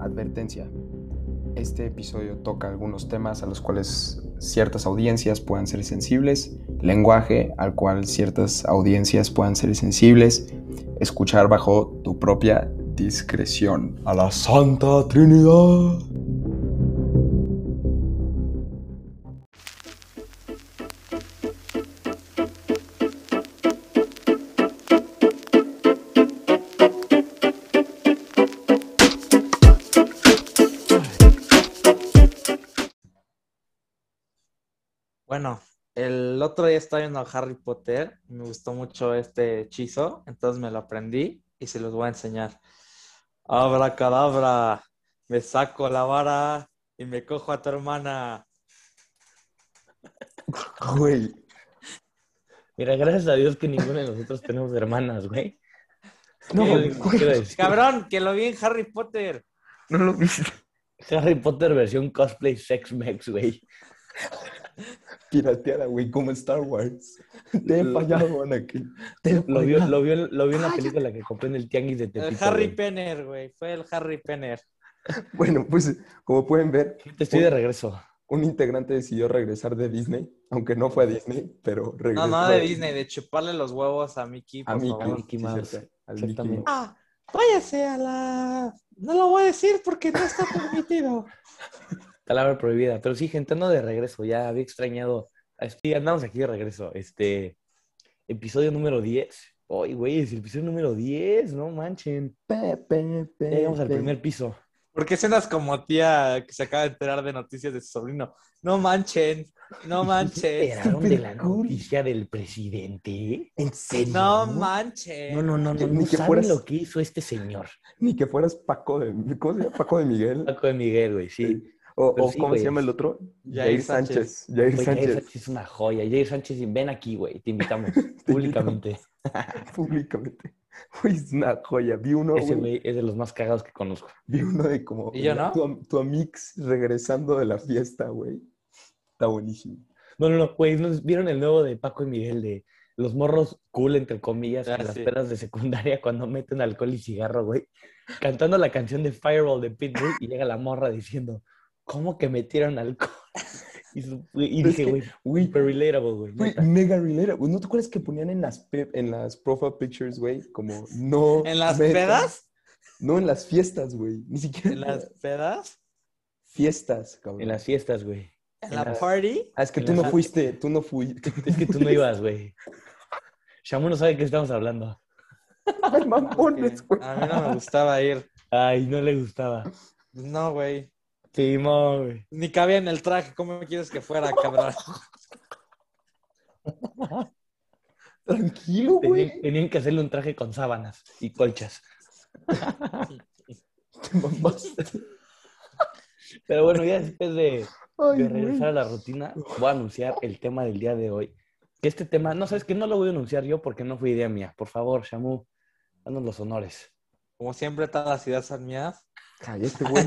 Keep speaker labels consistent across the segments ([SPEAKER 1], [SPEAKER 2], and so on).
[SPEAKER 1] Advertencia. Este episodio toca algunos temas a los cuales ciertas audiencias puedan ser sensibles, lenguaje al cual ciertas audiencias puedan ser sensibles, escuchar bajo tu propia discreción. A la Santa Trinidad.
[SPEAKER 2] Bueno, el otro día estaba viendo a Harry Potter, me gustó mucho este hechizo, entonces me lo aprendí y se los voy a enseñar. Abra cadabra, me saco la vara y me cojo a tu hermana.
[SPEAKER 1] Güey,
[SPEAKER 3] Mira, gracias a Dios que ninguno de nosotros tenemos hermanas, güey.
[SPEAKER 1] No,
[SPEAKER 3] ¿Qué
[SPEAKER 1] güey.
[SPEAKER 3] quiero decir?
[SPEAKER 2] Cabrón, que lo vi en Harry Potter.
[SPEAKER 1] no lo viste.
[SPEAKER 3] Harry Potter versión cosplay sex mex, güey.
[SPEAKER 1] Pirateada, güey, como Star Wars. Te he fallado, Anakin. Te Ah, he
[SPEAKER 3] Lo vio,
[SPEAKER 1] fallado.
[SPEAKER 3] lo vio, lo vio en la película que compré en el tianguis de
[SPEAKER 2] El
[SPEAKER 3] Tepito.
[SPEAKER 2] Harry
[SPEAKER 3] güey.
[SPEAKER 2] Penner, güey. Fue el Harry Penner.
[SPEAKER 1] Bueno, pues como pueden ver,
[SPEAKER 3] Te estoy de regreso.
[SPEAKER 1] un integrante decidió regresar de Disney, aunque no fue a Disney, pero
[SPEAKER 2] No,
[SPEAKER 1] regresó.
[SPEAKER 2] no de Disney, de chuparle los huevos a Mickey, por
[SPEAKER 1] A Mickey,
[SPEAKER 2] favor.
[SPEAKER 3] Mickey
[SPEAKER 1] sí,
[SPEAKER 3] Mouse.
[SPEAKER 1] cierto, al Mickey
[SPEAKER 3] Exactamente.
[SPEAKER 1] Mouse.
[SPEAKER 2] Ah, váyase a la... No lo voy a decir porque no está permitido.
[SPEAKER 3] Palabra prohibida. Pero sí, gente, ando de regreso. Ya había extrañado. Sí, andamos aquí de regreso. Este. Episodio número 10. Ay, güey, es el episodio número 10. No manchen.
[SPEAKER 1] Pepe,
[SPEAKER 3] Ya llegamos al
[SPEAKER 1] Pepe.
[SPEAKER 3] primer piso.
[SPEAKER 2] ¿Por qué cenas como tía que se acaba de enterar de noticias de su sobrino? No manchen, no manchen,
[SPEAKER 3] ¿Esperaron de la
[SPEAKER 1] cool.
[SPEAKER 3] noticia del presidente?
[SPEAKER 1] ¿En serio?
[SPEAKER 2] no manchen.
[SPEAKER 3] No, no, no, no,
[SPEAKER 1] Ni
[SPEAKER 3] no
[SPEAKER 1] que
[SPEAKER 3] saben
[SPEAKER 1] fueras-
[SPEAKER 3] lo que hizo este señor.
[SPEAKER 1] Ni que fueras Paco de... ¿Cómo se llama? Paco de Miguel.
[SPEAKER 3] Paco de Miguel, güey, sí.
[SPEAKER 1] O,
[SPEAKER 3] Pero
[SPEAKER 1] o
[SPEAKER 3] sí,
[SPEAKER 1] ¿cómo
[SPEAKER 3] güey.
[SPEAKER 1] se llama el otro?
[SPEAKER 2] Jair Sánchez.
[SPEAKER 1] Jair
[SPEAKER 3] Güey, Jair
[SPEAKER 1] Sánchez,
[SPEAKER 3] Sánchez es una joya. Jair Sánchez, ven aquí, güey, te invitamos públicamente.
[SPEAKER 1] públicamente. Uy, es una joya. Vi uno,
[SPEAKER 3] Ese
[SPEAKER 1] güey,
[SPEAKER 3] güey es de los más cagados que conozco.
[SPEAKER 1] Vi uno de como
[SPEAKER 2] ¿Y yo no?
[SPEAKER 1] tu, am- tu amix regresando de la fiesta, güey. Está buenísimo.
[SPEAKER 3] No, no, no, güey, ¿no ¿vieron el nuevo de Paco y Miguel de los morros cool, entre comillas,
[SPEAKER 2] Ah,
[SPEAKER 3] en las
[SPEAKER 2] sí.
[SPEAKER 3] peras de secundaria cuando meten alcohol y cigarro, güey? Cantando la canción de Fireball de Pitbull y llega la morra diciendo, ¿cómo que metieron alcohol? Y, su- y
[SPEAKER 1] Pero es
[SPEAKER 3] dije,
[SPEAKER 1] que,
[SPEAKER 3] güey,
[SPEAKER 1] Güey,
[SPEAKER 3] super relatable, güey.
[SPEAKER 1] Güey,
[SPEAKER 3] neta.
[SPEAKER 1] mega relera. Güey, ¿No te acuerdas que ponían en las, pe- en las profile pictures, güey? Como no.
[SPEAKER 2] ¿En las
[SPEAKER 1] metas-
[SPEAKER 2] pedas?
[SPEAKER 1] No, en las fiestas, güey. Ni siquiera
[SPEAKER 2] ¿En las pedas?
[SPEAKER 1] fiestas, cabrón.
[SPEAKER 3] En las fiestas, güey.
[SPEAKER 2] ¿En
[SPEAKER 3] En
[SPEAKER 2] la
[SPEAKER 3] las-
[SPEAKER 2] party?
[SPEAKER 1] Ah, es que
[SPEAKER 3] en
[SPEAKER 1] tú
[SPEAKER 3] las-
[SPEAKER 1] no fuiste, tú no fuiste.
[SPEAKER 3] Es que tú no ibas, güey. Shamu no sabe de qué estamos hablando.
[SPEAKER 1] Ay, mamones, güey.
[SPEAKER 2] A mí no me gustaba ir.
[SPEAKER 3] Ay, no le gustaba.
[SPEAKER 2] No, güey.
[SPEAKER 3] Simón, güey.
[SPEAKER 2] Ni cabía en el traje. ¿Cómo quieres que fuera, cabrón?
[SPEAKER 1] Tranquilo,
[SPEAKER 3] Tenían,
[SPEAKER 1] güey.
[SPEAKER 3] tenían que hacerle un traje con sábanas y colchas.
[SPEAKER 1] Te mamaste.
[SPEAKER 3] Pero bueno, ya después de,
[SPEAKER 1] Ay, güey.
[SPEAKER 3] de regresar a la rutina, voy a anunciar el tema del día de hoy. Que este tema, no sabes que no lo voy a anunciar yo porque no fue idea mía. Por favor, Shamu, danos los honores.
[SPEAKER 2] Como siempre, todas las ideas son mías.
[SPEAKER 1] Cállate, güey.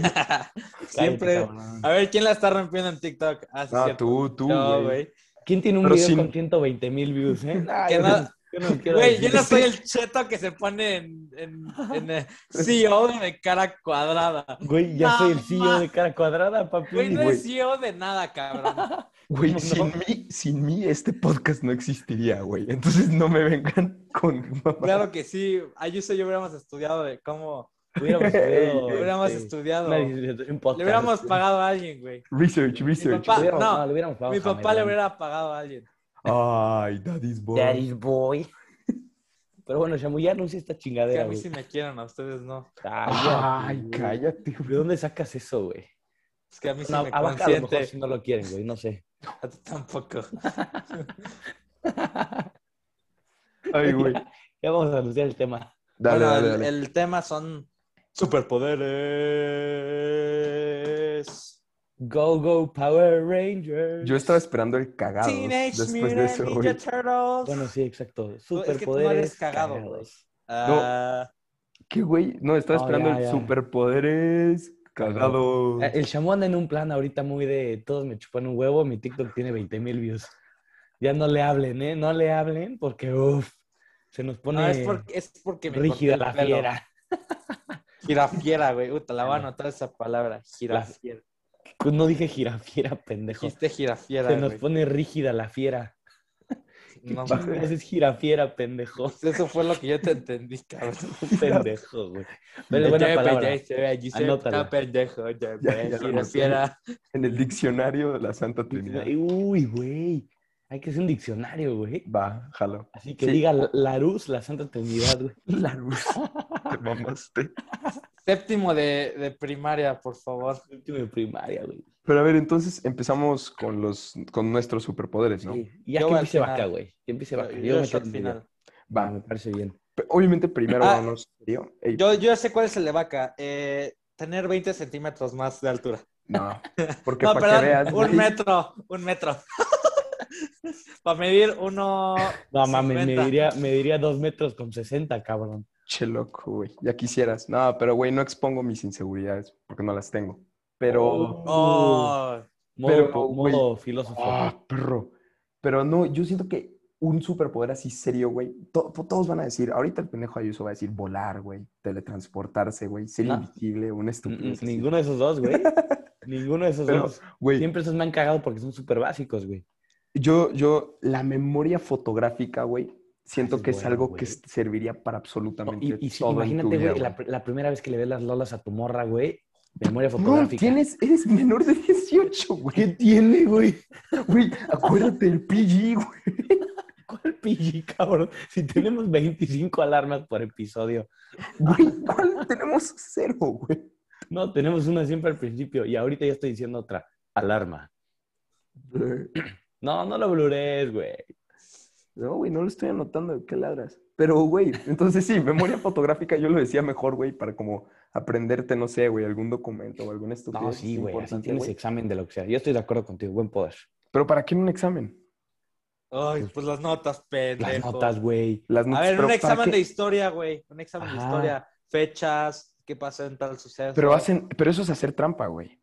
[SPEAKER 2] Siempre.
[SPEAKER 3] Cállate, cabrón.
[SPEAKER 2] A ver, ¿quién la está rompiendo en TikTok? Ah, sí,
[SPEAKER 1] Ah,
[SPEAKER 2] cierto.
[SPEAKER 1] tú, tú,
[SPEAKER 2] Yo,
[SPEAKER 1] güey.
[SPEAKER 2] güey.
[SPEAKER 3] ¿Quién tiene un
[SPEAKER 1] Pero
[SPEAKER 3] video
[SPEAKER 1] sin-
[SPEAKER 3] con 120 mil views, eh? Ay,
[SPEAKER 2] Que
[SPEAKER 3] yo
[SPEAKER 2] no-
[SPEAKER 3] yo no quiero
[SPEAKER 2] Güey, yo
[SPEAKER 3] decir
[SPEAKER 2] no
[SPEAKER 3] eso.
[SPEAKER 2] soy el cheto que se pone en, en, en eh, CEO de cara cuadrada.
[SPEAKER 3] Güey, ya soy el CEO
[SPEAKER 2] Mamá.
[SPEAKER 3] de cara cuadrada, papi.
[SPEAKER 2] Güey, no
[SPEAKER 1] Güey.
[SPEAKER 2] es CEO de nada, cabrón.
[SPEAKER 1] Güey,
[SPEAKER 3] ¿Cómo
[SPEAKER 1] sin
[SPEAKER 3] no?
[SPEAKER 1] mí, sin mí este podcast no existiría, güey. Entonces no me vengan con mamadas.
[SPEAKER 2] Claro que sí. Ayuso y yo hubiéramos estudiado de cómo.
[SPEAKER 3] Hubiéramos estudiado,
[SPEAKER 1] Ey,
[SPEAKER 2] Hubiéramos
[SPEAKER 3] este,
[SPEAKER 2] estudiado.
[SPEAKER 3] una
[SPEAKER 2] Le
[SPEAKER 3] licenciatura en podcast.
[SPEAKER 2] hubiéramos pagado a alguien, güey.
[SPEAKER 1] Research, research.
[SPEAKER 2] papá-
[SPEAKER 3] Hubiéramos-
[SPEAKER 2] no,
[SPEAKER 3] le hubiéramos pagado
[SPEAKER 2] Mi
[SPEAKER 3] a
[SPEAKER 2] papá
[SPEAKER 3] Jamaica.
[SPEAKER 2] le hubiera pagado a alguien.
[SPEAKER 1] Ay, daddy's boy.
[SPEAKER 3] Daddy's boy. Pero bueno, Shamu, ya anuncia esta
[SPEAKER 2] Que
[SPEAKER 3] chingadera,
[SPEAKER 2] a mí
[SPEAKER 3] güey.
[SPEAKER 2] sí me quieren, a ustedes no.
[SPEAKER 3] Cállate,
[SPEAKER 1] Ay,
[SPEAKER 3] güey.
[SPEAKER 1] cállate,
[SPEAKER 3] ¿De
[SPEAKER 1] güey.
[SPEAKER 3] dónde sacas eso, güey?
[SPEAKER 2] Es que a mí sí
[SPEAKER 3] No,
[SPEAKER 2] me
[SPEAKER 3] a Vaca a lo mejor
[SPEAKER 2] consiente.
[SPEAKER 3] si no lo quieren, güey, no sé.
[SPEAKER 2] A ti tampoco.
[SPEAKER 1] Ay, güey.
[SPEAKER 3] Ya vamos a anunciar el tema.
[SPEAKER 1] Dale,
[SPEAKER 2] bueno,
[SPEAKER 1] dale,
[SPEAKER 2] el,
[SPEAKER 1] dale.
[SPEAKER 2] el tema son superpoderes.
[SPEAKER 3] Go, go, Power Rangers.
[SPEAKER 1] Yo estaba esperando el cagado
[SPEAKER 2] Teenage
[SPEAKER 1] después de
[SPEAKER 2] Mutant
[SPEAKER 1] eso,
[SPEAKER 2] Ninja
[SPEAKER 1] güey.
[SPEAKER 2] Turtles.
[SPEAKER 3] Bueno, sí, exacto.
[SPEAKER 2] Tú-
[SPEAKER 3] Superpoderes.
[SPEAKER 2] es que tú no eres cagado,
[SPEAKER 3] cagados.
[SPEAKER 2] güey. Ah,
[SPEAKER 1] ¿Qué, güey? No, estaba
[SPEAKER 3] No,
[SPEAKER 1] esperando
[SPEAKER 3] ya,
[SPEAKER 1] el
[SPEAKER 3] ya.
[SPEAKER 1] superpoderes cagado.
[SPEAKER 3] Eh, El Shamu anda en un plan ahorita muy de todos me chupan un huevo, mi TikTok tiene 20 mil views. Ya no le hablen, ¿eh? No le hablen porque, uff, se nos pone
[SPEAKER 2] no, es porque, es porque me corté
[SPEAKER 3] rígida
[SPEAKER 2] el
[SPEAKER 3] la
[SPEAKER 2] pelo.
[SPEAKER 3] fiera.
[SPEAKER 2] Jirafiera, güey. Uy, te la voy a anotar esa palabra. Jirafiera.
[SPEAKER 3] Pues No dije jirafiera, pendejo.
[SPEAKER 2] Dijiste jirafiera,
[SPEAKER 3] Se nos
[SPEAKER 2] güey.
[SPEAKER 3] pone rígida la fiera.
[SPEAKER 2] No
[SPEAKER 3] Paco,
[SPEAKER 2] mames.
[SPEAKER 3] es jirafiera, pendejo.
[SPEAKER 2] Eso fue lo que yo te entendí, cabrón.
[SPEAKER 3] Pendejo, güey. Pero
[SPEAKER 1] Ya,
[SPEAKER 3] buena
[SPEAKER 2] Ya,
[SPEAKER 3] palabra.
[SPEAKER 2] pendejo, ya, Giuseppe
[SPEAKER 3] Anótala.
[SPEAKER 2] está pendejo. ya,
[SPEAKER 1] Ya,
[SPEAKER 2] güey,
[SPEAKER 1] ya lo
[SPEAKER 2] jirafiera.
[SPEAKER 1] En el diccionario de la Santa Trinidad.
[SPEAKER 3] Uy, güey. Hay que hacer un diccionario, güey.
[SPEAKER 1] Va, jalo.
[SPEAKER 3] Así que
[SPEAKER 1] Sí.
[SPEAKER 3] diga la luz, la santa trinidad, güey.
[SPEAKER 1] La luz. Te mamaste.
[SPEAKER 2] Séptimo de, de primaria, por favor.
[SPEAKER 3] Último de primaria, güey.
[SPEAKER 1] Pero a ver, entonces empezamos con los con nuestros superpoderes, ¿no?
[SPEAKER 3] Sí. Ya
[SPEAKER 2] Yo
[SPEAKER 3] que
[SPEAKER 2] voy al
[SPEAKER 3] empiece
[SPEAKER 2] final.
[SPEAKER 3] vaca, güey. Que empiece vaca.
[SPEAKER 2] Yo-
[SPEAKER 3] Yo,
[SPEAKER 2] yo
[SPEAKER 3] me
[SPEAKER 2] shot
[SPEAKER 3] quedo-
[SPEAKER 2] final.
[SPEAKER 3] Va,
[SPEAKER 1] Va.
[SPEAKER 3] me parece bien.
[SPEAKER 1] Pe- Obviamente primero
[SPEAKER 2] Ah.
[SPEAKER 1] vamos serio. Ey,
[SPEAKER 2] Yo, yo ya sé cuál es el de vaca. Eh, tener 20 centímetros más de altura.
[SPEAKER 1] No, porque
[SPEAKER 2] No,
[SPEAKER 1] para
[SPEAKER 2] perdón,
[SPEAKER 1] que veas.
[SPEAKER 2] un
[SPEAKER 1] güey,
[SPEAKER 2] metro, un metro. Para medir uno.
[SPEAKER 3] No mames, me
[SPEAKER 2] 50.
[SPEAKER 3] diría, me diría dos metros con 60, cabrón.
[SPEAKER 1] Che loco, güey. Ya quisieras. No, pero güey, no expongo mis inseguridades porque no las tengo. Pero.
[SPEAKER 3] Oh.
[SPEAKER 2] Oh,
[SPEAKER 3] Modo,
[SPEAKER 1] Pero, güey.
[SPEAKER 3] modo filósofo.
[SPEAKER 1] Ah, perro. Pero no, yo siento que un superpoder así serio, güey. to- to- todos van a decir, ahorita el pendejo Ayuso va a decir volar, güey, teletransportarse, güey, ser
[SPEAKER 3] No.
[SPEAKER 1] invisible, una
[SPEAKER 3] N- n-
[SPEAKER 1] estupidez. así.
[SPEAKER 3] Mm, Ninguno de esos dos, güey. Ninguno de esos
[SPEAKER 1] Pero,
[SPEAKER 3] dos.
[SPEAKER 1] Güey,
[SPEAKER 3] Siempre esos me han cagado porque son súper básicos, güey.
[SPEAKER 1] Yo, yo, la memoria fotográfica, güey, siento
[SPEAKER 3] es
[SPEAKER 1] que es
[SPEAKER 3] bueno,
[SPEAKER 1] algo
[SPEAKER 3] güey.
[SPEAKER 1] que s- serviría para absolutamente
[SPEAKER 3] Y, y si-
[SPEAKER 1] todo en tu
[SPEAKER 3] imagínate,
[SPEAKER 1] vida,
[SPEAKER 3] güey, la, pr- la primera vez que le ves las lolas a tu morra, güey. Memoria
[SPEAKER 1] No,
[SPEAKER 3] fotográfica.
[SPEAKER 1] tienes, eres menor de 18, güey. ¿Qué tiene, güey? Güey, acuérdate del PG, güey.
[SPEAKER 3] ¿Cuál PG, cabrón? Si tenemos 25 alarmas por episodio.
[SPEAKER 1] Güey, ¿cuál tenemos cero, güey?
[SPEAKER 3] No, tenemos una siempre al principio y ahorita ya estoy diciendo otra. Alarma. No, no lo blures, güey.
[SPEAKER 1] No, güey, no lo estoy anotando, ¿de ¿qué ladras? Pero, güey, entonces sí, memoria fotográfica yo lo decía mejor, güey, para como aprenderte, no sé, güey, algún documento o alguna estupidez.
[SPEAKER 3] No,
[SPEAKER 1] así
[SPEAKER 3] sí, güey. Así
[SPEAKER 1] importante,
[SPEAKER 3] tienes
[SPEAKER 1] güey.
[SPEAKER 3] examen de lo que sea. Yo estoy de acuerdo contigo. Buen poder.
[SPEAKER 1] Pero ¿para qué en un examen?
[SPEAKER 2] ay, pues las notas, pendejo.
[SPEAKER 3] Las notas, güey.
[SPEAKER 1] Las
[SPEAKER 2] A
[SPEAKER 1] notas,
[SPEAKER 2] ver,
[SPEAKER 1] pero
[SPEAKER 2] un
[SPEAKER 1] ¿para
[SPEAKER 2] examen
[SPEAKER 1] qué?
[SPEAKER 2] de historia, güey. Un examen de
[SPEAKER 3] Ajá.
[SPEAKER 2] historia. Fechas, qué pasó en tal suceso.
[SPEAKER 1] Pero hacen, pero eso es hacer trampa, güey.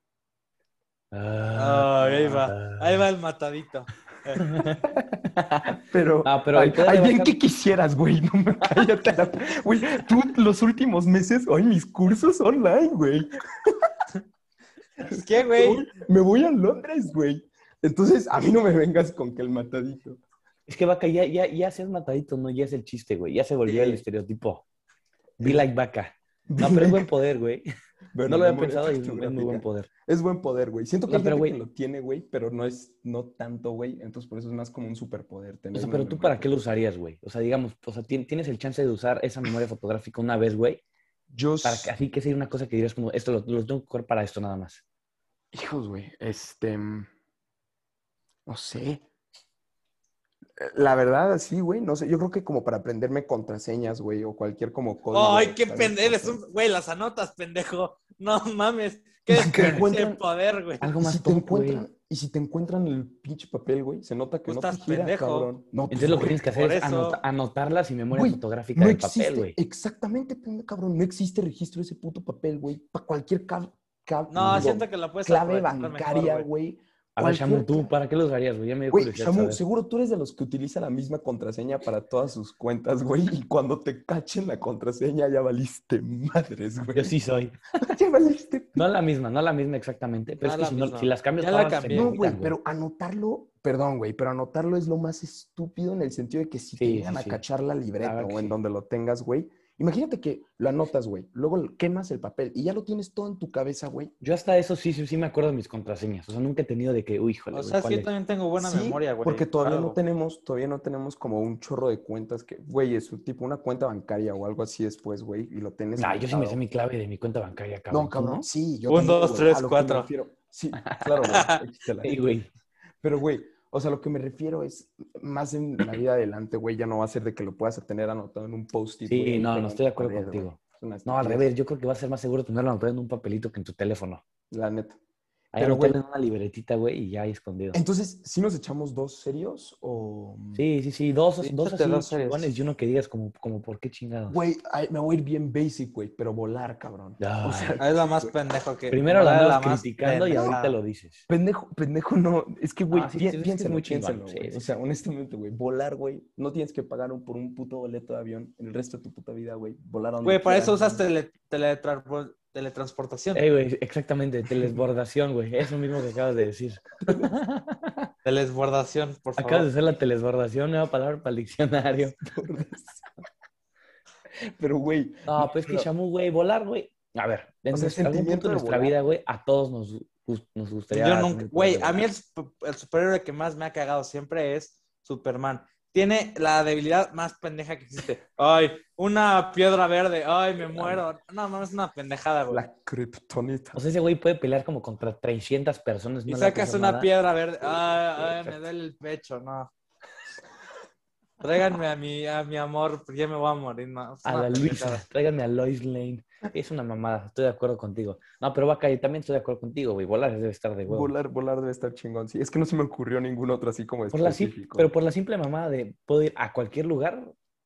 [SPEAKER 3] Ah,
[SPEAKER 2] Ay, ahí
[SPEAKER 1] Ah.
[SPEAKER 2] va. Ahí va el matadito.
[SPEAKER 1] Pero,
[SPEAKER 3] Ah, pero
[SPEAKER 1] ay,
[SPEAKER 3] el poder
[SPEAKER 1] ay,
[SPEAKER 3] de
[SPEAKER 1] bien
[SPEAKER 3] bajar-
[SPEAKER 1] que quisieras, güey. No me cállate la... Güey, tú los últimos meses, ay, mis cursos online, güey.
[SPEAKER 2] ¿Qué, güey?
[SPEAKER 1] Uy, Me voy a Londres, güey. Entonces, a mí no me vengas con que el matadito.
[SPEAKER 3] Es que vaca, ya, ya, ya seas matadito, ¿no? Ya es el chiste, güey. Ya se volvió
[SPEAKER 2] Sí.
[SPEAKER 3] el estereotipo. Be like vaca. No, pero es buen poder, güey.
[SPEAKER 1] Bueno,
[SPEAKER 3] no lo había
[SPEAKER 1] memoria
[SPEAKER 3] pensado y es
[SPEAKER 1] fotográfica.
[SPEAKER 3] muy buen poder.
[SPEAKER 1] Es buen poder, güey. Siento que,
[SPEAKER 3] No,
[SPEAKER 1] hay
[SPEAKER 3] pero,
[SPEAKER 1] gente que
[SPEAKER 3] güey.
[SPEAKER 1] lo tiene, güey, pero no es no tanto, güey. Entonces, por eso es más como un superpoder.
[SPEAKER 3] O
[SPEAKER 1] tener
[SPEAKER 3] sea,
[SPEAKER 1] una
[SPEAKER 3] pero tú
[SPEAKER 1] memoria
[SPEAKER 3] para qué lo usarías, güey? O sea, digamos, o sea, tien- tienes el chance de usar esa memoria fotográfica una vez, güey.
[SPEAKER 1] Yo
[SPEAKER 3] Para que, así que sería una cosa que dirías como, esto lo, lo tengo que usar para esto nada más.
[SPEAKER 1] Hijos, güey, este. mm, No sé. La verdad, así, güey, no sé. Yo creo que como para aprenderme contraseñas, güey, o cualquier como código.
[SPEAKER 2] Ay, qué
[SPEAKER 1] ¿sabes?
[SPEAKER 2] pendejo. Eres un. Güey, las anotas, pendejo. No mames. Qué de
[SPEAKER 1] encuentran-
[SPEAKER 2] poder, güey.
[SPEAKER 3] Algo
[SPEAKER 1] Y
[SPEAKER 3] más
[SPEAKER 1] si te
[SPEAKER 3] top,
[SPEAKER 1] encuentran,
[SPEAKER 3] güey.
[SPEAKER 1] y si te encuentran el pinche papel, güey, se nota que
[SPEAKER 2] Pues
[SPEAKER 1] no te
[SPEAKER 2] estás
[SPEAKER 1] gira,
[SPEAKER 2] pendejo.
[SPEAKER 1] cabrón. No, pues,
[SPEAKER 3] Entonces lo que
[SPEAKER 1] güey,
[SPEAKER 3] tienes que
[SPEAKER 2] por
[SPEAKER 3] hacer es
[SPEAKER 2] eso-
[SPEAKER 3] anota- anotarlas y memoria
[SPEAKER 1] Güey,
[SPEAKER 3] fotográfica
[SPEAKER 1] no
[SPEAKER 3] del
[SPEAKER 1] existe,
[SPEAKER 3] papel, güey.
[SPEAKER 1] exactamente, pendejo, cabrón. No existe registro de ese puto papel, güey. Para cualquier cab- cab-
[SPEAKER 2] No,
[SPEAKER 1] digo,
[SPEAKER 2] siento que la puedes
[SPEAKER 1] clave
[SPEAKER 2] aprovechar mejor,
[SPEAKER 1] bancaria, güey.
[SPEAKER 3] A ver, Shamu,
[SPEAKER 1] cualquier
[SPEAKER 3] tú, ¿para qué lo usarías, güey? Ya me dio
[SPEAKER 1] Güey,
[SPEAKER 3] curiosidad
[SPEAKER 1] Shamu,
[SPEAKER 3] saber.
[SPEAKER 1] seguro tú eres de los que utiliza la misma contraseña para todas sus cuentas, güey. Y cuando te cachen la contraseña, ya valiste madres, güey.
[SPEAKER 3] Yo sí soy.
[SPEAKER 1] Ya valiste.
[SPEAKER 3] No la misma, no la misma exactamente,
[SPEAKER 2] No
[SPEAKER 3] pero es que
[SPEAKER 2] la
[SPEAKER 3] si, no-
[SPEAKER 2] misma.
[SPEAKER 3] si las cambias
[SPEAKER 2] Ya la
[SPEAKER 3] todas se
[SPEAKER 2] cambié.
[SPEAKER 3] me
[SPEAKER 1] No,
[SPEAKER 3] olvidan,
[SPEAKER 1] güey, pero anotarlo, perdón, güey, pero anotarlo es lo más estúpido en el sentido de que si te
[SPEAKER 3] Sí,
[SPEAKER 1] llegan
[SPEAKER 3] sí,
[SPEAKER 1] a
[SPEAKER 3] sí.
[SPEAKER 1] cachar la libreta
[SPEAKER 3] verdad que
[SPEAKER 1] o en
[SPEAKER 3] sí.
[SPEAKER 1] donde lo tengas, güey. Imagínate que lo anotas, güey. Luego lo- quemas el papel y ya lo tienes todo en tu cabeza, güey.
[SPEAKER 3] Yo hasta eso sí, sí, sí me acuerdo de mis contraseñas. O sea, nunca he tenido de que, uy, híjole,
[SPEAKER 2] O
[SPEAKER 3] güey,
[SPEAKER 2] sea, sí,
[SPEAKER 3] ¿cuál
[SPEAKER 2] yo
[SPEAKER 3] es?
[SPEAKER 2] también tengo buena
[SPEAKER 1] Sí,
[SPEAKER 2] memoria, güey.
[SPEAKER 1] Porque todavía no
[SPEAKER 2] Claro.
[SPEAKER 1] tenemos, todavía no tenemos como un chorro de cuentas que, güey, es un tipo una cuenta bancaria o algo así después, güey, y lo tienes.
[SPEAKER 3] Nah, yo sí me sé
[SPEAKER 1] anotado.
[SPEAKER 3] mi clave de mi cuenta bancaria, cabrón.
[SPEAKER 1] No,
[SPEAKER 3] ¿Tú
[SPEAKER 1] cabrón. Sí, yo
[SPEAKER 2] Un,
[SPEAKER 1] también,
[SPEAKER 2] dos,
[SPEAKER 1] güey,
[SPEAKER 2] tres,
[SPEAKER 1] a lo que me
[SPEAKER 2] cuatro.
[SPEAKER 1] refiero. Sí, claro, güey, échitela.
[SPEAKER 3] Sí, güey.
[SPEAKER 1] Pero, güey, o sea, lo que me refiero es más en la vida adelante, güey, ya no va a ser de que lo puedas tener anotado en un post-it.
[SPEAKER 3] Sí,
[SPEAKER 1] güey,
[SPEAKER 3] no,
[SPEAKER 1] pegado
[SPEAKER 3] no
[SPEAKER 1] en
[SPEAKER 3] estoy de
[SPEAKER 1] tu
[SPEAKER 3] acuerdo
[SPEAKER 1] pared, güey.
[SPEAKER 3] contigo.
[SPEAKER 1] Es una
[SPEAKER 3] No, al
[SPEAKER 1] estupidez,
[SPEAKER 3] revés, yo creo que va a ser más seguro tenerlo anotado en un papelito que en tu teléfono.
[SPEAKER 1] La neta.
[SPEAKER 3] Ahí
[SPEAKER 1] Pero,
[SPEAKER 3] anotarlo
[SPEAKER 1] güey.
[SPEAKER 3] en una libretita, güey, y ya ahí escondido.
[SPEAKER 1] Entonces, ¿sí nos echamos dos serios o...?
[SPEAKER 3] Sí, sí, sí, dos,
[SPEAKER 2] Sí,
[SPEAKER 3] dos
[SPEAKER 2] échate
[SPEAKER 3] así
[SPEAKER 2] dos series.
[SPEAKER 3] chingones y uno que digas como, como por qué chingados.
[SPEAKER 1] Güey, ay, me voy a ir bien basic, güey, pero volar, cabrón.
[SPEAKER 3] Ay.
[SPEAKER 1] O sea,
[SPEAKER 2] Ah, Es la más pendejo que.
[SPEAKER 3] Primero la
[SPEAKER 2] es
[SPEAKER 3] andas criticando y
[SPEAKER 2] pendeja.
[SPEAKER 3] ahorita lo dices.
[SPEAKER 1] pendejo, pendejo no. Es que, güey,
[SPEAKER 3] Ah, sí,
[SPEAKER 1] pi-
[SPEAKER 3] sí, sí, es
[SPEAKER 1] piénsalo,
[SPEAKER 3] muy chingón,
[SPEAKER 1] piénsalo,
[SPEAKER 3] sí,
[SPEAKER 1] güey.
[SPEAKER 3] sí,
[SPEAKER 1] O sea, honestamente, güey, volar, güey, no tienes que pagar un- por un puto boleto de avión el resto de tu puta vida, güey. Volar a donde
[SPEAKER 2] Güey, para
[SPEAKER 1] quieras,
[SPEAKER 2] eso usas
[SPEAKER 1] güey.
[SPEAKER 2] tele- teletranspo- teletransportación.
[SPEAKER 1] Eh.
[SPEAKER 3] Ey, güey, exactamente, telesbordación, güey. Eso mismo que acabas de decir.
[SPEAKER 2] Telesbordación, por favor.
[SPEAKER 3] Acabas de hacer la telesbordación, nueva palabra para el diccionario.
[SPEAKER 1] Pero, güey,
[SPEAKER 3] No, pues es que
[SPEAKER 1] pero-
[SPEAKER 3] Shamu, güey, volar, güey. A ver, en
[SPEAKER 1] O sea, el
[SPEAKER 3] nuestro- algún
[SPEAKER 1] sentimiento
[SPEAKER 3] punto de
[SPEAKER 1] de
[SPEAKER 3] nuestra
[SPEAKER 1] volar.
[SPEAKER 3] vida, güey, a todos nos, gus- nos gustaría.
[SPEAKER 2] Yo
[SPEAKER 3] tener
[SPEAKER 2] nunca,
[SPEAKER 3] el poder
[SPEAKER 2] güey,
[SPEAKER 3] de
[SPEAKER 2] a
[SPEAKER 3] volar.
[SPEAKER 2] mí el, sup- el superhéroe que más me ha cagado siempre es Superman. Tiene la debilidad más pendeja que existe. Ay, una piedra verde. Ay, me muero. No, mames, es una pendejada, güey.
[SPEAKER 1] la kriptonita.
[SPEAKER 3] O sea, ese güey puede pelear como contra 300 personas.
[SPEAKER 2] Y
[SPEAKER 3] no le va a
[SPEAKER 2] sacas
[SPEAKER 3] pasar
[SPEAKER 2] una
[SPEAKER 3] nada.
[SPEAKER 2] piedra verde. Ay, ay,
[SPEAKER 3] exacto.
[SPEAKER 2] me duele el pecho, no. Tráiganme a mi, a mi amor, porque ya me voy a morir. No, Es
[SPEAKER 3] A
[SPEAKER 2] una
[SPEAKER 3] la
[SPEAKER 2] pendejada.
[SPEAKER 3] Luisa, tráiganme a Lois Lane. Es una mamada, estoy de acuerdo contigo. No, pero Vaca, yo también estoy de acuerdo contigo, güey. Volar debe estar de huevo.
[SPEAKER 1] Volar, volar debe estar chingón. Sí, es que no se me ocurrió ningún otro así como
[SPEAKER 3] Por la sim-
[SPEAKER 1] específico.
[SPEAKER 3] pero por la simple mamada de puedo ir a cualquier lugar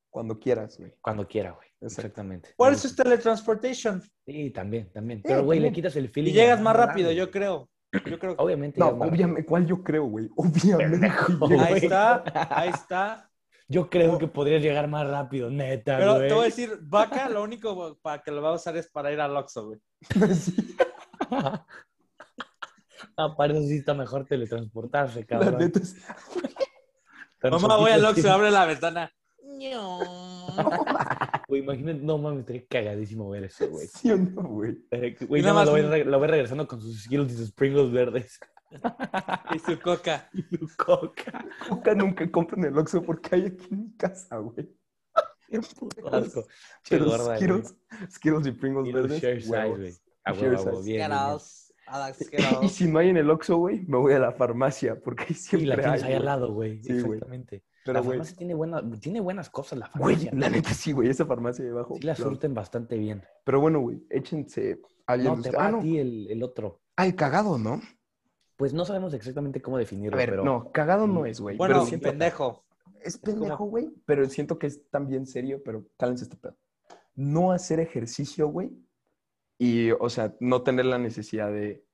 [SPEAKER 1] Cuando quieras, güey.
[SPEAKER 3] cuando quiera, güey.
[SPEAKER 1] Exacto.
[SPEAKER 3] Exactamente.
[SPEAKER 2] ¿Cuál
[SPEAKER 3] Me
[SPEAKER 2] es su
[SPEAKER 3] gusta.
[SPEAKER 2] teletransportation?
[SPEAKER 3] Sí, también, también. Pero, güey, le
[SPEAKER 1] también.
[SPEAKER 3] quitas el
[SPEAKER 2] Y
[SPEAKER 3] feeling.
[SPEAKER 2] llegas
[SPEAKER 3] a
[SPEAKER 2] más
[SPEAKER 3] volar,
[SPEAKER 2] rápido,
[SPEAKER 3] güey.
[SPEAKER 2] yo creo. Yo creo que
[SPEAKER 3] Obviamente.
[SPEAKER 1] No,
[SPEAKER 3] llegas más rápido.
[SPEAKER 1] obviamente, ¿cuál yo creo, güey? Obviamente.
[SPEAKER 3] Pendejo,
[SPEAKER 1] llego-
[SPEAKER 2] Ahí
[SPEAKER 3] güey.
[SPEAKER 2] está, ahí está.
[SPEAKER 3] Yo creo que podrías llegar más rápido, neta,
[SPEAKER 2] Pero
[SPEAKER 3] güey.
[SPEAKER 2] te voy a decir, vaca, lo único para que lo va a usar es para ir al Oxxo, güey.
[SPEAKER 1] Sí,
[SPEAKER 3] Ah, para eso sí está mejor teletransportarse,
[SPEAKER 1] la
[SPEAKER 3] cabrón.
[SPEAKER 1] neta es-
[SPEAKER 2] Mamá, voy al Oxxo,
[SPEAKER 3] Transportito,
[SPEAKER 2] abre la ventana.
[SPEAKER 3] sí. Güey, imagínate, no mames, estaría cagadísimo ver eso, güey.
[SPEAKER 1] ¿Sí o no, güey?
[SPEAKER 3] Pero que- Güey,
[SPEAKER 2] Y
[SPEAKER 3] nada
[SPEAKER 2] nada
[SPEAKER 3] más lo
[SPEAKER 2] más
[SPEAKER 3] voy, re- lo voy regresando con sus Skittles y sus Pringles verdes.
[SPEAKER 2] Y su coca.
[SPEAKER 3] Y su coca.
[SPEAKER 1] Nunca, nunca compren el Oxxo porque hay aquí en mi casa, güey. Qué puto
[SPEAKER 3] Asco. Che,
[SPEAKER 1] Pero
[SPEAKER 3] gorda, güey.
[SPEAKER 1] Skittles, Skittles y Pringles
[SPEAKER 3] Y los
[SPEAKER 1] verdes.
[SPEAKER 3] share size,
[SPEAKER 1] huevos.
[SPEAKER 3] güey. A huevo,
[SPEAKER 1] Share
[SPEAKER 3] a huevo,
[SPEAKER 1] size.
[SPEAKER 3] bien, bien, bien.
[SPEAKER 2] Skittles, Alex
[SPEAKER 1] Y
[SPEAKER 2] Skittles.
[SPEAKER 1] si no hay en el Oxxo, güey, me voy a la farmacia porque ahí
[SPEAKER 3] Y la
[SPEAKER 1] siempre hay.
[SPEAKER 3] tienes ahí al
[SPEAKER 1] güey.
[SPEAKER 3] lado, güey.
[SPEAKER 1] Sí, güey.
[SPEAKER 3] Exactamente. la
[SPEAKER 1] Pero, güey,
[SPEAKER 3] farmacia tiene, buena- tiene buenas cosas, la
[SPEAKER 1] güey,
[SPEAKER 3] farmacia.
[SPEAKER 1] la neta sí, güey, esa farmacia de abajo.
[SPEAKER 3] Sí la
[SPEAKER 1] pero-
[SPEAKER 3] surten bastante bien.
[SPEAKER 1] Pero bueno, güey, échense. alguien
[SPEAKER 3] No,
[SPEAKER 1] de
[SPEAKER 3] te
[SPEAKER 1] usted-
[SPEAKER 3] va
[SPEAKER 1] Ah, no.
[SPEAKER 3] a ti el, el otro.
[SPEAKER 1] Ah, el cagado, ¿no?
[SPEAKER 3] Pues no sabemos exactamente cómo definirlo,
[SPEAKER 1] A ver,
[SPEAKER 3] pero...
[SPEAKER 1] no, cagado no es, güey.
[SPEAKER 2] Bueno,
[SPEAKER 1] pero siento-
[SPEAKER 2] pendejo.
[SPEAKER 1] es pendejo, güey, pero siento que es también serio, pero cálense este pedo. No hacer ejercicio, güey, y, o sea, no tener la necesidad de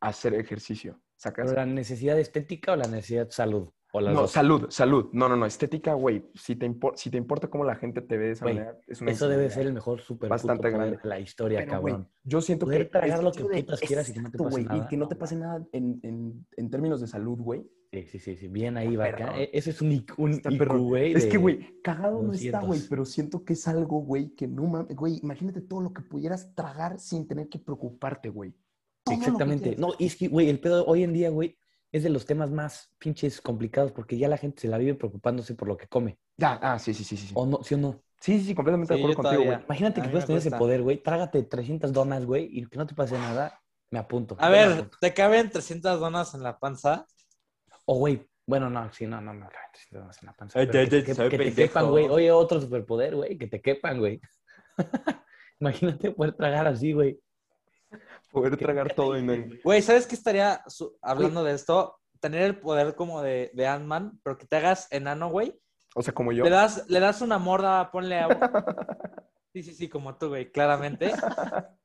[SPEAKER 1] hacer ejercicio. ¿Sacas?
[SPEAKER 3] ¿Pero la necesidad estética o la necesidad de salud? O las
[SPEAKER 1] No,
[SPEAKER 3] dos.
[SPEAKER 1] salud, salud. No, no, no, estética, güey. Si te, impor- si te importa cómo la gente te ve de esa
[SPEAKER 3] Güey,
[SPEAKER 1] manera, es una
[SPEAKER 3] Eso debe
[SPEAKER 1] enfermedad.
[SPEAKER 3] ser el mejor super
[SPEAKER 1] Bastante grande.
[SPEAKER 3] de la historia,
[SPEAKER 1] Pero, güey,
[SPEAKER 3] cabrón.
[SPEAKER 1] yo siento
[SPEAKER 3] Poder
[SPEAKER 1] que
[SPEAKER 3] tragar
[SPEAKER 1] el
[SPEAKER 3] lo que
[SPEAKER 1] hecho de-
[SPEAKER 3] putas quieras y que no te
[SPEAKER 1] Exacto,
[SPEAKER 3] pase
[SPEAKER 1] güey,
[SPEAKER 3] nada,
[SPEAKER 1] Y que no
[SPEAKER 3] no
[SPEAKER 1] te pase nada en, en- en términos de salud, güey.
[SPEAKER 3] Sí, sí, sí, sí. Bien ahí, vaca.
[SPEAKER 1] perrón.
[SPEAKER 3] E- Ese es un, IQ, un
[SPEAKER 1] Está
[SPEAKER 3] IQ,
[SPEAKER 1] perrón.
[SPEAKER 3] güey.
[SPEAKER 1] Es que,
[SPEAKER 3] de-
[SPEAKER 1] güey, cagado no está,
[SPEAKER 3] 200.
[SPEAKER 1] güey, pero siento que es algo, güey, que no mames, güey, imagínate todo lo que pudieras tragar sin tener que preocuparte, güey. Todo lo que
[SPEAKER 3] Exactamente.
[SPEAKER 1] quieras.
[SPEAKER 3] No, y es que, güey, el pedo hoy en día, güey, es de los temas más pinches complicados porque ya la gente se la vive preocupándose por lo que come.
[SPEAKER 1] Ya, ah, sí, sí, sí, sí. sí.
[SPEAKER 3] ¿O no? ¿Sí o no?
[SPEAKER 1] Sí, sí, sí, completamente de
[SPEAKER 2] Sí,
[SPEAKER 1] acuerdo
[SPEAKER 2] yo
[SPEAKER 1] contigo, güey.
[SPEAKER 2] todavía.
[SPEAKER 3] Imagínate
[SPEAKER 2] A
[SPEAKER 3] que
[SPEAKER 2] mí
[SPEAKER 3] puedes
[SPEAKER 2] me
[SPEAKER 3] tener ese
[SPEAKER 2] cuesta.
[SPEAKER 3] poder, güey. Trágate 300 donas, güey, y que no te pase nada. Me apunto.
[SPEAKER 2] A
[SPEAKER 3] Yo me
[SPEAKER 2] ver,
[SPEAKER 3] apunto.
[SPEAKER 2] ¿te caben 300 donas en la panza?
[SPEAKER 3] O, Oh, güey, bueno, no, sí, no, no, no, caben 300 donas en la panza.
[SPEAKER 2] Ay,
[SPEAKER 3] pero
[SPEAKER 2] ya,
[SPEAKER 3] que,
[SPEAKER 2] ya,
[SPEAKER 3] te
[SPEAKER 2] soy
[SPEAKER 3] quep- que te
[SPEAKER 2] pendejo.
[SPEAKER 3] quepan, güey. Oye, otro superpoder, güey, que te quepan, güey. Imagínate poder tragar así, güey.
[SPEAKER 1] Poder tragar todo y no.
[SPEAKER 2] Güey, ¿sabes qué estaría su- hablando de esto? Tener el poder como de, de Ant-Man, pero que te hagas enano, güey.
[SPEAKER 1] O sea, como yo.
[SPEAKER 2] Le das, le das una morda, ponle a... Sí, sí, sí, como tú, güey, claramente.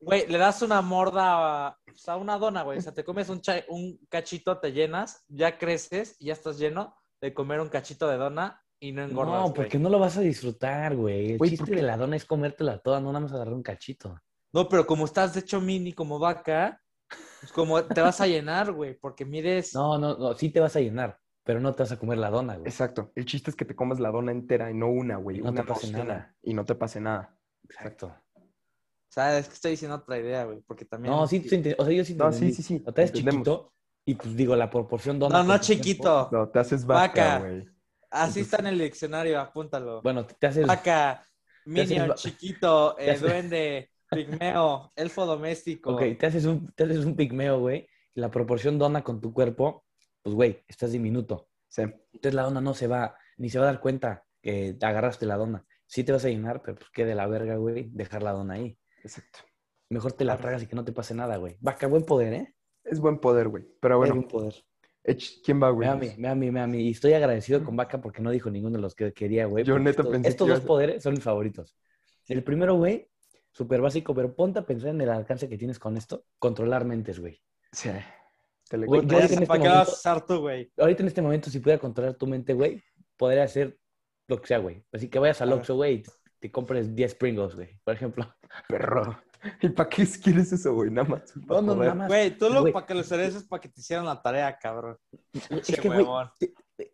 [SPEAKER 2] Güey, le das una morda a, pues, a una dona, güey. O sea, te comes un, cha- un cachito, te llenas, ya creces y ya estás lleno de comer un cachito de dona y no engordas,
[SPEAKER 3] No,
[SPEAKER 2] no,
[SPEAKER 3] porque no lo vas a disfrutar, güey. El
[SPEAKER 1] Güey,
[SPEAKER 3] chiste
[SPEAKER 1] ¿por
[SPEAKER 3] de la dona es comértela toda, no nada más agarrar un cachito.
[SPEAKER 2] No, pero como estás de hecho mini como vaca, pues como te vas a llenar, güey, porque mides...
[SPEAKER 3] No, no, no, sí te vas a llenar, pero no te vas a comer la dona, güey.
[SPEAKER 1] Exacto. El chiste es que te comas la dona entera y no una, güey.
[SPEAKER 3] Y no te
[SPEAKER 1] una
[SPEAKER 3] pase
[SPEAKER 1] docena,
[SPEAKER 3] nada.
[SPEAKER 1] Y no te pase nada.
[SPEAKER 3] Exacto.
[SPEAKER 2] O sea, es que estoy diciendo otra idea, güey, porque también...
[SPEAKER 3] No, sí, sí, enti- o sea, yo sí te
[SPEAKER 1] No, sí,
[SPEAKER 3] entendí.
[SPEAKER 1] sí, sí.
[SPEAKER 3] O te haces
[SPEAKER 1] entendemos.
[SPEAKER 3] chiquito y pues digo, la proporción dona.
[SPEAKER 2] No, no,
[SPEAKER 3] proporción
[SPEAKER 2] chiquito.
[SPEAKER 1] No, te haces vaca,
[SPEAKER 2] Vaca.
[SPEAKER 1] güey.
[SPEAKER 2] Así está en el diccionario, apúntalo.
[SPEAKER 3] po- Bueno, te, te haces.
[SPEAKER 2] Ah, Vaca,
[SPEAKER 3] haces
[SPEAKER 2] minion,
[SPEAKER 3] va-
[SPEAKER 2] chiquito,
[SPEAKER 3] te
[SPEAKER 2] eh,
[SPEAKER 3] haces-
[SPEAKER 2] duende, pigmeo, elfo doméstico.
[SPEAKER 3] Ok, te haces un, te haces un pigmeo, güey. Y la proporción dona con tu cuerpo, pues, güey, estás diminuto.
[SPEAKER 1] Sí.
[SPEAKER 3] Entonces la dona no se va, ni se va a dar cuenta que te agarraste la dona. Sí te vas a llenar, pero pues qué de la verga, güey, dejar la dona ahí.
[SPEAKER 1] Exacto.
[SPEAKER 3] Mejor te la
[SPEAKER 2] Claro.
[SPEAKER 3] tragas y que no te pase nada, güey. Vaca, buen poder, ¿eh?
[SPEAKER 1] Es buen poder, güey. Pero
[SPEAKER 3] Es
[SPEAKER 1] bueno,
[SPEAKER 3] un poder.
[SPEAKER 1] Ech- ¿quién va,
[SPEAKER 3] Me
[SPEAKER 1] güey?
[SPEAKER 3] ame, me ame, me ame. Y estoy agradecido con Vaca porque no dijo ninguno de los que quería, güey.
[SPEAKER 1] Yo
[SPEAKER 3] porque
[SPEAKER 1] neta
[SPEAKER 3] estos,
[SPEAKER 1] pensé que
[SPEAKER 3] estos
[SPEAKER 1] ibas
[SPEAKER 3] dos
[SPEAKER 1] a-
[SPEAKER 3] poderes son mis favoritos. El primero, güey, súper básico, pero ponte a pensar en el alcance que tienes con esto. Controlar mentes, güey.
[SPEAKER 1] Sí. Tele-
[SPEAKER 3] Güey, yo
[SPEAKER 2] ¿Para
[SPEAKER 3] ahorita en este
[SPEAKER 2] qué vas
[SPEAKER 3] momento-
[SPEAKER 2] a usar tú, güey?
[SPEAKER 3] Ahorita en este momento, si pudiera controlar tu mente, güey, podría hacer lo que sea, güey. Así que vayas al
[SPEAKER 2] Claro.
[SPEAKER 3] Oxxo, güey, y te, te compres 10 Pringles, güey, por ejemplo.
[SPEAKER 1] perro. ¿Y para qué quieres eso, güey? Nada más.
[SPEAKER 3] No, no, nada más.
[SPEAKER 2] Güey, tú lo
[SPEAKER 3] Ah, Güey.
[SPEAKER 2] para que lo cereces para que te hicieran la tarea, cabrón.
[SPEAKER 3] Es
[SPEAKER 2] Che,
[SPEAKER 3] que, güey,
[SPEAKER 2] huevón.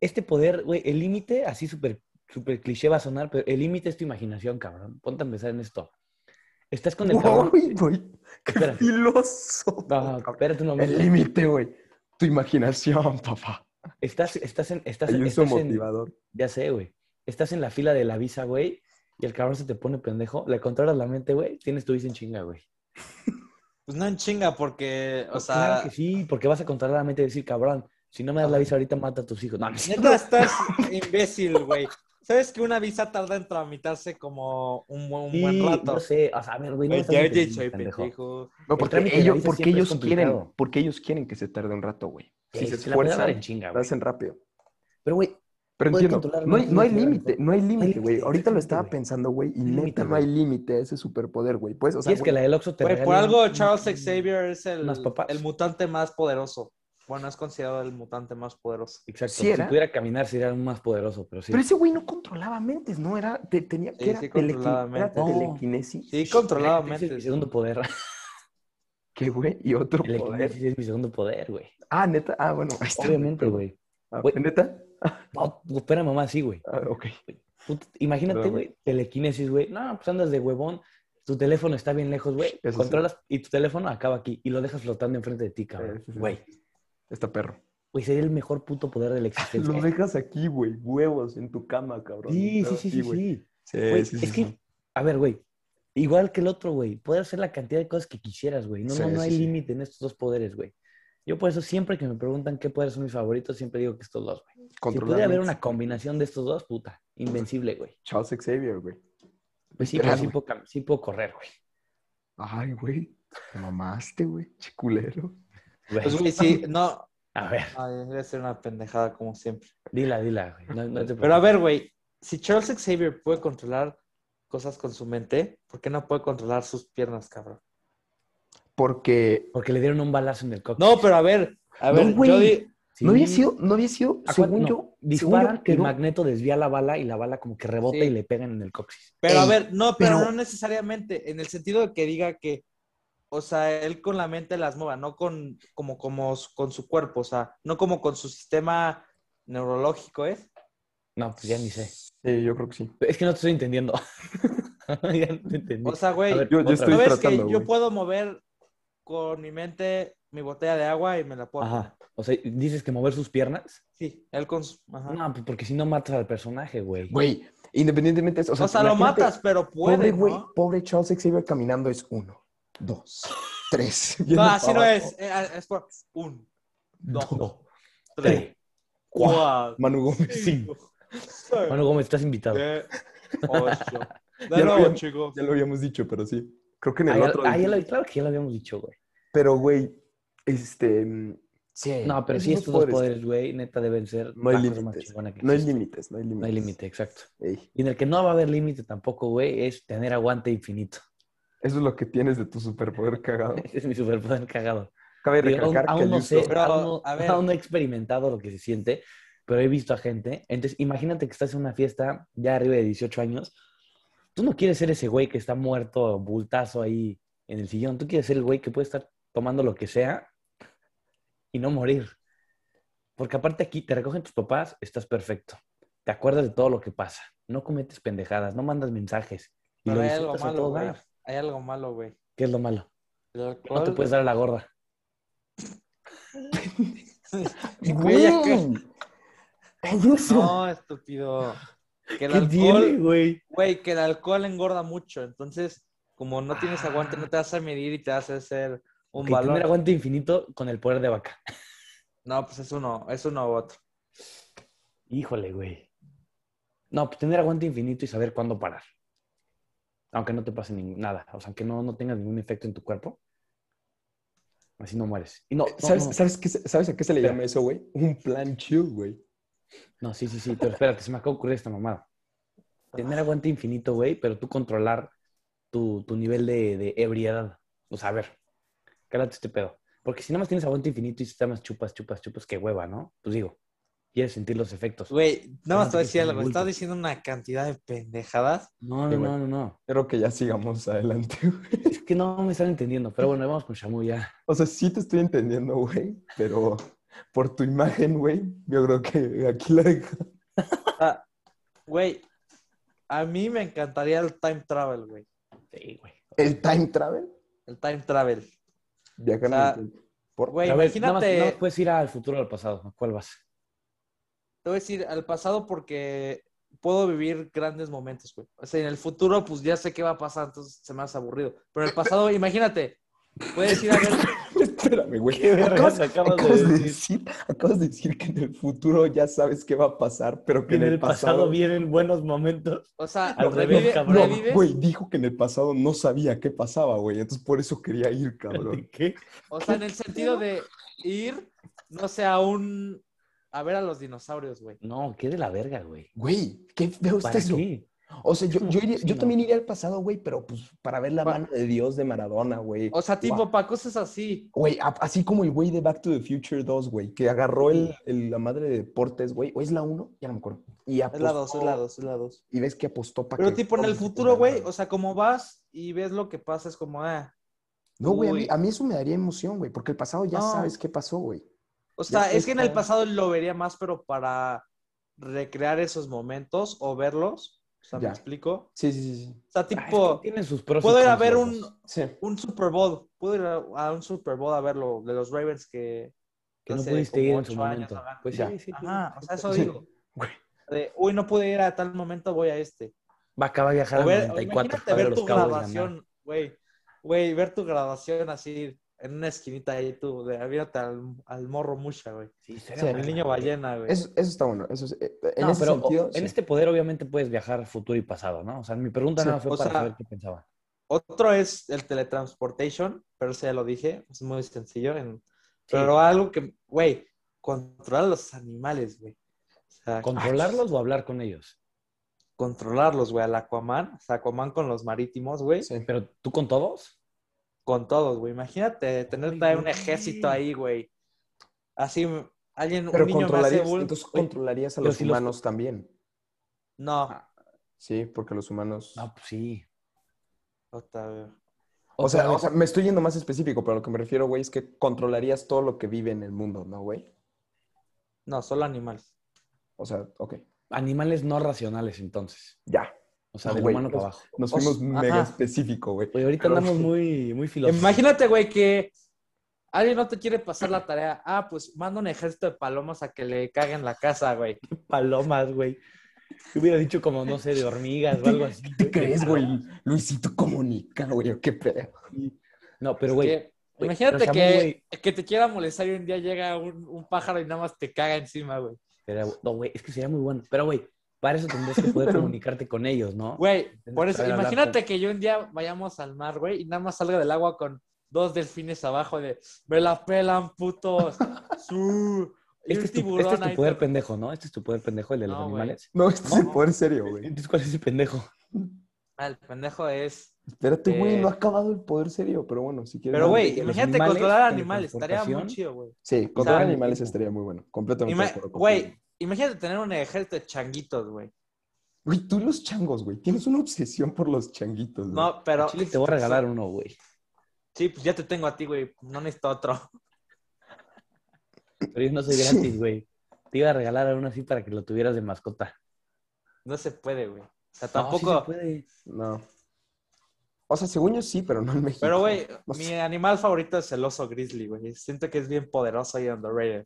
[SPEAKER 3] este poder, güey, el límite, así súper super cliché va a sonar, pero el límite es tu imaginación, cabrón. Ponte a pensar en esto. Estás con el cabrón.
[SPEAKER 1] Uy, güey. Qué
[SPEAKER 3] Espérate.
[SPEAKER 1] filoso.
[SPEAKER 3] No, no, espérate un momento.
[SPEAKER 1] El límite, güey. Tu imaginación, papá.
[SPEAKER 3] Estás, estás en, estás,
[SPEAKER 1] Hay uso
[SPEAKER 3] estás en,
[SPEAKER 1] motivador.
[SPEAKER 3] ya sé, güey. Estás en la fila de la visa, güey, y el cabrón se te pone pendejo, le controlas la mente, güey, tienes tu visa en chinga, güey.
[SPEAKER 2] Pues no en chinga, porque, o
[SPEAKER 3] Pues
[SPEAKER 2] sea,
[SPEAKER 3] claro que sí, porque vas a controlar la mente y decir, cabrón, si no me das la visa ahorita mata a tus hijos. No, no, es cierto.
[SPEAKER 2] neta estás imbécil, güey. ¿Sabes que una visa tarda en tramitarse como un, buen- un
[SPEAKER 3] Sí,
[SPEAKER 2] buen rato?
[SPEAKER 3] no sé, o sea, a ver, güey, no me
[SPEAKER 2] Güey,
[SPEAKER 3] estás
[SPEAKER 2] te he
[SPEAKER 3] entendiendo,
[SPEAKER 2] dicho,
[SPEAKER 3] pendejo.
[SPEAKER 2] pendejo.
[SPEAKER 1] No,
[SPEAKER 3] El
[SPEAKER 1] porque
[SPEAKER 3] trámite de la
[SPEAKER 1] ellos,
[SPEAKER 3] visa
[SPEAKER 1] porque
[SPEAKER 3] siempre es
[SPEAKER 1] ellos quieren,
[SPEAKER 3] complicado.
[SPEAKER 1] porque ellos quieren que se tarde un rato, güey. Si
[SPEAKER 3] Ey,
[SPEAKER 1] se
[SPEAKER 3] la puede dar
[SPEAKER 1] esfuerzan,
[SPEAKER 3] en chinga,
[SPEAKER 1] lo
[SPEAKER 3] güey.
[SPEAKER 1] hacen rápido.
[SPEAKER 3] Pero, güey,
[SPEAKER 1] Pero
[SPEAKER 3] Pueden
[SPEAKER 1] entiendo,
[SPEAKER 3] controlar
[SPEAKER 1] no hay,
[SPEAKER 3] menos,
[SPEAKER 1] no hay
[SPEAKER 3] pueden
[SPEAKER 1] límite,
[SPEAKER 3] controlar
[SPEAKER 1] no hay límite,
[SPEAKER 3] límite,
[SPEAKER 1] güey. Ahorita lo
[SPEAKER 3] exactamente,
[SPEAKER 1] estaba
[SPEAKER 3] güey.
[SPEAKER 1] pensando, güey, y
[SPEAKER 3] No hay límite,
[SPEAKER 1] neta no hay
[SPEAKER 3] güey.
[SPEAKER 1] límite a ese superpoder, güey. Pues, o sea,
[SPEAKER 3] y es que
[SPEAKER 1] güey,
[SPEAKER 3] la del Oxxo te
[SPEAKER 2] Güey, por
[SPEAKER 3] regala
[SPEAKER 2] algo
[SPEAKER 3] un-
[SPEAKER 2] Charles Xavier es el,
[SPEAKER 3] unas papas.
[SPEAKER 2] el mutante más poderoso. Bueno, es considerado el mutante más poderoso.
[SPEAKER 3] Exacto.
[SPEAKER 1] Sí
[SPEAKER 3] Si,
[SPEAKER 1] era.
[SPEAKER 3] pudiera caminar sería aún más poderoso, pero sí.
[SPEAKER 1] pero ese güey no controlaba mentes, ¿no? Era, te- tenía que
[SPEAKER 2] Sí,
[SPEAKER 1] era,
[SPEAKER 2] sí
[SPEAKER 1] telequin-
[SPEAKER 2] controlaba
[SPEAKER 1] era
[SPEAKER 2] mentes.
[SPEAKER 3] No.
[SPEAKER 1] telequinesis.
[SPEAKER 2] Sí, controlaba
[SPEAKER 3] Ese es mi
[SPEAKER 2] mentes.
[SPEAKER 3] segundo poder.
[SPEAKER 1] ¿Qué, güey? Y otro
[SPEAKER 3] El
[SPEAKER 1] poder.
[SPEAKER 3] equinesis es mi segundo poder, güey.
[SPEAKER 1] Ah, neta. Ah, bueno, ahí está.
[SPEAKER 3] Obviamente, güey.
[SPEAKER 1] Ah,
[SPEAKER 3] Güey.
[SPEAKER 1] ¿Neta?
[SPEAKER 3] No, espera, mamá, sí, güey.
[SPEAKER 1] Ah, ok.
[SPEAKER 3] Puta, Imagínate,
[SPEAKER 1] Perdón,
[SPEAKER 3] güey, telequinesis, güey. No, pues andas de huevón. Tu teléfono está bien lejos, güey.
[SPEAKER 1] Eso sí.
[SPEAKER 3] Controlas y tu teléfono acaba aquí y lo dejas flotando enfrente de ti, cabrón.
[SPEAKER 1] Eso Eh, sí.
[SPEAKER 3] Güey,
[SPEAKER 1] Está perro.
[SPEAKER 3] güey, sería el mejor puto poder de la existencia.
[SPEAKER 1] Lo dejas aquí, güey. Huevos en tu cama, cabrón.
[SPEAKER 3] sí, sí,
[SPEAKER 1] Todo
[SPEAKER 3] sí,
[SPEAKER 1] así,
[SPEAKER 3] sí,
[SPEAKER 1] güey.
[SPEAKER 3] sí.
[SPEAKER 1] Sí,
[SPEAKER 3] Güey,
[SPEAKER 1] sí,
[SPEAKER 3] es
[SPEAKER 1] sí,
[SPEAKER 3] que, a ver, güey, igual que el otro, güey, puedes hacer la cantidad de cosas que quisieras, güey. No,
[SPEAKER 1] Sí,
[SPEAKER 3] no, no
[SPEAKER 1] sí,
[SPEAKER 3] hay
[SPEAKER 1] sí.
[SPEAKER 3] límite en estos dos poderes, güey. Yo por eso siempre que me preguntan qué poderes son mis favoritos, siempre digo que estos dos, güey. Si
[SPEAKER 1] Controlar
[SPEAKER 3] pudiera haber
[SPEAKER 1] mentes.
[SPEAKER 3] una combinación de estos dos, puta, invencible, güey.
[SPEAKER 1] Charles Xavier, güey.
[SPEAKER 3] Pues sí,
[SPEAKER 1] Literal,
[SPEAKER 3] pero sí
[SPEAKER 1] güey.
[SPEAKER 3] puedo, cam- sí puedo correr, güey.
[SPEAKER 1] Ay, güey. Te mamaste, güey. Chiculero.
[SPEAKER 3] Güey,
[SPEAKER 2] Pues, güey, sí, no.
[SPEAKER 3] A ver,
[SPEAKER 2] Ay, debe ser una pendejada como siempre.
[SPEAKER 3] dila, dila, güey. No, no te
[SPEAKER 2] Pero a
[SPEAKER 3] preocupes.
[SPEAKER 2] ver, güey, si Charles Xavier puede controlar cosas con su mente, ¿por qué no puede controlar sus piernas, cabrón?
[SPEAKER 1] Porque
[SPEAKER 3] Porque le dieron un balazo en el coche.
[SPEAKER 2] No, pero a ver, a
[SPEAKER 1] No,
[SPEAKER 2] ver,
[SPEAKER 1] güey.
[SPEAKER 2] yo di-
[SPEAKER 1] no había sido, no había sido, según yo,
[SPEAKER 3] disparan
[SPEAKER 1] según yo,
[SPEAKER 3] que el
[SPEAKER 1] no.
[SPEAKER 3] magneto desvía la bala y la bala como que rebota
[SPEAKER 2] Sí.
[SPEAKER 3] y le pegan en el coxis.
[SPEAKER 2] Pero a
[SPEAKER 1] Ey,
[SPEAKER 2] ver, no, pero,
[SPEAKER 1] pero-
[SPEAKER 2] no necesariamente, en el sentido de que diga que, o sea, él con la mente las mueva, no con, como, como su- con su cuerpo, o sea, no como con su sistema neurológico, ¿eh? ¿es?
[SPEAKER 3] No, pues ya ni sé.
[SPEAKER 1] Sí, yo creo que sí.
[SPEAKER 3] Es que no te estoy entendiendo. ya no te entendí.
[SPEAKER 2] O sea, güey,
[SPEAKER 3] A ver,
[SPEAKER 1] Yo- yo
[SPEAKER 3] otra
[SPEAKER 1] estoy
[SPEAKER 2] ¿no
[SPEAKER 3] vez.
[SPEAKER 2] ves
[SPEAKER 1] tratando,
[SPEAKER 2] que
[SPEAKER 1] güey.
[SPEAKER 2] yo puedo mover con mi mente mi botella de agua y me la puedo poner?
[SPEAKER 3] Ajá. O sea, dices que mover sus piernas.
[SPEAKER 2] Sí, él con su... ajá.
[SPEAKER 3] No, pues porque si no matas al personaje, güey.
[SPEAKER 1] Güey, independientemente de eso. O
[SPEAKER 2] o
[SPEAKER 1] sea,
[SPEAKER 2] sea, lo
[SPEAKER 1] imagínate,
[SPEAKER 2] matas, pero
[SPEAKER 1] Pobre
[SPEAKER 2] puede,
[SPEAKER 1] güey,
[SPEAKER 2] ¿no?
[SPEAKER 1] pobre Charles Xavier caminando es uno, dos, tres.
[SPEAKER 2] No,
[SPEAKER 1] viendo
[SPEAKER 2] así
[SPEAKER 1] para
[SPEAKER 2] no
[SPEAKER 1] abajo,
[SPEAKER 2] es. eh, ah, Es por un,
[SPEAKER 1] dos,
[SPEAKER 2] dos, tres,
[SPEAKER 3] Tres.
[SPEAKER 2] cuatro,
[SPEAKER 1] Manu Gómez.
[SPEAKER 2] cinco, seis.
[SPEAKER 3] Manu Gómez, estás invitado.
[SPEAKER 2] De ocho.
[SPEAKER 1] Ya
[SPEAKER 2] De
[SPEAKER 1] lo
[SPEAKER 2] nuevo,
[SPEAKER 1] habíamos-
[SPEAKER 2] chicos.
[SPEAKER 1] Ya lo habíamos dicho, pero sí. Creo que en
[SPEAKER 3] Ah,
[SPEAKER 1] el
[SPEAKER 3] ya-
[SPEAKER 1] otro.
[SPEAKER 3] ah, ya lo- claro que ya lo habíamos dicho, güey.
[SPEAKER 1] Pero, güey, este. mm, Sí.
[SPEAKER 3] No, pero sí,
[SPEAKER 1] esos
[SPEAKER 3] estos dos poderes, güey, neta deben ser
[SPEAKER 1] No hay
[SPEAKER 3] la cosa más
[SPEAKER 1] límites.
[SPEAKER 3] chingona que
[SPEAKER 1] No hay
[SPEAKER 3] existe.
[SPEAKER 1] límites, no hay límites.
[SPEAKER 3] No hay límite, exacto.
[SPEAKER 1] Ey,
[SPEAKER 3] Y en el que no va a haber límite tampoco, güey, es tener aguante infinito.
[SPEAKER 1] Eso es lo que tienes de tu superpoder cagado.
[SPEAKER 3] Ese es mi superpoder cagado.
[SPEAKER 1] Cabe
[SPEAKER 3] Digo, aún,
[SPEAKER 1] recalcar que
[SPEAKER 3] aún
[SPEAKER 1] el
[SPEAKER 3] no
[SPEAKER 1] uso-
[SPEAKER 3] sé,
[SPEAKER 2] Pero,
[SPEAKER 3] aún, no,
[SPEAKER 2] a ver.
[SPEAKER 3] aún no he experimentado lo que se siente, pero he visto a gente. Entonces, imagínate que estás en una fiesta ya arriba de 18 años. Tú no quieres ser ese güey que está muerto, bultazo ahí en el sillón. Tú quieres ser el güey que puede estar tomando lo que sea y no morir. Porque aparte aquí te recogen tus papás, estás perfecto. Te acuerdas de todo lo que pasa. No cometes pendejadas, no mandas mensajes. Y
[SPEAKER 2] Pero
[SPEAKER 3] lo
[SPEAKER 2] hay algo
[SPEAKER 3] disfrutas a
[SPEAKER 2] malo,
[SPEAKER 3] todo
[SPEAKER 2] güey.
[SPEAKER 3] dar.
[SPEAKER 2] Hay algo malo, güey.
[SPEAKER 3] ¿Qué es lo malo?
[SPEAKER 2] El
[SPEAKER 3] Que No te
[SPEAKER 2] alcohol-
[SPEAKER 3] puedes dar a la gorda.
[SPEAKER 2] Güey, ya que-
[SPEAKER 1] Güey. Ey, eso.
[SPEAKER 2] No, estúpido. Que el
[SPEAKER 3] ¿Qué tiene,
[SPEAKER 2] alcohol,
[SPEAKER 3] güey?
[SPEAKER 2] güey, que el alcohol engorda mucho. Entonces, como no tienes aguante,
[SPEAKER 3] Ah.
[SPEAKER 2] no te vas a medir y te vas a hacer un
[SPEAKER 3] Que tener
[SPEAKER 2] valor.
[SPEAKER 3] aguante infinito con el poder de vaca.
[SPEAKER 2] No, pues es uno, es uno u otro.
[SPEAKER 3] Híjole, güey. No, pues tener aguante infinito y saber cuándo parar. Aunque no te pase nin- nada. O sea, aunque no, no tengas ningún efecto en tu cuerpo. Así no mueres. Y no, no,
[SPEAKER 1] ¿Sabes,
[SPEAKER 3] no.
[SPEAKER 1] sabes qué se- ¿sabes a qué se le
[SPEAKER 3] Espera.
[SPEAKER 1] llama eso, güey? Un plan chill, güey.
[SPEAKER 3] No, sí, sí, sí, pero espérate, se me acaba de ocurrir esta mamada. Tener aguante infinito, güey, pero tú controlar tu, tu nivel de, de ebriedad. O sea, a ver, cálate este pedo. Porque si nada más tienes aguante infinito y si nada más chupas, chupas, chupas, qué hueva, ¿no? Pues digo, quieres sentir los efectos.
[SPEAKER 2] Güey, nada más te voy a
[SPEAKER 3] Antes que
[SPEAKER 2] decir
[SPEAKER 3] se me
[SPEAKER 2] algo.
[SPEAKER 3] vuelva.
[SPEAKER 2] Estás diciendo una cantidad de pendejadas.
[SPEAKER 3] No,
[SPEAKER 1] Sí, güey.
[SPEAKER 3] no, no, no, no.
[SPEAKER 1] Creo que ya sigamos adelante, güey.
[SPEAKER 3] Es que no me están entendiendo, pero bueno, ahí vamos con Shamu ya.
[SPEAKER 1] O sea, sí te estoy entendiendo, güey, pero por tu imagen, güey, yo creo que aquí la deja.
[SPEAKER 2] Ah, Güey, a mí me encantaría el time travel, güey.
[SPEAKER 3] Sí, güey.
[SPEAKER 1] El time travel.
[SPEAKER 2] El time travel.
[SPEAKER 1] Viajar
[SPEAKER 2] O sea,
[SPEAKER 1] en el tiempo. Por...
[SPEAKER 2] Güey,
[SPEAKER 3] A ver, nada más,
[SPEAKER 2] imagínate-
[SPEAKER 3] nada más puedes ir al futuro o al pasado. ¿A cuál vas?
[SPEAKER 2] Te voy a decir al pasado porque puedo vivir grandes momentos, güey. O sea, en el futuro, pues ya sé qué va a pasar, entonces se me hace aburrido. Pero el pasado, imagínate, puedes ir a ver.
[SPEAKER 1] Espérame, güey.
[SPEAKER 3] ¿Qué
[SPEAKER 1] Acabas,
[SPEAKER 3] vergas acabas de
[SPEAKER 1] acabas de
[SPEAKER 3] decir?
[SPEAKER 1] decir, acabas de decir que en el futuro ya sabes qué va a pasar, pero que
[SPEAKER 3] En el pasado vienen buenos momentos.
[SPEAKER 2] O sea,
[SPEAKER 3] Al
[SPEAKER 2] revive-
[SPEAKER 3] revés, cabrón.
[SPEAKER 1] No,
[SPEAKER 2] revives.
[SPEAKER 1] güey, dijo que en el pasado no sabía qué pasaba, güey. Entonces por eso quería ir, cabrón.
[SPEAKER 3] ¿Qué?
[SPEAKER 2] O sea, en el sentido de ir, no sé, a un. a ver a los dinosaurios, güey.
[SPEAKER 3] No, qué de la verga, güey.
[SPEAKER 1] Güey, qué feo está
[SPEAKER 3] ¿Para
[SPEAKER 1] eso.
[SPEAKER 3] qué? Ah,
[SPEAKER 1] O sea, yo, yo, iría-
[SPEAKER 3] Sí,
[SPEAKER 1] yo
[SPEAKER 3] no.
[SPEAKER 1] también iría al pasado, güey, pero pues para ver la
[SPEAKER 2] Pa-
[SPEAKER 1] mano de Dios de Maradona, güey.
[SPEAKER 2] O sea, tipo,
[SPEAKER 1] Guau.
[SPEAKER 2] para cosas así.
[SPEAKER 1] Güey, a- así como el güey de Back to the Future 2, güey, que agarró el, el- la madre de deportes, güey. ¿O es la 1? Ya no me acuerdo. Y
[SPEAKER 2] Es la dos,
[SPEAKER 1] apostó-
[SPEAKER 2] es la dos, es la dos.
[SPEAKER 1] Y ves que apostó para
[SPEAKER 2] Pero tipo en el futuro, güey, o sea, como vas y ves lo que pasa, es como, ah.
[SPEAKER 1] No, güey, a mí,
[SPEAKER 2] Uy.
[SPEAKER 1] a mí eso me daría emoción, güey, porque el pasado ya
[SPEAKER 2] No.
[SPEAKER 1] sabes qué pasó, güey.
[SPEAKER 2] O sea,
[SPEAKER 1] sé,
[SPEAKER 2] es que en el
[SPEAKER 1] está.
[SPEAKER 2] pasado lo vería más, pero para recrear esos momentos o verlos. O sea,
[SPEAKER 1] Ya.
[SPEAKER 2] ¿me explico?
[SPEAKER 1] Sí, sí, sí, sí.
[SPEAKER 2] O sea,
[SPEAKER 3] Ah, es
[SPEAKER 2] tipo,
[SPEAKER 3] que tiene sus pros y
[SPEAKER 2] puedo ir a
[SPEAKER 3] cons,
[SPEAKER 2] ver
[SPEAKER 3] los
[SPEAKER 2] un,
[SPEAKER 3] dos.
[SPEAKER 2] un Super Bowl. Puedo ir a, a un Super Bowl a verlo de los Ravens que.
[SPEAKER 3] que no
[SPEAKER 2] hace
[SPEAKER 3] pudiste
[SPEAKER 2] como
[SPEAKER 3] ir en su
[SPEAKER 2] ocho años
[SPEAKER 3] momento.
[SPEAKER 2] no ganan.
[SPEAKER 3] Pues
[SPEAKER 1] Ya.
[SPEAKER 3] sí, sí.
[SPEAKER 2] Ajá, o sea, eso
[SPEAKER 1] Sí.
[SPEAKER 2] digo.
[SPEAKER 1] Güey.
[SPEAKER 2] De, uy, no pude ir a tal momento, voy a este.
[SPEAKER 3] Va a acabar de viajar
[SPEAKER 2] O
[SPEAKER 3] al
[SPEAKER 2] ver,
[SPEAKER 3] 94
[SPEAKER 2] imagínate
[SPEAKER 3] a ver a
[SPEAKER 2] ver
[SPEAKER 3] los
[SPEAKER 2] tu
[SPEAKER 3] cabos
[SPEAKER 2] graduación, güey. Güey, ver tu graduación así en una esquinita ahí tú, de aviéntate al, al morro musha, güey.
[SPEAKER 3] Sí,
[SPEAKER 1] Sí.
[SPEAKER 2] El niño ballena, güey.
[SPEAKER 1] Eso, eso está bueno. Eso es- eh, eh, en
[SPEAKER 3] No,
[SPEAKER 1] ese
[SPEAKER 3] pero o-
[SPEAKER 1] sentido.
[SPEAKER 3] en
[SPEAKER 1] sí.
[SPEAKER 3] este poder obviamente puedes viajar futuro y pasado, ¿no? O sea, mi pregunta
[SPEAKER 1] Sí.
[SPEAKER 3] nada más fue
[SPEAKER 2] O
[SPEAKER 3] para
[SPEAKER 2] sea-
[SPEAKER 3] saber qué pensaban.
[SPEAKER 2] Otro es el teletransportation, pero eso ya lo dije, es muy sencillo. en-
[SPEAKER 3] Sí.
[SPEAKER 2] Pero algo que, güey, controlar los animales, güey. O sea,
[SPEAKER 3] ¿Controlarlos o hablar con ellos?
[SPEAKER 2] controlarlos, güey, al Aquaman, o sea, Aquaman con los marítimos, güey,
[SPEAKER 1] Sí.
[SPEAKER 3] ¿Pero tú con todos?
[SPEAKER 2] con todos, güey. Imagínate tener
[SPEAKER 3] Ay,
[SPEAKER 2] todavía un
[SPEAKER 3] güey.
[SPEAKER 2] ejército ahí, güey. Así, alguien,
[SPEAKER 1] Pero
[SPEAKER 2] un niño me hace
[SPEAKER 1] controlarías,
[SPEAKER 2] bullying.
[SPEAKER 1] entonces
[SPEAKER 2] güey.
[SPEAKER 1] controlarías a
[SPEAKER 3] pero
[SPEAKER 1] los
[SPEAKER 3] si los-
[SPEAKER 1] humanos también.
[SPEAKER 2] No,
[SPEAKER 1] Sí, porque los humanos.
[SPEAKER 3] No, pues sí.
[SPEAKER 2] Octavio.
[SPEAKER 1] o, sea,
[SPEAKER 3] Otra
[SPEAKER 1] o sea, me estoy yendo más específico, pero a lo que me refiero, güey, es que controlarías todo lo que vive en el mundo, ¿no, güey?
[SPEAKER 2] No, solo animales.
[SPEAKER 1] O sea, ok,
[SPEAKER 3] animales no racionales entonces.
[SPEAKER 1] ya.
[SPEAKER 3] O sea,
[SPEAKER 1] No,
[SPEAKER 3] del
[SPEAKER 1] güey,
[SPEAKER 3] humano
[SPEAKER 1] los-
[SPEAKER 3] para abajo.
[SPEAKER 1] Nos
[SPEAKER 2] O
[SPEAKER 1] fuimos
[SPEAKER 2] sea,
[SPEAKER 1] mega
[SPEAKER 2] ajá.
[SPEAKER 1] específico, güey.
[SPEAKER 3] Oye, ahorita
[SPEAKER 1] Pero-
[SPEAKER 3] andamos muy, muy filosóficos.
[SPEAKER 2] Imagínate, güey, que alguien no te quiere pasar la tarea. Ah, pues manda un ejército de palomas a que le caguen la casa, güey.
[SPEAKER 3] palomas, güey. Yo hubiera dicho como, no sé, de hormigas o algo así.
[SPEAKER 1] ¿Qué crees, güey? Luisito comunica, güey, ¿o qué pedo.
[SPEAKER 3] No, pero güey,
[SPEAKER 2] Que-
[SPEAKER 3] güey,
[SPEAKER 2] Imagínate
[SPEAKER 3] pero Samu,
[SPEAKER 2] que, que te quiera molestar y un día llega un, un pájaro y nada más te caga encima, güey.
[SPEAKER 3] Sería- no, güey, es que sería muy bueno. Pero, güey, para eso tendrías que poder comunicarte con ellos, ¿no?
[SPEAKER 2] Güey, por
[SPEAKER 3] que
[SPEAKER 2] eso,
[SPEAKER 3] saber hablar
[SPEAKER 2] imagínate
[SPEAKER 3] con-
[SPEAKER 2] que yo un día vayamos al mar, güey, y nada más salga del agua con dos delfines abajo de me la pelan, putos. Su. Y
[SPEAKER 3] Este
[SPEAKER 2] un
[SPEAKER 3] es, tu,
[SPEAKER 2] tiburón
[SPEAKER 3] este es tu
[SPEAKER 2] ahí
[SPEAKER 3] poder
[SPEAKER 2] te-
[SPEAKER 3] pendejo, ¿no? Este es tu poder pendejo, el de los
[SPEAKER 2] No, güey.
[SPEAKER 3] animales.
[SPEAKER 1] No, este es el poder serio, güey.
[SPEAKER 3] Entonces, ¿cuál es el pendejo?
[SPEAKER 2] Ah, el pendejo es.
[SPEAKER 1] Espérate, güey,
[SPEAKER 2] Eh.
[SPEAKER 1] no ha acabado el poder serio, pero bueno, si quieres.
[SPEAKER 2] Pero, güey,
[SPEAKER 3] de los
[SPEAKER 2] imagínate
[SPEAKER 3] animales,
[SPEAKER 2] controlar animales. Estaría muy
[SPEAKER 3] teletransportación.
[SPEAKER 2] chido, güey.
[SPEAKER 1] Sí, controlar
[SPEAKER 2] sea,
[SPEAKER 1] animales estaría muy bueno. Completamente de
[SPEAKER 2] Ima-
[SPEAKER 1] acuerdo contigo.
[SPEAKER 2] Güey, imagínate tener un ejército de changuitos, güey.
[SPEAKER 1] Güey, tú y los changos, güey. Tienes una obsesión por los changuitos, güey.
[SPEAKER 2] No, pero.
[SPEAKER 3] Mm. Al Chile te voy a regalar uno, güey.
[SPEAKER 2] Sí, pues ya te tengo a ti, güey. No necesito otro.
[SPEAKER 3] Pero yo no soy gratis, güey. Te iba a regalar uno así para que lo tuvieras de mascota.
[SPEAKER 2] No se puede, güey. O sea,
[SPEAKER 3] No, sí
[SPEAKER 2] tampoco.
[SPEAKER 3] se puede.
[SPEAKER 1] No. O sea, según yo sí, pero no en México.
[SPEAKER 2] pero, güey,
[SPEAKER 1] No
[SPEAKER 2] mi
[SPEAKER 1] sé.
[SPEAKER 2] animal favorito es el oso grizzly, güey. Siento que es bien poderoso y underrated.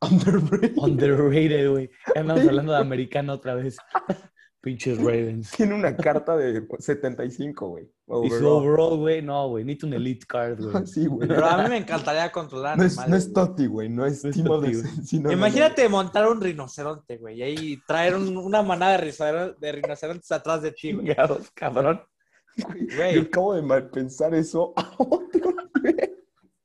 [SPEAKER 1] Underrated.
[SPEAKER 3] Underrated, güey. Ya andamos hablando de americano otra vez. Pinches Ravens.
[SPEAKER 1] Tiene una carta de 75, güey.
[SPEAKER 3] Y su
[SPEAKER 1] Overall.
[SPEAKER 3] overall, güey, no, güey. Necesito un elite card, güey.
[SPEAKER 1] Sí, güey.
[SPEAKER 2] Pero a mí me encantaría controlar
[SPEAKER 1] No es,
[SPEAKER 2] animales.
[SPEAKER 1] no es
[SPEAKER 2] güey.
[SPEAKER 1] Toti, güey. No es
[SPEAKER 3] No es
[SPEAKER 1] Timo
[SPEAKER 3] Toti,
[SPEAKER 1] de-
[SPEAKER 3] güey.
[SPEAKER 1] sí, no, no, no.
[SPEAKER 2] Imagínate montar un rinoceronte, güey, y ahí traer un- una manada de, rinocero- de rinocerontes atrás de ti, güey.
[SPEAKER 3] Chingados, cabrón.
[SPEAKER 1] Yo
[SPEAKER 2] Güey,
[SPEAKER 1] acabo de mal pensar eso.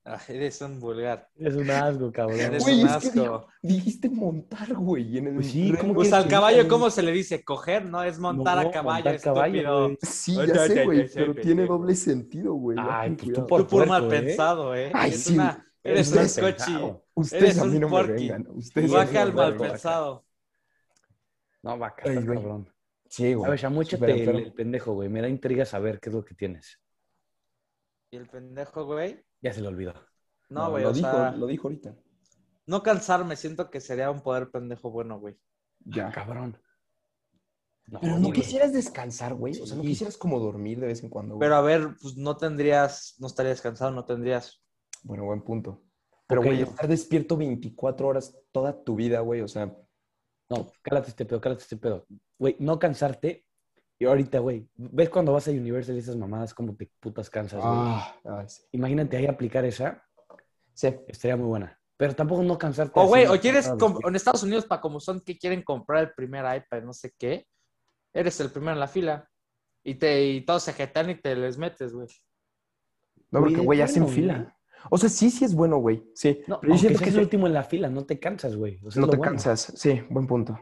[SPEAKER 2] Ah, eres un vulgar.
[SPEAKER 3] Es un asco, cabrón.
[SPEAKER 2] Eres
[SPEAKER 1] Güey,
[SPEAKER 2] un
[SPEAKER 1] es que
[SPEAKER 2] asco.
[SPEAKER 1] Dijiste montar, güey. y En el
[SPEAKER 3] Pues sí, ¿cómo
[SPEAKER 2] Pues
[SPEAKER 3] que-
[SPEAKER 2] al
[SPEAKER 3] sí,
[SPEAKER 2] caballo,
[SPEAKER 3] güey.
[SPEAKER 2] ¿cómo se le dice? Coger, ¿no? Es montar
[SPEAKER 3] No,
[SPEAKER 2] a caballo,
[SPEAKER 3] montar caballo,
[SPEAKER 2] estúpido.
[SPEAKER 3] güey.
[SPEAKER 1] Sí,
[SPEAKER 2] Ay,
[SPEAKER 1] ya
[SPEAKER 2] ay,
[SPEAKER 1] sé,
[SPEAKER 2] ay,
[SPEAKER 1] güey,
[SPEAKER 2] ay,
[SPEAKER 1] pero
[SPEAKER 2] ay,
[SPEAKER 1] tiene
[SPEAKER 2] pendejo.
[SPEAKER 1] doble sentido, güey. ya
[SPEAKER 3] Ay,
[SPEAKER 1] ten
[SPEAKER 3] pues tú
[SPEAKER 1] cuidado.
[SPEAKER 3] por-
[SPEAKER 2] Tú por mal
[SPEAKER 3] puerco, ¿eh?
[SPEAKER 2] pensado, ¿eh?
[SPEAKER 1] Ay,
[SPEAKER 2] Eres
[SPEAKER 1] sí.
[SPEAKER 2] una- Eres
[SPEAKER 1] un
[SPEAKER 2] un
[SPEAKER 1] Eres
[SPEAKER 3] mal
[SPEAKER 2] escochi.
[SPEAKER 3] pensado.
[SPEAKER 1] Ustedes
[SPEAKER 2] eres
[SPEAKER 1] a mí
[SPEAKER 2] un
[SPEAKER 1] no me
[SPEAKER 2] porky.
[SPEAKER 1] vengan. Ustedes
[SPEAKER 3] eres
[SPEAKER 1] a mí no
[SPEAKER 2] Guaca
[SPEAKER 3] Guaca
[SPEAKER 1] me
[SPEAKER 2] al
[SPEAKER 3] un
[SPEAKER 2] mal
[SPEAKER 3] puerco.
[SPEAKER 1] vengan.
[SPEAKER 2] pensado.
[SPEAKER 3] No, vaca,
[SPEAKER 1] Ay,
[SPEAKER 3] estás
[SPEAKER 1] güey.
[SPEAKER 3] cabrón.
[SPEAKER 1] Sí, güey.
[SPEAKER 3] Pues, A
[SPEAKER 1] súper
[SPEAKER 3] ver, chamúchate el,
[SPEAKER 1] enfermo.
[SPEAKER 3] el pendejo, güey. Me da intriga saber qué es lo que tienes.
[SPEAKER 2] Y el pendejo, güey.
[SPEAKER 3] Ya se le olvidó.
[SPEAKER 2] No, güey,
[SPEAKER 1] lo
[SPEAKER 2] o
[SPEAKER 1] dijo,
[SPEAKER 2] sea,
[SPEAKER 1] lo dijo ahorita.
[SPEAKER 2] no cansarme, siento que sería un poder pendejo bueno, güey.
[SPEAKER 1] Ya.
[SPEAKER 3] Ah, Cabrón. No,
[SPEAKER 1] Pero no
[SPEAKER 3] güey.
[SPEAKER 1] quisieras descansar, güey. O sea, no
[SPEAKER 3] Sí.
[SPEAKER 1] quisieras como dormir de vez en cuando. güey.
[SPEAKER 2] Pero a ver, pues no tendrías, no estarías cansado, no tendrías.
[SPEAKER 1] Bueno, buen punto. Pero,
[SPEAKER 3] Ok.
[SPEAKER 1] güey, estar despierto 24 horas toda tu vida, güey. O sea,
[SPEAKER 3] No, cálate este pedo, cálate este pedo. Güey, no cansarte. Y ahorita, güey, ¿ves cuando vas a Universal y esas mamadas como te putas cansas, güey?
[SPEAKER 1] ah, ay, sí.
[SPEAKER 3] Imagínate ahí aplicar esa,
[SPEAKER 1] Sí.
[SPEAKER 3] estaría muy buena. Pero tampoco no cansarte.
[SPEAKER 2] O,
[SPEAKER 3] así,
[SPEAKER 2] güey, o
[SPEAKER 3] no
[SPEAKER 2] quieres,
[SPEAKER 3] cansado de
[SPEAKER 2] com-
[SPEAKER 3] vestir.
[SPEAKER 2] en Estados Unidos, para como son que quieren comprar el primer iPad, no sé qué, eres el primero en la fila. Y, te, y todos se jetan y te les metes, güey.
[SPEAKER 1] No,
[SPEAKER 3] Güey,
[SPEAKER 1] porque,
[SPEAKER 3] de
[SPEAKER 1] güey, hacen
[SPEAKER 3] plano,
[SPEAKER 1] fila.
[SPEAKER 3] güey.
[SPEAKER 1] O sea, sí, sí es bueno, güey. Sí.
[SPEAKER 3] No,
[SPEAKER 1] pero yo siento
[SPEAKER 3] que
[SPEAKER 1] que
[SPEAKER 3] es
[SPEAKER 1] eso-
[SPEAKER 3] el último en la fila, no te cansas, güey. O sea, es
[SPEAKER 1] no
[SPEAKER 3] lo
[SPEAKER 1] te
[SPEAKER 3] bueno.
[SPEAKER 1] cansas. Sí, buen punto.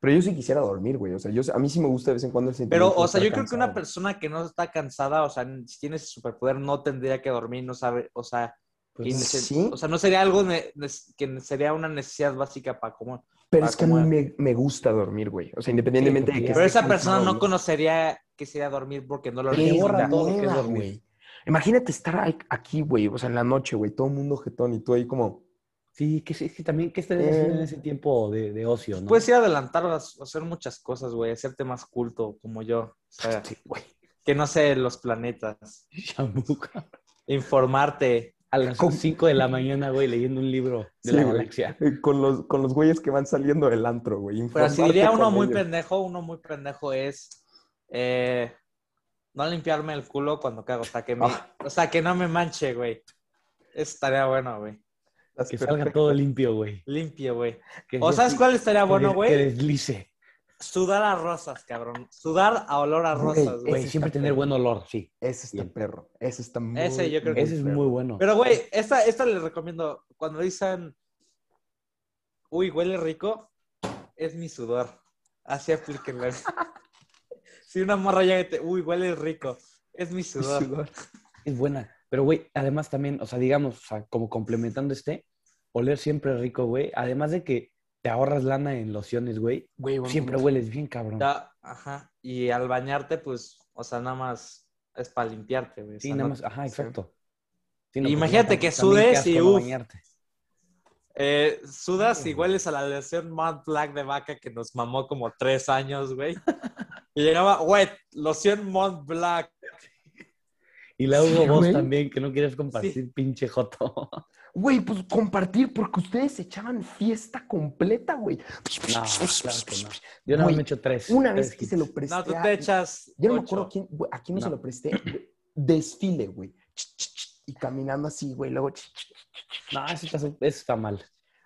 [SPEAKER 1] Pero yo sí quisiera dormir, güey. O sea, yo, a mí sí me gusta de vez en cuando el sentimiento
[SPEAKER 2] Pero,
[SPEAKER 1] de
[SPEAKER 2] o sea,
[SPEAKER 1] estar
[SPEAKER 2] yo creo que una
[SPEAKER 1] cansado.
[SPEAKER 2] persona que no está cansada, o sea, si tiene ese superpoder, no tendría que dormir, no sabe, o sea,
[SPEAKER 3] Pues
[SPEAKER 2] y
[SPEAKER 3] no.
[SPEAKER 2] nece-
[SPEAKER 1] ¿sí?
[SPEAKER 2] o sea, no sería algo ne- nes- que ne- sería una necesidad básica para comer.
[SPEAKER 1] Pero
[SPEAKER 2] Ah,
[SPEAKER 1] es que a
[SPEAKER 2] como
[SPEAKER 1] mí me, me gusta dormir, güey. O sea, independientemente de
[SPEAKER 3] porque
[SPEAKER 1] que
[SPEAKER 3] ya-
[SPEAKER 2] Pero
[SPEAKER 1] esté
[SPEAKER 2] esa persona
[SPEAKER 1] cansado,
[SPEAKER 2] no conocería que sería dormir porque no lo
[SPEAKER 3] Porque
[SPEAKER 1] Sí,
[SPEAKER 2] organiza.
[SPEAKER 3] borra
[SPEAKER 1] güey,
[SPEAKER 3] todo lo que es
[SPEAKER 1] nada,
[SPEAKER 3] dormir.
[SPEAKER 1] güey. Imagínate estar ahí- aquí, güey. O sea, en la noche, güey. Todo el mundo jetón y tú ahí como...
[SPEAKER 3] Sí, que, sí, es que también, ¿qué estarías haciendo en
[SPEAKER 1] Eh.
[SPEAKER 3] ese tiempo de, de ocio, no?
[SPEAKER 2] Puedes ir a adelantar, a hacer muchas cosas, güey, hacerte más culto como yo. O sea,
[SPEAKER 1] este,
[SPEAKER 3] Sí, güey.
[SPEAKER 2] que no sé los planetas.
[SPEAKER 3] Chamuca.
[SPEAKER 2] Informarte.
[SPEAKER 3] A las
[SPEAKER 1] Con-
[SPEAKER 3] 5 de la mañana, güey, leyendo un libro de
[SPEAKER 1] Sí,
[SPEAKER 3] la
[SPEAKER 1] güey.
[SPEAKER 3] galaxia.
[SPEAKER 1] eh, Con los, con los güeyes que van saliendo del antro, güey.
[SPEAKER 2] Pero si diría
[SPEAKER 1] informarte
[SPEAKER 2] uno
[SPEAKER 1] con
[SPEAKER 2] muy
[SPEAKER 1] ellos.
[SPEAKER 2] pendejo, uno muy pendejo es eh, no limpiarme el culo cuando cago. O sea, que, me-
[SPEAKER 1] Ah.
[SPEAKER 2] o sea, que no me manche, güey. Eso estaría bueno, güey.
[SPEAKER 1] Las
[SPEAKER 3] Que
[SPEAKER 1] perfectas.
[SPEAKER 3] salga todo limpio, güey.
[SPEAKER 2] Limpio, güey.
[SPEAKER 3] Que
[SPEAKER 2] ¿O
[SPEAKER 3] sea
[SPEAKER 2] sabes
[SPEAKER 3] así,
[SPEAKER 2] cuál estaría
[SPEAKER 3] que
[SPEAKER 2] bueno,
[SPEAKER 3] des- Que
[SPEAKER 2] güey?
[SPEAKER 3] deslice.
[SPEAKER 2] Sudar a rosas, cabrón. Sudar a olor a
[SPEAKER 1] Güey,
[SPEAKER 2] rosas,
[SPEAKER 3] Güey,
[SPEAKER 2] güey.
[SPEAKER 1] está
[SPEAKER 3] siempre tener
[SPEAKER 1] feo.
[SPEAKER 3] buen olor, sí.
[SPEAKER 1] Ese está
[SPEAKER 3] Bien.
[SPEAKER 1] perro. Ese está muy...
[SPEAKER 2] Ese yo creo que
[SPEAKER 3] Ese es
[SPEAKER 1] perro.
[SPEAKER 3] muy bueno.
[SPEAKER 2] Pero, güey, esta, esta les recomiendo. Cuando dicen, uy, huele rico, es mi sudor. Así aplíquenla. si una morra llega y te, uy, huele rico, es mi sudor.
[SPEAKER 3] Es buena. Pero, güey, además también, o sea, digamos, o sea, como complementando este, oler siempre rico, güey. Además de que te ahorras lana en lociones, güey.
[SPEAKER 1] Güey, buen
[SPEAKER 3] Siempre
[SPEAKER 1] punto.
[SPEAKER 3] hueles bien, cabrón.
[SPEAKER 2] Ya, ajá. Y al bañarte, pues, o sea, nada más es para limpiarte, güey. O
[SPEAKER 3] Sí,
[SPEAKER 2] sea,
[SPEAKER 3] nada
[SPEAKER 2] no-
[SPEAKER 3] más. Ajá,
[SPEAKER 2] sí.
[SPEAKER 3] exacto. Sí, no,
[SPEAKER 2] Y
[SPEAKER 3] porque
[SPEAKER 2] imagínate
[SPEAKER 3] también-
[SPEAKER 2] que
[SPEAKER 3] también qué
[SPEAKER 2] sudes y
[SPEAKER 3] asco no
[SPEAKER 2] uf.
[SPEAKER 3] bañarte.
[SPEAKER 2] Eh, sudas
[SPEAKER 3] Sí,
[SPEAKER 2] y hueles a la lesión Mont Blanc de vaca que nos mamó como tres años, güey. Y llegaba, güey, loción Mont Blanc.
[SPEAKER 3] Y luego
[SPEAKER 1] Sí,
[SPEAKER 3] vos
[SPEAKER 1] güey.
[SPEAKER 3] también, que no quieres compartir, pinche joto.
[SPEAKER 1] Güey, pues compartir, porque ustedes se echaban fiesta completa, güey.
[SPEAKER 3] No, claro que no. Yo nada más
[SPEAKER 1] Güey,
[SPEAKER 3] me echo tres.
[SPEAKER 1] Una
[SPEAKER 3] tres
[SPEAKER 1] vez que se lo presté.
[SPEAKER 2] No, tú
[SPEAKER 1] a-
[SPEAKER 2] te echas.
[SPEAKER 1] Pues Yo no me
[SPEAKER 2] ocho.
[SPEAKER 1] acuerdo quién, güey, a quién no se
[SPEAKER 3] No.
[SPEAKER 1] lo presté. Desfile, güey. Ch, ch, ch, Y caminando así, güey. Luego, ch, ch.
[SPEAKER 3] hits. No, eso está, eso está mal.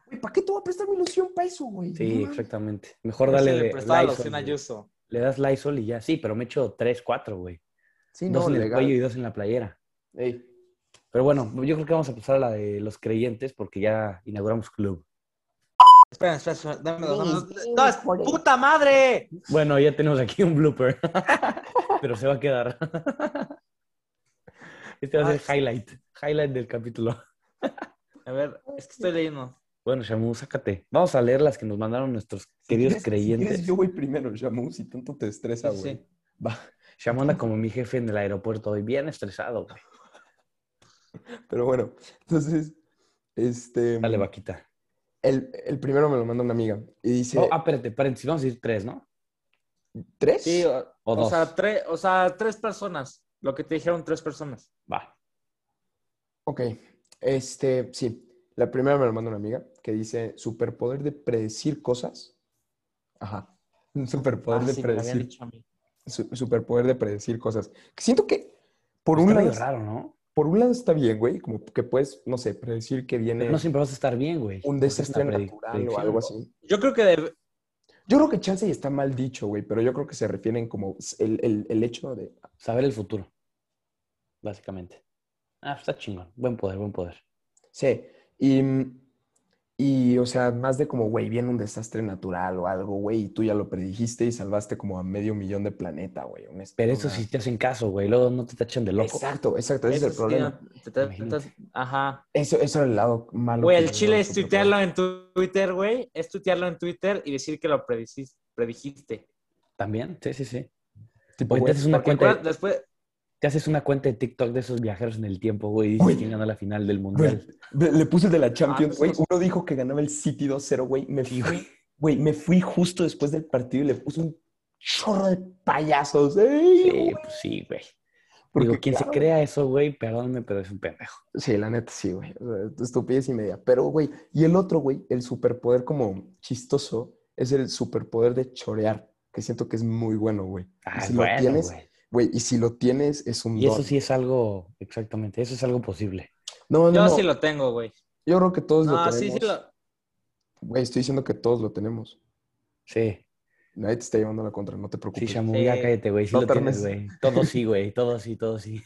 [SPEAKER 1] güey, ¿para qué te voy a prestar mi ilusión para eso, güey?
[SPEAKER 3] Sí,
[SPEAKER 1] No mames.
[SPEAKER 3] exactamente. Mejor
[SPEAKER 2] Yo se
[SPEAKER 3] dale
[SPEAKER 2] le
[SPEAKER 3] de
[SPEAKER 2] prestaba
[SPEAKER 3] Lysol,
[SPEAKER 2] loción a
[SPEAKER 3] güey.
[SPEAKER 2] Yuso.
[SPEAKER 3] Le das Lysol y ya. Sí, pero me echo tres, cuatro, güey.
[SPEAKER 1] Sí,
[SPEAKER 3] dos
[SPEAKER 1] no,
[SPEAKER 3] en el
[SPEAKER 1] legal.
[SPEAKER 3] cuello y dos en la playera.
[SPEAKER 1] Ey.
[SPEAKER 3] Pero bueno, yo creo que vamos a pasar a la de los creyentes porque ya inauguramos club.
[SPEAKER 2] Espera, espera, espera, dame dos.
[SPEAKER 1] Güey,
[SPEAKER 2] dame dos.
[SPEAKER 1] sí,
[SPEAKER 2] No, es-
[SPEAKER 1] joder.
[SPEAKER 2] ¡Puta madre!
[SPEAKER 3] Bueno, ya tenemos aquí un blooper, pero se va a quedar. Este va a ser
[SPEAKER 2] Ay.
[SPEAKER 3] highlight, highlight del capítulo.
[SPEAKER 2] A ver, es que estoy leyendo.
[SPEAKER 3] Bueno, Shamu, sácate. Vamos a leer las que nos mandaron nuestros queridos
[SPEAKER 1] Si quieres- si
[SPEAKER 3] creyentes.
[SPEAKER 1] quieres, yo voy primero, Shamu, si tanto te estresa,
[SPEAKER 2] Sí, sí.
[SPEAKER 1] güey. Va,
[SPEAKER 3] Shamu anda como mi jefe en el aeropuerto hoy, bien estresado. güey.
[SPEAKER 1] pero bueno. Entonces, este.
[SPEAKER 3] Dale, vaquita.
[SPEAKER 1] el, el primero me lo manda una amiga. Y dice.
[SPEAKER 3] Oh, ah, espérate, espérate, si vamos a ir tres, ¿no?
[SPEAKER 1] ¿Tres?
[SPEAKER 2] Sí, o,
[SPEAKER 3] O
[SPEAKER 2] o
[SPEAKER 3] dos.
[SPEAKER 2] sea, tres, o sea, tres personas. Lo que te dijeron tres personas.
[SPEAKER 3] Va.
[SPEAKER 1] Ok, este, sí. La primera me la manda una amiga que dice superpoder de predecir cosas. Ajá. Un superpoder
[SPEAKER 2] Ah,
[SPEAKER 1] de
[SPEAKER 2] sí, me lo habían
[SPEAKER 1] predecir.
[SPEAKER 2] dicho a mí.
[SPEAKER 1] su- superpoder de predecir cosas. Que Siento que por un
[SPEAKER 3] Está
[SPEAKER 1] lado,
[SPEAKER 3] medio raro, ¿no?
[SPEAKER 1] por un lado está bien, güey. Como que puedes, no sé, predecir que viene
[SPEAKER 3] Pero no siempre vas a estar bien, güey.
[SPEAKER 1] un
[SPEAKER 3] O sea, es una
[SPEAKER 1] desastre
[SPEAKER 3] predi-
[SPEAKER 1] natural o
[SPEAKER 3] predicción,
[SPEAKER 1] algo
[SPEAKER 3] ¿no?
[SPEAKER 1] así.
[SPEAKER 2] Yo creo que de-
[SPEAKER 1] Yo creo que chance y está mal dicho, güey, pero yo creo que se refieren como el, el- el hecho de.
[SPEAKER 3] Saber el futuro, básicamente. Ah, está chingón. pues, Buen poder, buen poder.
[SPEAKER 1] Sí. Y, mm, y, o sea, más de como, güey, viene un desastre natural o algo, güey, y tú ya lo predijiste y salvaste como a medio millón de planeta, güey. una-
[SPEAKER 3] Pero eso
[SPEAKER 1] una-
[SPEAKER 3] sí te hacen caso, güey. Luego no te tachan de loco.
[SPEAKER 1] Exacto, exacto, ese es el
[SPEAKER 2] Eso sí,
[SPEAKER 1] problema.
[SPEAKER 2] te- te- te-
[SPEAKER 3] Imagínate.
[SPEAKER 2] ajá.
[SPEAKER 1] Eso, eso era el lado malo.
[SPEAKER 2] Güey,
[SPEAKER 1] que
[SPEAKER 2] el
[SPEAKER 1] yo
[SPEAKER 2] chile
[SPEAKER 1] veo
[SPEAKER 2] es
[SPEAKER 1] súper
[SPEAKER 2] tuitearlo en tu- Twitter, güey. Es tuitearlo en Twitter y decir que lo predicis- predijiste.
[SPEAKER 3] También, sí, sí, sí.
[SPEAKER 1] cabrón. Tipo,
[SPEAKER 3] Güey,
[SPEAKER 1] güey,
[SPEAKER 3] te haces una
[SPEAKER 2] Porque
[SPEAKER 3] cuenta.
[SPEAKER 2] acuérdate, después,
[SPEAKER 3] Te haces una cuenta de TikTok de esos viajeros en el tiempo, güey, y dices
[SPEAKER 1] Güey.
[SPEAKER 3] quién ganó la final del
[SPEAKER 1] güey,
[SPEAKER 3] mundial.
[SPEAKER 1] le le puse el de la Champions,
[SPEAKER 2] pues,
[SPEAKER 1] güey.
[SPEAKER 2] no sé.
[SPEAKER 1] Uno dijo que ganaba el City 2-0, güey. Me
[SPEAKER 3] Sí,
[SPEAKER 1] fui,
[SPEAKER 3] güey.
[SPEAKER 1] güey, me fui justo después del partido y le puse un chorro de payasos. ¡Ey,
[SPEAKER 3] Sí,
[SPEAKER 1] güey!
[SPEAKER 3] pues sí, güey.
[SPEAKER 1] Porque,
[SPEAKER 3] Digo, quien se
[SPEAKER 1] claro,
[SPEAKER 3] crea eso, güey, perdóname, pero es un pendejo.
[SPEAKER 1] Sí, la neta, sí, güey. O sea, Estupidez y media. Pero, güey, y el otro, güey, el superpoder como chistoso, es el superpoder de chorear, que siento que es muy bueno, güey.
[SPEAKER 3] Ah,
[SPEAKER 1] si
[SPEAKER 3] es
[SPEAKER 1] lo
[SPEAKER 3] bueno,
[SPEAKER 1] tienes,
[SPEAKER 3] güey.
[SPEAKER 1] Güey, y si lo tienes, es un
[SPEAKER 3] Y eso
[SPEAKER 1] don.
[SPEAKER 3] sí es algo, exactamente, eso es algo posible.
[SPEAKER 1] No, no,
[SPEAKER 2] yo
[SPEAKER 1] no.
[SPEAKER 2] sí lo tengo, güey.
[SPEAKER 1] Yo creo que todos lo
[SPEAKER 2] No,
[SPEAKER 1] tenemos.
[SPEAKER 2] sí, sí lo.
[SPEAKER 1] Güey, estoy diciendo que todos lo tenemos.
[SPEAKER 3] Sí,
[SPEAKER 1] Nadie te está llevando la contra, no te
[SPEAKER 3] sí,
[SPEAKER 1] preocupes.
[SPEAKER 3] Shamu,
[SPEAKER 2] Sí.
[SPEAKER 3] ya cállate, güey, sí
[SPEAKER 1] No
[SPEAKER 3] lo
[SPEAKER 1] te
[SPEAKER 3] tienes, güey.
[SPEAKER 1] armes.
[SPEAKER 3] Todo sí, güey, todo sí, todo sí.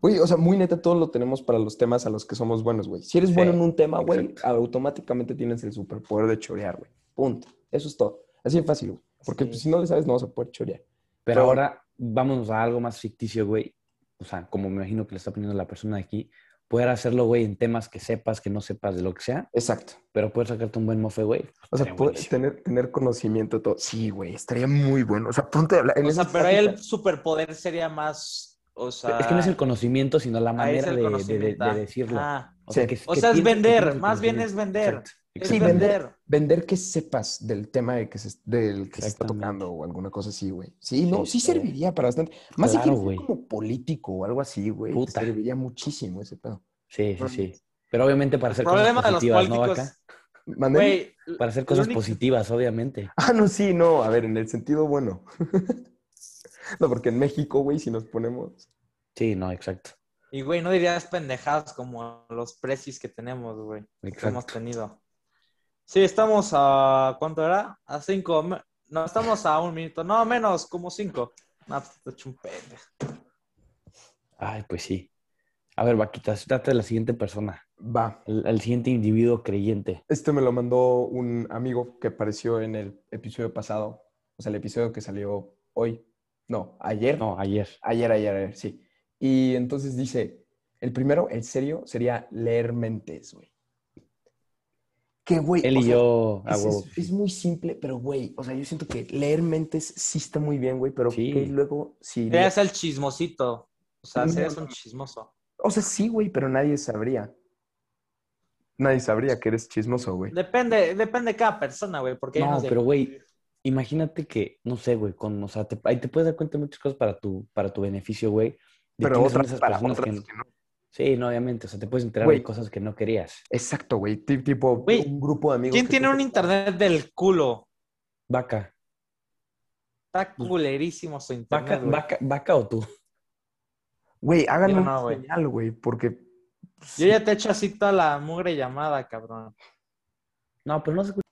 [SPEAKER 1] Güey, o sea, muy neta, todos lo tenemos para los temas a los que somos buenos, güey. Si eres
[SPEAKER 3] Sí,
[SPEAKER 1] bueno en un tema, güey, automáticamente tienes el superpoder de chorear, güey. Punto. Eso es todo. Así de fácil, güey. Porque
[SPEAKER 2] Sí.
[SPEAKER 1] pues, si no le sabes, no vas a poder chorear.
[SPEAKER 3] Pero
[SPEAKER 1] Pero-
[SPEAKER 3] ahora vámonos a algo más ficticio, güey. O sea, como me imagino que le está poniendo la persona aquí, poder hacerlo, güey, en temas que sepas, que no sepas de lo que sea,
[SPEAKER 1] Exacto.
[SPEAKER 3] pero poder sacarte un buen mofe, güey.
[SPEAKER 1] O sea,
[SPEAKER 3] Estaría
[SPEAKER 1] poder-
[SPEAKER 3] buenísimo.
[SPEAKER 1] tener, tener conocimiento de todo. Sí, güey, estaría muy bueno. O sea, ponte a hablar. En
[SPEAKER 2] O sea,
[SPEAKER 1] esas
[SPEAKER 2] pero ahí el
[SPEAKER 1] pláticas-
[SPEAKER 2] superpoder sería más. O sea.
[SPEAKER 3] es que no es el conocimiento, sino la
[SPEAKER 2] ahí Ah, es
[SPEAKER 3] manera
[SPEAKER 2] el
[SPEAKER 3] de- de, de- de
[SPEAKER 2] conocimiento.
[SPEAKER 3] decirlo.
[SPEAKER 2] Ajá.
[SPEAKER 1] Sí.
[SPEAKER 3] que-
[SPEAKER 2] O
[SPEAKER 3] que
[SPEAKER 2] sea, es
[SPEAKER 3] pienses que
[SPEAKER 2] vender,
[SPEAKER 3] tienes el
[SPEAKER 2] más bien
[SPEAKER 3] conocimiento.
[SPEAKER 2] es vender.
[SPEAKER 3] Exacto,
[SPEAKER 2] Es
[SPEAKER 1] Sí,
[SPEAKER 3] exactamente.
[SPEAKER 2] vender.
[SPEAKER 1] Vender que sepas del tema de que se, del que se está
[SPEAKER 3] Exactamente.
[SPEAKER 1] tocando o alguna cosa así, güey. Sí, no,
[SPEAKER 3] Sí,
[SPEAKER 1] sí
[SPEAKER 3] estaría-
[SPEAKER 1] serviría para bastante. Más si
[SPEAKER 3] Claro,
[SPEAKER 1] quieres ser
[SPEAKER 3] güey.
[SPEAKER 1] como político o algo así, güey. te
[SPEAKER 3] Puta.
[SPEAKER 1] Serviría muchísimo ese pedo.
[SPEAKER 3] Sí, sí, sí. Pero obviamente para hacer
[SPEAKER 2] El problema
[SPEAKER 3] cosas
[SPEAKER 2] de los
[SPEAKER 3] positivas, ¿no,
[SPEAKER 2] políticos-
[SPEAKER 3] vaca?
[SPEAKER 1] ¿Mande?
[SPEAKER 2] Güey,
[SPEAKER 3] Para hacer
[SPEAKER 2] lo
[SPEAKER 3] cosas
[SPEAKER 2] único-
[SPEAKER 3] positivas, obviamente.
[SPEAKER 1] Ah, no, sí, no. A ver, en el sentido bueno. no, porque en México, güey, si nos ponemos.
[SPEAKER 3] Sí, no, exacto.
[SPEAKER 2] Y, güey, no dirías pendejadas como los precios que tenemos, güey. que
[SPEAKER 3] Exacto.
[SPEAKER 2] hemos tenido. Sí, estamos a... ¿Cuánto era? A cinco... me- No, estamos a un minuto. No, menos, como cinco. No, pues, te echo un pendejo.
[SPEAKER 3] Ay, pues sí. A ver, vaquitas, trata de la siguiente persona,
[SPEAKER 1] Va.
[SPEAKER 3] el, el siguiente individuo creyente.
[SPEAKER 1] Este me lo mandó un amigo que apareció en el episodio pasado. O sea, el episodio que salió hoy. No, ayer.
[SPEAKER 3] No, ayer.
[SPEAKER 1] Ayer, ayer, ayer, sí. Y entonces dice, el primero, el serio, sería leer mentes, güey. Que, güey,
[SPEAKER 3] Él
[SPEAKER 1] o
[SPEAKER 3] y
[SPEAKER 1] sea,
[SPEAKER 3] yo, a
[SPEAKER 1] es, es-
[SPEAKER 3] huevo.
[SPEAKER 1] es muy simple, pero, güey, o sea, yo siento que leer mentes sí está muy bien, güey, pero
[SPEAKER 3] Sí.
[SPEAKER 1] que luego sí...
[SPEAKER 2] Serías el chismosito. O sea,
[SPEAKER 1] No,
[SPEAKER 2] serías
[SPEAKER 1] no.
[SPEAKER 2] un chismoso.
[SPEAKER 1] O sea, sí, güey, pero nadie sabría. Nadie sabría que eres chismoso, güey.
[SPEAKER 2] Depende, depende de cada persona, güey. Porque hay
[SPEAKER 3] No,
[SPEAKER 2] unos de-
[SPEAKER 3] pero güey, imagínate que, no sé, güey, con, o sea, te, ahí te puedes dar cuenta de muchas cosas para tu, para tu beneficio, güey. de
[SPEAKER 1] Pero
[SPEAKER 3] quiénes son
[SPEAKER 1] otras
[SPEAKER 3] esas
[SPEAKER 1] para
[SPEAKER 3] personas
[SPEAKER 1] otras
[SPEAKER 3] que-
[SPEAKER 1] que no.
[SPEAKER 3] Sí, no, obviamente, o sea, te puedes enterar
[SPEAKER 1] Güey.
[SPEAKER 3] de cosas que no querías.
[SPEAKER 1] Exacto, güey. ti- Tipo,
[SPEAKER 2] Güey,
[SPEAKER 1] un grupo de amigos.
[SPEAKER 2] ¿Quién
[SPEAKER 1] que
[SPEAKER 2] tiene
[SPEAKER 1] tú-
[SPEAKER 2] un internet del culo?
[SPEAKER 3] Vaca,
[SPEAKER 2] Está culerísimo su internet,
[SPEAKER 3] Pues, vaca,
[SPEAKER 2] güey.
[SPEAKER 3] vaca, vaca o tú.
[SPEAKER 1] Güey, háganme
[SPEAKER 2] Yo
[SPEAKER 1] un
[SPEAKER 2] no, güey.
[SPEAKER 1] señal, güey, porque...
[SPEAKER 2] Yo ya te echo así toda la mugre llamada, cabrón.
[SPEAKER 3] No, pero no se escucha.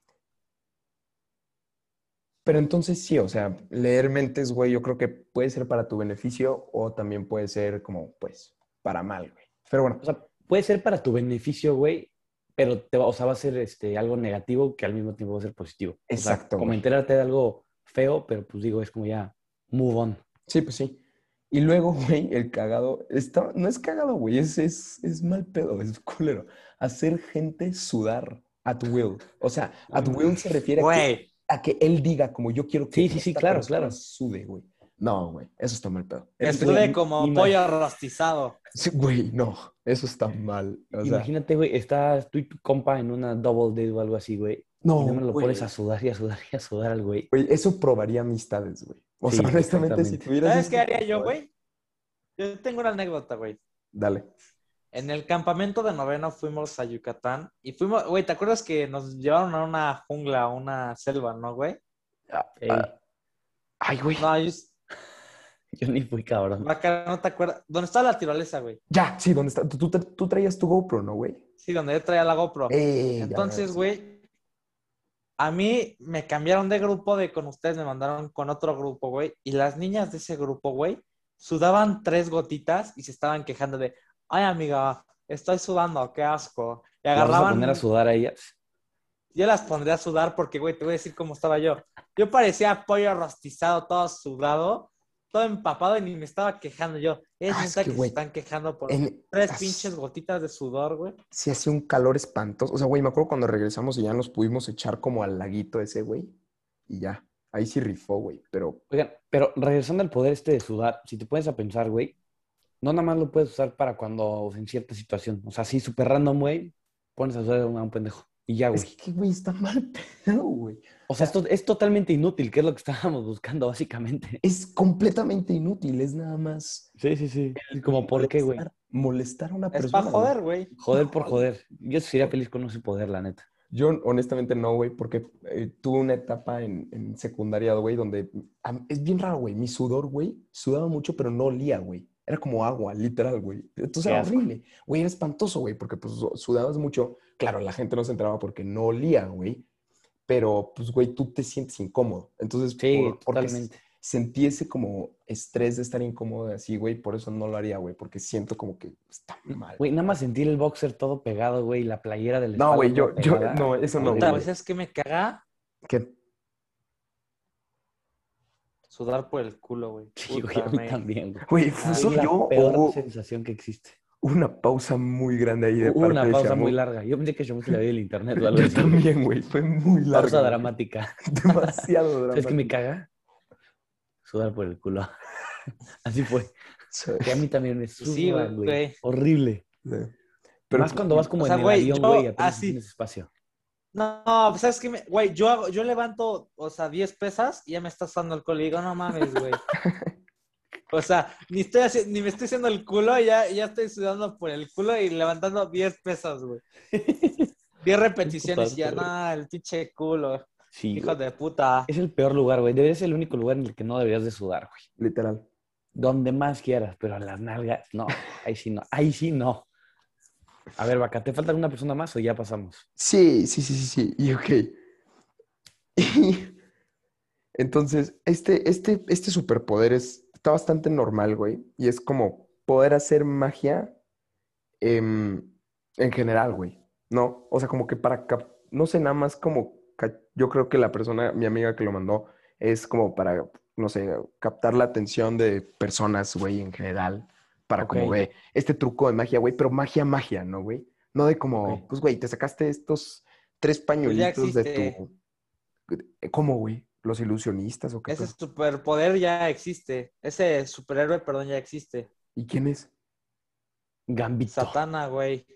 [SPEAKER 1] Pero entonces sí, o sea, leer mentes, güey, yo creo que puede ser para tu beneficio o también puede ser como, pues, para mal, güey. Pero bueno,
[SPEAKER 3] O sea, puede ser para tu beneficio, güey, pero te va, o sea, va a ser este, algo negativo que al mismo tiempo va a ser positivo. O sea,
[SPEAKER 1] Exacto,
[SPEAKER 3] como
[SPEAKER 1] güey.
[SPEAKER 3] enterarte de algo feo, pero pues digo, es como ya, move on.
[SPEAKER 1] sí, pues sí. Y luego, güey, el cagado, está, no es cagado, güey, es, es, es mal pedo, es culero. Hacer gente sudar at will. O sea, at will se refiere a que,
[SPEAKER 2] Güey,
[SPEAKER 1] a que él diga como yo quiero que
[SPEAKER 3] Sí, sí, sí,
[SPEAKER 1] esta
[SPEAKER 3] claro,
[SPEAKER 1] persona
[SPEAKER 3] claro.
[SPEAKER 1] sude, güey. No, güey, eso está mal pedo.
[SPEAKER 2] que
[SPEAKER 1] Eso-
[SPEAKER 2] estuve
[SPEAKER 3] ni-
[SPEAKER 2] como
[SPEAKER 3] ni
[SPEAKER 2] pollo rostizado.
[SPEAKER 1] sí, güey, no, eso está mal. O sea,
[SPEAKER 3] Imagínate, güey, estás tú y tu compa en una double date o algo así, güey.
[SPEAKER 1] no,
[SPEAKER 3] y no me lo
[SPEAKER 1] güey.
[SPEAKER 3] pones a sudar y a sudar y a sudar al güey.
[SPEAKER 1] Güey, eso probaría amistades, güey. O
[SPEAKER 3] Sí,
[SPEAKER 1] sea, honestamente, si
[SPEAKER 3] exactamente.
[SPEAKER 1] tuvieras.
[SPEAKER 2] ¿Sabes
[SPEAKER 1] ese
[SPEAKER 2] qué haría yo,
[SPEAKER 1] superpoder-
[SPEAKER 2] güey? Yo tengo una anécdota, güey.
[SPEAKER 1] Dale.
[SPEAKER 2] En el campamento de noveno fuimos a Yucatán y fuimos, güey, ¿te acuerdas que nos llevaron a una jungla, a una selva, no, güey?
[SPEAKER 3] Ey,
[SPEAKER 1] Ah, Ay, güey.
[SPEAKER 2] No, yo,
[SPEAKER 3] yo ni fui cabrón.
[SPEAKER 2] Vaca, no te acuerdas. ¿Dónde está la tirolesa, güey?
[SPEAKER 1] Ya, sí, ¿dónde está? Tú, tú tra- tú traías tu GoPro, ¿no, güey?
[SPEAKER 2] Sí, donde yo traía la GoPro.
[SPEAKER 1] Ey, Eh, ya,
[SPEAKER 2] Entonces,
[SPEAKER 1] ya.
[SPEAKER 2] güey, a mí me cambiaron de grupo de con ustedes, me mandaron con otro grupo, güey, y las niñas de ese grupo, güey, sudaban tres gotitas y se estaban quejando de, ay, amiga, estoy sudando, qué asco. Y
[SPEAKER 3] ¿La vas a
[SPEAKER 2] agarraban.
[SPEAKER 3] poner a sudar a ellas?
[SPEAKER 2] Yo las pondría a sudar porque, güey, te voy a decir cómo estaba yo. Yo parecía pollo rostizado, todo sudado, todo empapado y ni me estaba quejando yo. Es
[SPEAKER 1] Ah, es
[SPEAKER 2] neta
[SPEAKER 1] que,
[SPEAKER 2] que, se
[SPEAKER 1] güey,
[SPEAKER 2] están quejando por
[SPEAKER 1] En-
[SPEAKER 2] tres
[SPEAKER 1] as-
[SPEAKER 2] pinches gotitas de sudor, güey.
[SPEAKER 1] Sí hacía un calor espantoso. O sea, güey, me acuerdo cuando regresamos y ya nos pudimos echar como al laguito ese, güey. Y ya. Ahí sí rifó, güey. Pero
[SPEAKER 3] Oigan, pero regresando al poder este de sudar, si te pones a pensar, güey, no nada más lo puedes usar para cuando pues, en cierta situación. O sea, sí, súper random, güey, pones a sudar a un a un pendejo. Y ya,
[SPEAKER 1] es
[SPEAKER 3] güey.
[SPEAKER 1] que, güey, está mal pedo, güey.
[SPEAKER 3] O sea, esto es totalmente inútil, que es lo que estábamos buscando, básicamente.
[SPEAKER 1] Es completamente inútil. Es nada más.
[SPEAKER 3] Sí, sí, sí. Como, ¿por qué, güey?
[SPEAKER 1] molestar- Molestar a una
[SPEAKER 2] Es
[SPEAKER 1] persona.
[SPEAKER 2] para
[SPEAKER 1] güey.
[SPEAKER 2] joder, güey.
[SPEAKER 3] Joder por joder. Yo sería feliz con ese poder, la neta.
[SPEAKER 1] Yo honestamente no, güey, porque eh, tuve una etapa en, en secundaria, güey, donde a mí- es bien raro, güey. Mi sudor, güey, sudaba mucho, pero no olía, güey. Era como agua, literal, güey. Entonces
[SPEAKER 3] Qué
[SPEAKER 1] era
[SPEAKER 3] asco.
[SPEAKER 1] horrible. Güey, era espantoso, güey, porque pues su- sudabas mucho. Claro, la gente no se enteraba porque no olía, güey. Pero, pues, güey, tú te sientes incómodo. Entonces,
[SPEAKER 3] Sí,
[SPEAKER 1] por- porque s-
[SPEAKER 3] totalmente.
[SPEAKER 1] sentí ese como estrés de estar incómodo y así, güey. Por eso no lo haría, güey, porque siento como que está mal.
[SPEAKER 3] Güey, nada más sentir el boxer todo pegado, güey, y la playera del
[SPEAKER 1] No, güey, yo, yo, no, eso no,
[SPEAKER 2] Otra
[SPEAKER 1] güey.
[SPEAKER 2] vez Pues es que me caga
[SPEAKER 1] Que
[SPEAKER 2] sudar por el culo, güey.
[SPEAKER 3] Sí, güey,
[SPEAKER 2] Puta,
[SPEAKER 3] a mí
[SPEAKER 2] me-
[SPEAKER 3] también, güey.
[SPEAKER 1] Güey,
[SPEAKER 2] Ah,
[SPEAKER 1] ¿fue
[SPEAKER 3] Es
[SPEAKER 1] solo
[SPEAKER 3] la
[SPEAKER 1] yo o
[SPEAKER 3] peor
[SPEAKER 1] hubo
[SPEAKER 3] sensación que existe.
[SPEAKER 1] una pausa muy grande ahí de
[SPEAKER 3] Hubo
[SPEAKER 1] parte
[SPEAKER 3] una
[SPEAKER 1] de
[SPEAKER 3] pausa
[SPEAKER 1] Shamu?
[SPEAKER 3] muy larga. Yo pensé que yo le vi el internet o algo
[SPEAKER 1] Yo
[SPEAKER 3] así.
[SPEAKER 1] también, güey, fue muy larga.
[SPEAKER 3] Pausa
[SPEAKER 1] güey.
[SPEAKER 3] dramática.
[SPEAKER 1] Demasiado dramática.
[SPEAKER 3] ¿Sabes qué me caga? Sudar por el culo. Así fue.
[SPEAKER 1] Sí.
[SPEAKER 3] Que a mí también me suda,
[SPEAKER 2] Sí, güey,
[SPEAKER 3] güey.
[SPEAKER 2] güey.
[SPEAKER 3] Horrible.
[SPEAKER 1] Pero
[SPEAKER 3] Más cuando vas como
[SPEAKER 2] O sea,
[SPEAKER 3] en el
[SPEAKER 2] güey,
[SPEAKER 3] avión,
[SPEAKER 2] yo-
[SPEAKER 3] güey,
[SPEAKER 2] ah,
[SPEAKER 3] apenas
[SPEAKER 2] sí.
[SPEAKER 3] tienes espacio.
[SPEAKER 2] No, no, pues, ¿sabes qué? me- Güey, yo, hago- yo levanto, o sea, 10 pesas y ya me estás dando alcohol. Y digo, no mames, güey. O sea, ni, estoy haci- ni me estoy haciendo el culo, ya, ya estoy sudando por el culo y levantando 10 pesas, güey. 10 repeticiones y ya,
[SPEAKER 3] Putazo, güey.
[SPEAKER 2] nada, el pinche culo,
[SPEAKER 3] Sí,
[SPEAKER 2] hijo
[SPEAKER 3] güey.
[SPEAKER 2] de puta.
[SPEAKER 3] Es el peor lugar, güey. Debería ser el único lugar en el que no deberías de sudar, güey.
[SPEAKER 1] Literal.
[SPEAKER 3] Donde más quieras, pero en las nalgas, no. Ahí sí no. Ahí sí no. A ver, Vaca, ¿te falta una persona más o ya pasamos?
[SPEAKER 1] Sí, sí, sí, sí, sí. Y ok. Y- Entonces, este, este, este superpoder es, está bastante normal, güey. Y es como poder hacer magia em, en general, güey. ¿No? O sea, como que para... cap- No sé, nada más como... ca- Yo creo que la persona, mi amiga que lo mandó, es como para, no sé, captar la atención de personas, güey, en general. Para como
[SPEAKER 3] Ok.
[SPEAKER 1] ve este truco de magia, güey, pero magia, magia, ¿no, güey? No de como,
[SPEAKER 3] Ok.
[SPEAKER 1] pues, güey, te sacaste estos tres
[SPEAKER 2] Pues,
[SPEAKER 1] pañuelitos de tu... ¿Cómo, güey? ¿Los ilusionistas o qué?
[SPEAKER 2] Ese
[SPEAKER 1] pedo?
[SPEAKER 2] superpoder ya existe. Ese superhéroe, perdón, ya existe.
[SPEAKER 1] ¿Y quién es?
[SPEAKER 3] Gambito.
[SPEAKER 2] Satana, güey.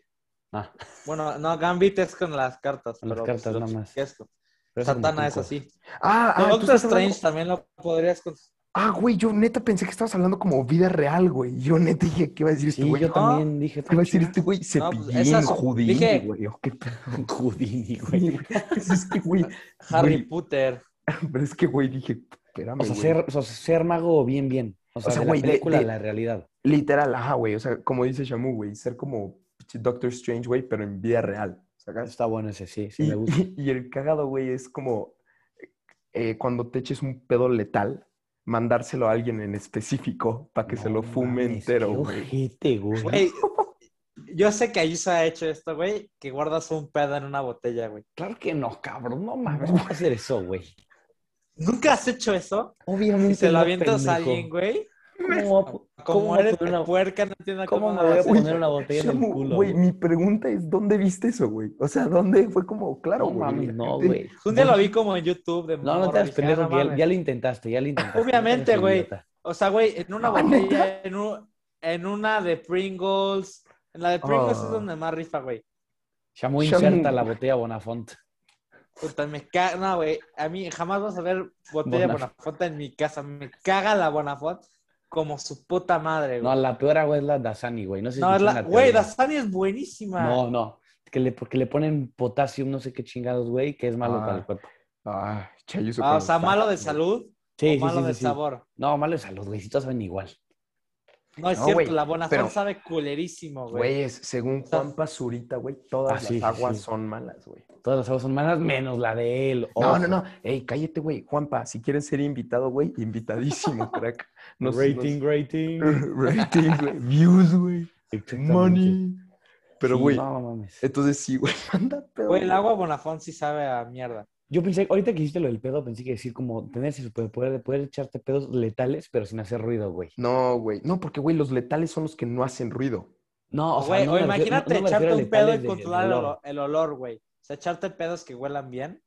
[SPEAKER 3] Ah,
[SPEAKER 2] Bueno, no, Gambit es con las cartas.
[SPEAKER 3] Con las
[SPEAKER 2] pero, pues,
[SPEAKER 3] cartas
[SPEAKER 2] lo
[SPEAKER 3] nada más.
[SPEAKER 2] chiquesco.
[SPEAKER 3] pero eso como
[SPEAKER 2] Satana es
[SPEAKER 3] truco.
[SPEAKER 2] así.
[SPEAKER 1] Ah, ah, tú
[SPEAKER 2] Doctor
[SPEAKER 1] estás hablando-
[SPEAKER 2] Strange también lo podrías con...
[SPEAKER 1] Ah, güey, yo neta pensé que estabas hablando como vida real, güey. Yo neta dije, ¿qué iba a decir este
[SPEAKER 3] Sí,
[SPEAKER 1] güey?
[SPEAKER 3] yo
[SPEAKER 1] ¿Qué
[SPEAKER 3] también dije.
[SPEAKER 1] iba a decir este güey?
[SPEAKER 2] No, pues,
[SPEAKER 1] Cepillín,
[SPEAKER 2] esas-
[SPEAKER 1] Houdini,
[SPEAKER 2] dije-
[SPEAKER 1] güey. o ¿Qué pedo,
[SPEAKER 3] Houdini, "Este
[SPEAKER 1] este
[SPEAKER 3] güey.
[SPEAKER 1] güey? Es que, güey,
[SPEAKER 2] Harry
[SPEAKER 1] Güey.
[SPEAKER 2] Potter.
[SPEAKER 1] pero es que, güey, dije, espérame,
[SPEAKER 3] O sea,
[SPEAKER 1] güey.
[SPEAKER 3] ser, o sea, ser mago bien, bien. O sea,
[SPEAKER 1] sea,
[SPEAKER 3] de
[SPEAKER 1] güey,
[SPEAKER 3] la
[SPEAKER 1] de-
[SPEAKER 3] película a
[SPEAKER 1] de-
[SPEAKER 3] la realidad.
[SPEAKER 1] Literal, ajá, güey. O sea, como dice Shamu, güey, ser como pinche Doctor Strange, güey, pero en vida real. ¿Sacas?
[SPEAKER 3] Está bueno ese, sí, sí,
[SPEAKER 1] Y,
[SPEAKER 3] me gusta.
[SPEAKER 1] y- y el cagado, güey, es como eh, cuando te eches un pedo letal, mandárselo a alguien en específico para que se lo
[SPEAKER 3] No
[SPEAKER 1] fume
[SPEAKER 3] mames,
[SPEAKER 1] entero,
[SPEAKER 3] qué
[SPEAKER 1] güey.
[SPEAKER 3] ojete, güey.
[SPEAKER 2] Güey, yo sé que Ayuso ha hecho esto, güey, que guardas un pedo en una botella, güey.
[SPEAKER 3] Claro que no, cabrón. No mames, ¿cómo vas a hacer eso, güey?
[SPEAKER 2] ¿Nunca has hecho eso?
[SPEAKER 3] Obviamente.
[SPEAKER 2] Si se lo
[SPEAKER 3] no,
[SPEAKER 2] avientas a
[SPEAKER 3] pendejo.
[SPEAKER 2] alguien, güey.
[SPEAKER 3] ¿Cómo, va a po- cómo
[SPEAKER 2] Como
[SPEAKER 3] va a
[SPEAKER 2] eres
[SPEAKER 3] poner una-
[SPEAKER 2] una puerca, no entiendo
[SPEAKER 3] cómo me
[SPEAKER 2] lo
[SPEAKER 3] voy a
[SPEAKER 2] haces.
[SPEAKER 1] güey,
[SPEAKER 3] poner una botella en el
[SPEAKER 1] Shamu,
[SPEAKER 3] culo?
[SPEAKER 1] güey,
[SPEAKER 3] güey?
[SPEAKER 1] mi pregunta es, ¿dónde viste eso, güey? O sea, ¿dónde fue como, claro,
[SPEAKER 3] No
[SPEAKER 1] güey?
[SPEAKER 3] mames,
[SPEAKER 1] la
[SPEAKER 3] no,
[SPEAKER 1] gente-
[SPEAKER 3] güey.
[SPEAKER 2] Un día lo vi como en YouTube de
[SPEAKER 3] No, no te
[SPEAKER 2] morro,
[SPEAKER 3] das
[SPEAKER 2] dije,
[SPEAKER 3] pendejo,
[SPEAKER 2] "Ah, no
[SPEAKER 3] que ya,
[SPEAKER 2] mames".
[SPEAKER 3] ya lo intentaste, ya lo intentaste.
[SPEAKER 2] Obviamente,
[SPEAKER 3] Eres
[SPEAKER 2] güey.
[SPEAKER 3] idiota.
[SPEAKER 2] O sea, güey, en una
[SPEAKER 1] Ah,
[SPEAKER 2] botella, en, un- en una de Pringles. En la de Pringles
[SPEAKER 1] Ah.
[SPEAKER 2] es donde más rifa, güey.
[SPEAKER 3] Shamu
[SPEAKER 1] Shamu.
[SPEAKER 3] inserta la botella Bonafont.
[SPEAKER 2] Puta, me caga, no, güey. A mí jamás vas a ver botella
[SPEAKER 3] Bonaf-
[SPEAKER 2] Bonafont en mi casa. Me caga la Bonafont como su puta madre,
[SPEAKER 3] No,
[SPEAKER 2] güey.
[SPEAKER 3] la peor agua es la Dasani, güey. No sé si
[SPEAKER 2] No, es
[SPEAKER 3] escucharon
[SPEAKER 2] la,
[SPEAKER 3] la
[SPEAKER 2] güey,
[SPEAKER 3] teoría.
[SPEAKER 2] Dasani es buenísima.
[SPEAKER 3] No, no. Que le, porque le ponen potasio, no sé qué chingados, güey, que es malo
[SPEAKER 1] Ah.
[SPEAKER 3] para el cuerpo.
[SPEAKER 1] Ah, Chayuso
[SPEAKER 2] Ah,
[SPEAKER 1] con
[SPEAKER 2] o
[SPEAKER 1] los
[SPEAKER 2] sea, malo de
[SPEAKER 1] tacos, güey.
[SPEAKER 2] salud
[SPEAKER 3] Sí,
[SPEAKER 2] o
[SPEAKER 3] sí,
[SPEAKER 2] malo
[SPEAKER 3] sí,
[SPEAKER 2] de
[SPEAKER 3] sí, sí.
[SPEAKER 2] sabor.
[SPEAKER 3] No, malo de salud, güey. Si todos saben igual.
[SPEAKER 2] No, es
[SPEAKER 1] No,
[SPEAKER 2] cierto,
[SPEAKER 1] güey,
[SPEAKER 2] la Bonafont
[SPEAKER 1] pero-
[SPEAKER 2] sabe culerísimo, güey.
[SPEAKER 1] Güey, es- según
[SPEAKER 2] sea-
[SPEAKER 1] Juan Pazurita, güey, todas
[SPEAKER 3] Ah,
[SPEAKER 1] las
[SPEAKER 3] sí, sí,
[SPEAKER 1] aguas
[SPEAKER 3] sí. Oh,
[SPEAKER 1] son malas, güey.
[SPEAKER 3] Todas las aguas son malas, menos la de él.
[SPEAKER 1] No,
[SPEAKER 3] ojo.
[SPEAKER 1] no, no. Ey, cállate, güey. Juanpa, si quieres ser invitado, güey, invitadísimo, crack. Nos-
[SPEAKER 3] rating, rating.
[SPEAKER 1] nos- rating, güey. Views, güey.
[SPEAKER 3] Exactamente.
[SPEAKER 1] Money. Pero,
[SPEAKER 3] Sí,
[SPEAKER 1] güey,
[SPEAKER 3] no mames.
[SPEAKER 1] entonces sí, güey, manda pedo.
[SPEAKER 2] Güey, el agua Bonafont sí sabe a mierda.
[SPEAKER 3] Yo pensé, ahorita que hiciste lo del pedo, pensé que decir como tener ese superpoder de poder echarte pedos letales, pero sin hacer ruido, güey.
[SPEAKER 1] No, güey. No, porque, güey, los letales son los que no hacen ruido.
[SPEAKER 3] No, o sea,
[SPEAKER 2] Güey,
[SPEAKER 3] no
[SPEAKER 2] o
[SPEAKER 3] me refiero-
[SPEAKER 2] imagínate
[SPEAKER 3] no- no me refiero
[SPEAKER 2] echarte
[SPEAKER 3] a
[SPEAKER 2] un pedo
[SPEAKER 3] letales
[SPEAKER 2] y
[SPEAKER 3] de- de
[SPEAKER 2] controlar el
[SPEAKER 3] olor.
[SPEAKER 2] olor- el olor, güey. O sea, echarte pedos que huelan bien.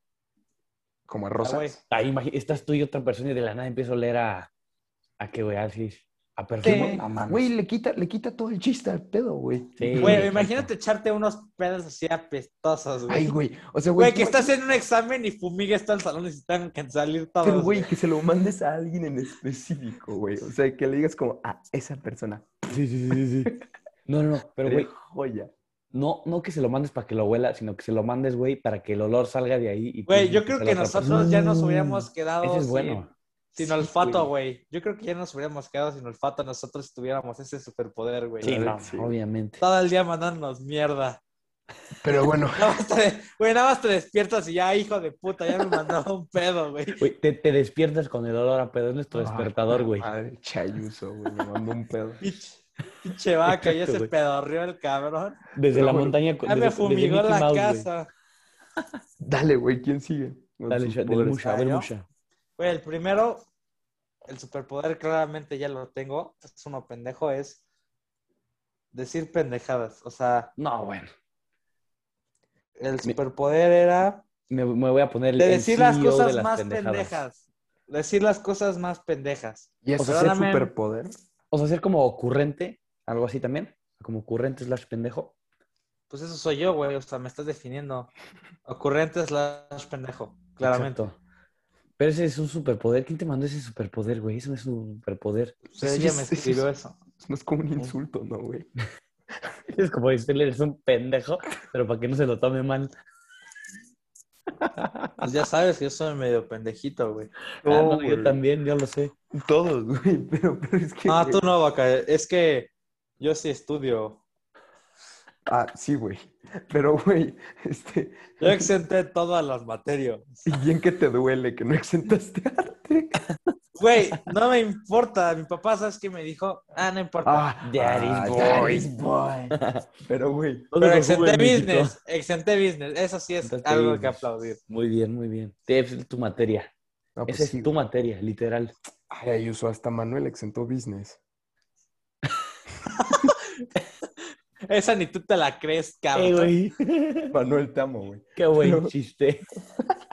[SPEAKER 1] Como a
[SPEAKER 2] Ah, güey.
[SPEAKER 1] rosas.
[SPEAKER 3] Ahí imagi- estás tú y otra persona y de la nada empiezo a oler a. ¿A qué, güey? Así. A
[SPEAKER 2] Sí.
[SPEAKER 3] perfume.
[SPEAKER 1] Güey,
[SPEAKER 3] No mames.
[SPEAKER 1] Güey, le quita, le quita todo el chiste al pedo, güey.
[SPEAKER 3] Sí.
[SPEAKER 2] Güey,
[SPEAKER 3] exacto.
[SPEAKER 2] imagínate echarte unos pedos así apestosos,
[SPEAKER 1] Ay,
[SPEAKER 2] güey.
[SPEAKER 1] güey. O sea,
[SPEAKER 2] Güey,
[SPEAKER 1] tú-
[SPEAKER 2] que estás en un examen y fumigues todo el salón y se tengan que salir todos.
[SPEAKER 1] Pero, güey, que se lo mandes a alguien en específico, güey. O sea, que le digas como a esa persona.
[SPEAKER 3] Sí, sí, sí, sí. No, no, no. Pero,
[SPEAKER 1] Pero,
[SPEAKER 3] güey,
[SPEAKER 1] joya.
[SPEAKER 3] no, no que se lo mandes para que lo huela, sino que se lo mandes, güey, para que el olor salga de ahí. y
[SPEAKER 2] Güey,
[SPEAKER 3] pienses
[SPEAKER 2] yo creo
[SPEAKER 3] se
[SPEAKER 2] que
[SPEAKER 3] lo atrapa.
[SPEAKER 2] nosotros ya nos
[SPEAKER 3] Mm,
[SPEAKER 2] hubiéramos quedado
[SPEAKER 3] Ese es
[SPEAKER 2] sin-
[SPEAKER 3] bueno.
[SPEAKER 2] sin,
[SPEAKER 1] Sí,
[SPEAKER 2] olfato,
[SPEAKER 1] güey.
[SPEAKER 2] güey. Yo creo que ya nos hubiéramos quedado sin olfato nosotros si tuviéramos ese superpoder, güey.
[SPEAKER 3] Sí, no,
[SPEAKER 1] Sí.
[SPEAKER 3] obviamente.
[SPEAKER 2] Todo el día mandándonos mierda.
[SPEAKER 1] Pero bueno,
[SPEAKER 2] Nada más te, güey, nada más te despiertas y ya, hijo de puta, ya me mandaba un pedo, güey.
[SPEAKER 3] Güey, te, te despiertas con el olor a pedo, es nuestro
[SPEAKER 1] Ay,
[SPEAKER 3] despertador, güey.
[SPEAKER 1] madre, Chayuso, güey. Me mandó un pedo.
[SPEAKER 2] Pinche, pinche vaca, ya
[SPEAKER 3] Exacto,
[SPEAKER 2] se
[SPEAKER 3] güey.
[SPEAKER 2] pedorrió el cabrón.
[SPEAKER 3] Desde la
[SPEAKER 1] Pero,
[SPEAKER 3] montaña. con-
[SPEAKER 2] Ya me
[SPEAKER 3] desde- desde
[SPEAKER 2] fumigó
[SPEAKER 3] Mickey
[SPEAKER 2] la
[SPEAKER 3] Mouse, güey.
[SPEAKER 2] casa.
[SPEAKER 1] Dale, güey, ¿quién sigue? Con
[SPEAKER 3] Dale,
[SPEAKER 1] sus
[SPEAKER 3] shot del
[SPEAKER 1] poderes.
[SPEAKER 3] Musha, a ver,
[SPEAKER 2] Ah, ¿yo?
[SPEAKER 3] Musha.
[SPEAKER 2] Güey, el primero, el superpoder claramente ya lo tengo. Es uno pendejo, es decir pendejadas. O sea,
[SPEAKER 3] No, bueno.
[SPEAKER 2] el superpoder era
[SPEAKER 3] Me, me voy a poner el
[SPEAKER 2] de
[SPEAKER 3] el
[SPEAKER 2] decir las
[SPEAKER 3] CEO
[SPEAKER 2] cosas
[SPEAKER 3] de las
[SPEAKER 2] más
[SPEAKER 3] pendejadas.
[SPEAKER 2] pendejas. Decir las cosas más pendejas.
[SPEAKER 1] Y eso
[SPEAKER 3] O sea,
[SPEAKER 1] es el
[SPEAKER 2] dame-
[SPEAKER 1] superpoder.
[SPEAKER 3] O sea, ser como ocurrente, algo así también. Como ocurrente slash pendejo.
[SPEAKER 2] Pues eso soy yo, güey. O sea, me estás definiendo. Ocurrente slash pendejo, claramente.
[SPEAKER 3] Exacto. Pero ese es un superpoder. ¿Quién te mandó ese superpoder, güey? Eso no es un superpoder.
[SPEAKER 2] O sea,
[SPEAKER 1] Sí,
[SPEAKER 2] Pues ella
[SPEAKER 1] sí,
[SPEAKER 2] me
[SPEAKER 1] sí, sí.
[SPEAKER 2] escribió eso.
[SPEAKER 1] No es como un insulto, ¿no, güey?
[SPEAKER 3] Es como decirle, eres un pendejo, pero para que no se lo tome mal.
[SPEAKER 2] Pues ya sabes que yo soy medio pendejito, güey.
[SPEAKER 3] Ah,
[SPEAKER 1] No,
[SPEAKER 3] no, yo
[SPEAKER 1] güey.
[SPEAKER 3] también, yo lo sé.
[SPEAKER 1] Todos, güey. Pero, pero es que.
[SPEAKER 2] Ah,
[SPEAKER 1] güey,
[SPEAKER 2] tú no, vaca. Es que yo sí estudio.
[SPEAKER 1] Ah, sí, güey. Pero, güey, este.
[SPEAKER 2] Yo exenté todas las materias.
[SPEAKER 1] Y bien que te duele que no exentaste arte.
[SPEAKER 2] Güey, no me importa. Mi papá, ¿sabes qué me dijo? Ah, no importa.
[SPEAKER 1] Ah,
[SPEAKER 3] Daddy's
[SPEAKER 1] ah,
[SPEAKER 3] boy.
[SPEAKER 1] daddy's boy. Pero, güey.
[SPEAKER 2] Pero
[SPEAKER 3] No se preocupe,
[SPEAKER 2] exenté
[SPEAKER 3] mijito.
[SPEAKER 2] business. Exenté business. Eso sí es
[SPEAKER 3] Exenté
[SPEAKER 2] algo que
[SPEAKER 3] business.
[SPEAKER 2] aplaudir.
[SPEAKER 3] Muy bien, muy bien. Es tu materia.
[SPEAKER 1] No, pues
[SPEAKER 3] Esa
[SPEAKER 1] sí,
[SPEAKER 3] es tu
[SPEAKER 1] güey.
[SPEAKER 3] materia, literal.
[SPEAKER 1] Ay, Ayuso, hasta Manuel exentó business.
[SPEAKER 2] Esa ni tú te la crees,
[SPEAKER 3] ¡Eh,
[SPEAKER 2] cabrón.
[SPEAKER 3] güey!
[SPEAKER 1] Manuel, te amo, güey.
[SPEAKER 3] ¡Qué buen
[SPEAKER 1] Pero-
[SPEAKER 3] chiste!
[SPEAKER 2] Le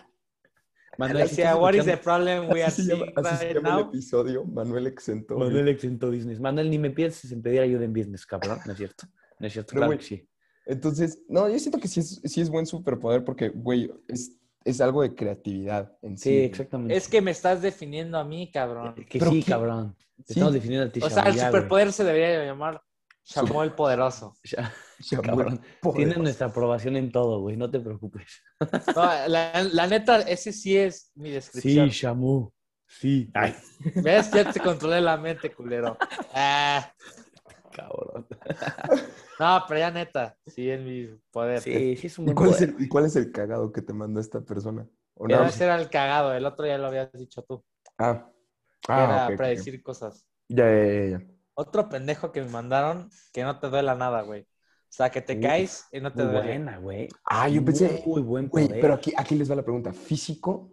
[SPEAKER 3] Manuel, si
[SPEAKER 2] Decía,
[SPEAKER 3] estás
[SPEAKER 2] what is the
[SPEAKER 3] escuchando-
[SPEAKER 2] problem we are
[SPEAKER 1] Así se llama,
[SPEAKER 2] seeing
[SPEAKER 1] así se
[SPEAKER 2] right
[SPEAKER 1] llama el
[SPEAKER 2] now?
[SPEAKER 1] episodio. Manuel exentó. güey.
[SPEAKER 3] Manuel exento business. Manuel, ni me pienses en pedir ayuda en business, cabrón. No es cierto. No es cierto,
[SPEAKER 1] Pero,
[SPEAKER 3] claro
[SPEAKER 1] güey,
[SPEAKER 3] que sí.
[SPEAKER 1] Entonces, no, yo siento que sí es, sí es buen superpoder porque, güey, es, es algo de creatividad en sí.
[SPEAKER 3] Sí, exactamente.
[SPEAKER 2] Es que me estás definiendo a mí, cabrón.
[SPEAKER 3] que
[SPEAKER 1] pero
[SPEAKER 3] sí,
[SPEAKER 1] ¿qué?
[SPEAKER 3] cabrón. Te
[SPEAKER 1] Sí.
[SPEAKER 3] estamos definiendo a ti,
[SPEAKER 2] O sea, el
[SPEAKER 3] Shamuya,
[SPEAKER 2] superpoder se debería llamar Samuel Poderoso.
[SPEAKER 3] güey.
[SPEAKER 1] Ya, pues,
[SPEAKER 3] Ya,
[SPEAKER 1] güey,
[SPEAKER 3] Cabrón.
[SPEAKER 1] poder.
[SPEAKER 3] Tienes nuestra aprobación en todo, güey. No te preocupes.
[SPEAKER 2] No, la, la neta, ese sí es mi
[SPEAKER 3] Sí,
[SPEAKER 2] descripción.
[SPEAKER 3] Shamu. Sí. Ay,
[SPEAKER 2] ¿Ves? Ya te controlé la mente, culero. Ah,
[SPEAKER 3] cabrón.
[SPEAKER 2] no, pero ya neta, sí es mi poder.
[SPEAKER 3] Sí, sí es
[SPEAKER 1] eh,
[SPEAKER 3] un
[SPEAKER 1] ¿Y
[SPEAKER 3] buen
[SPEAKER 1] cuál, es
[SPEAKER 3] poder.
[SPEAKER 1] el, y cuál es el cagado que te mandó esta persona? ¿O
[SPEAKER 2] Pero
[SPEAKER 3] pues.
[SPEAKER 1] nada más?
[SPEAKER 2] ese era el cagado, el otro ya lo habías dicho tú.
[SPEAKER 1] Ah,
[SPEAKER 2] era
[SPEAKER 1] ah ok, ok, ok.
[SPEAKER 2] predecir cosas.
[SPEAKER 1] Ya, ya, ya, ya.
[SPEAKER 2] Otro pendejo que me mandaron que no te duela nada, güey. O sea, que te
[SPEAKER 3] Uf,
[SPEAKER 2] caes y no te
[SPEAKER 3] Muy
[SPEAKER 2] duele.
[SPEAKER 3] buena, güey.
[SPEAKER 1] Ah, yo pensé,
[SPEAKER 3] Muy buen
[SPEAKER 1] güey,
[SPEAKER 3] poder.
[SPEAKER 1] pero aquí, aquí les va la pregunta, ¿físico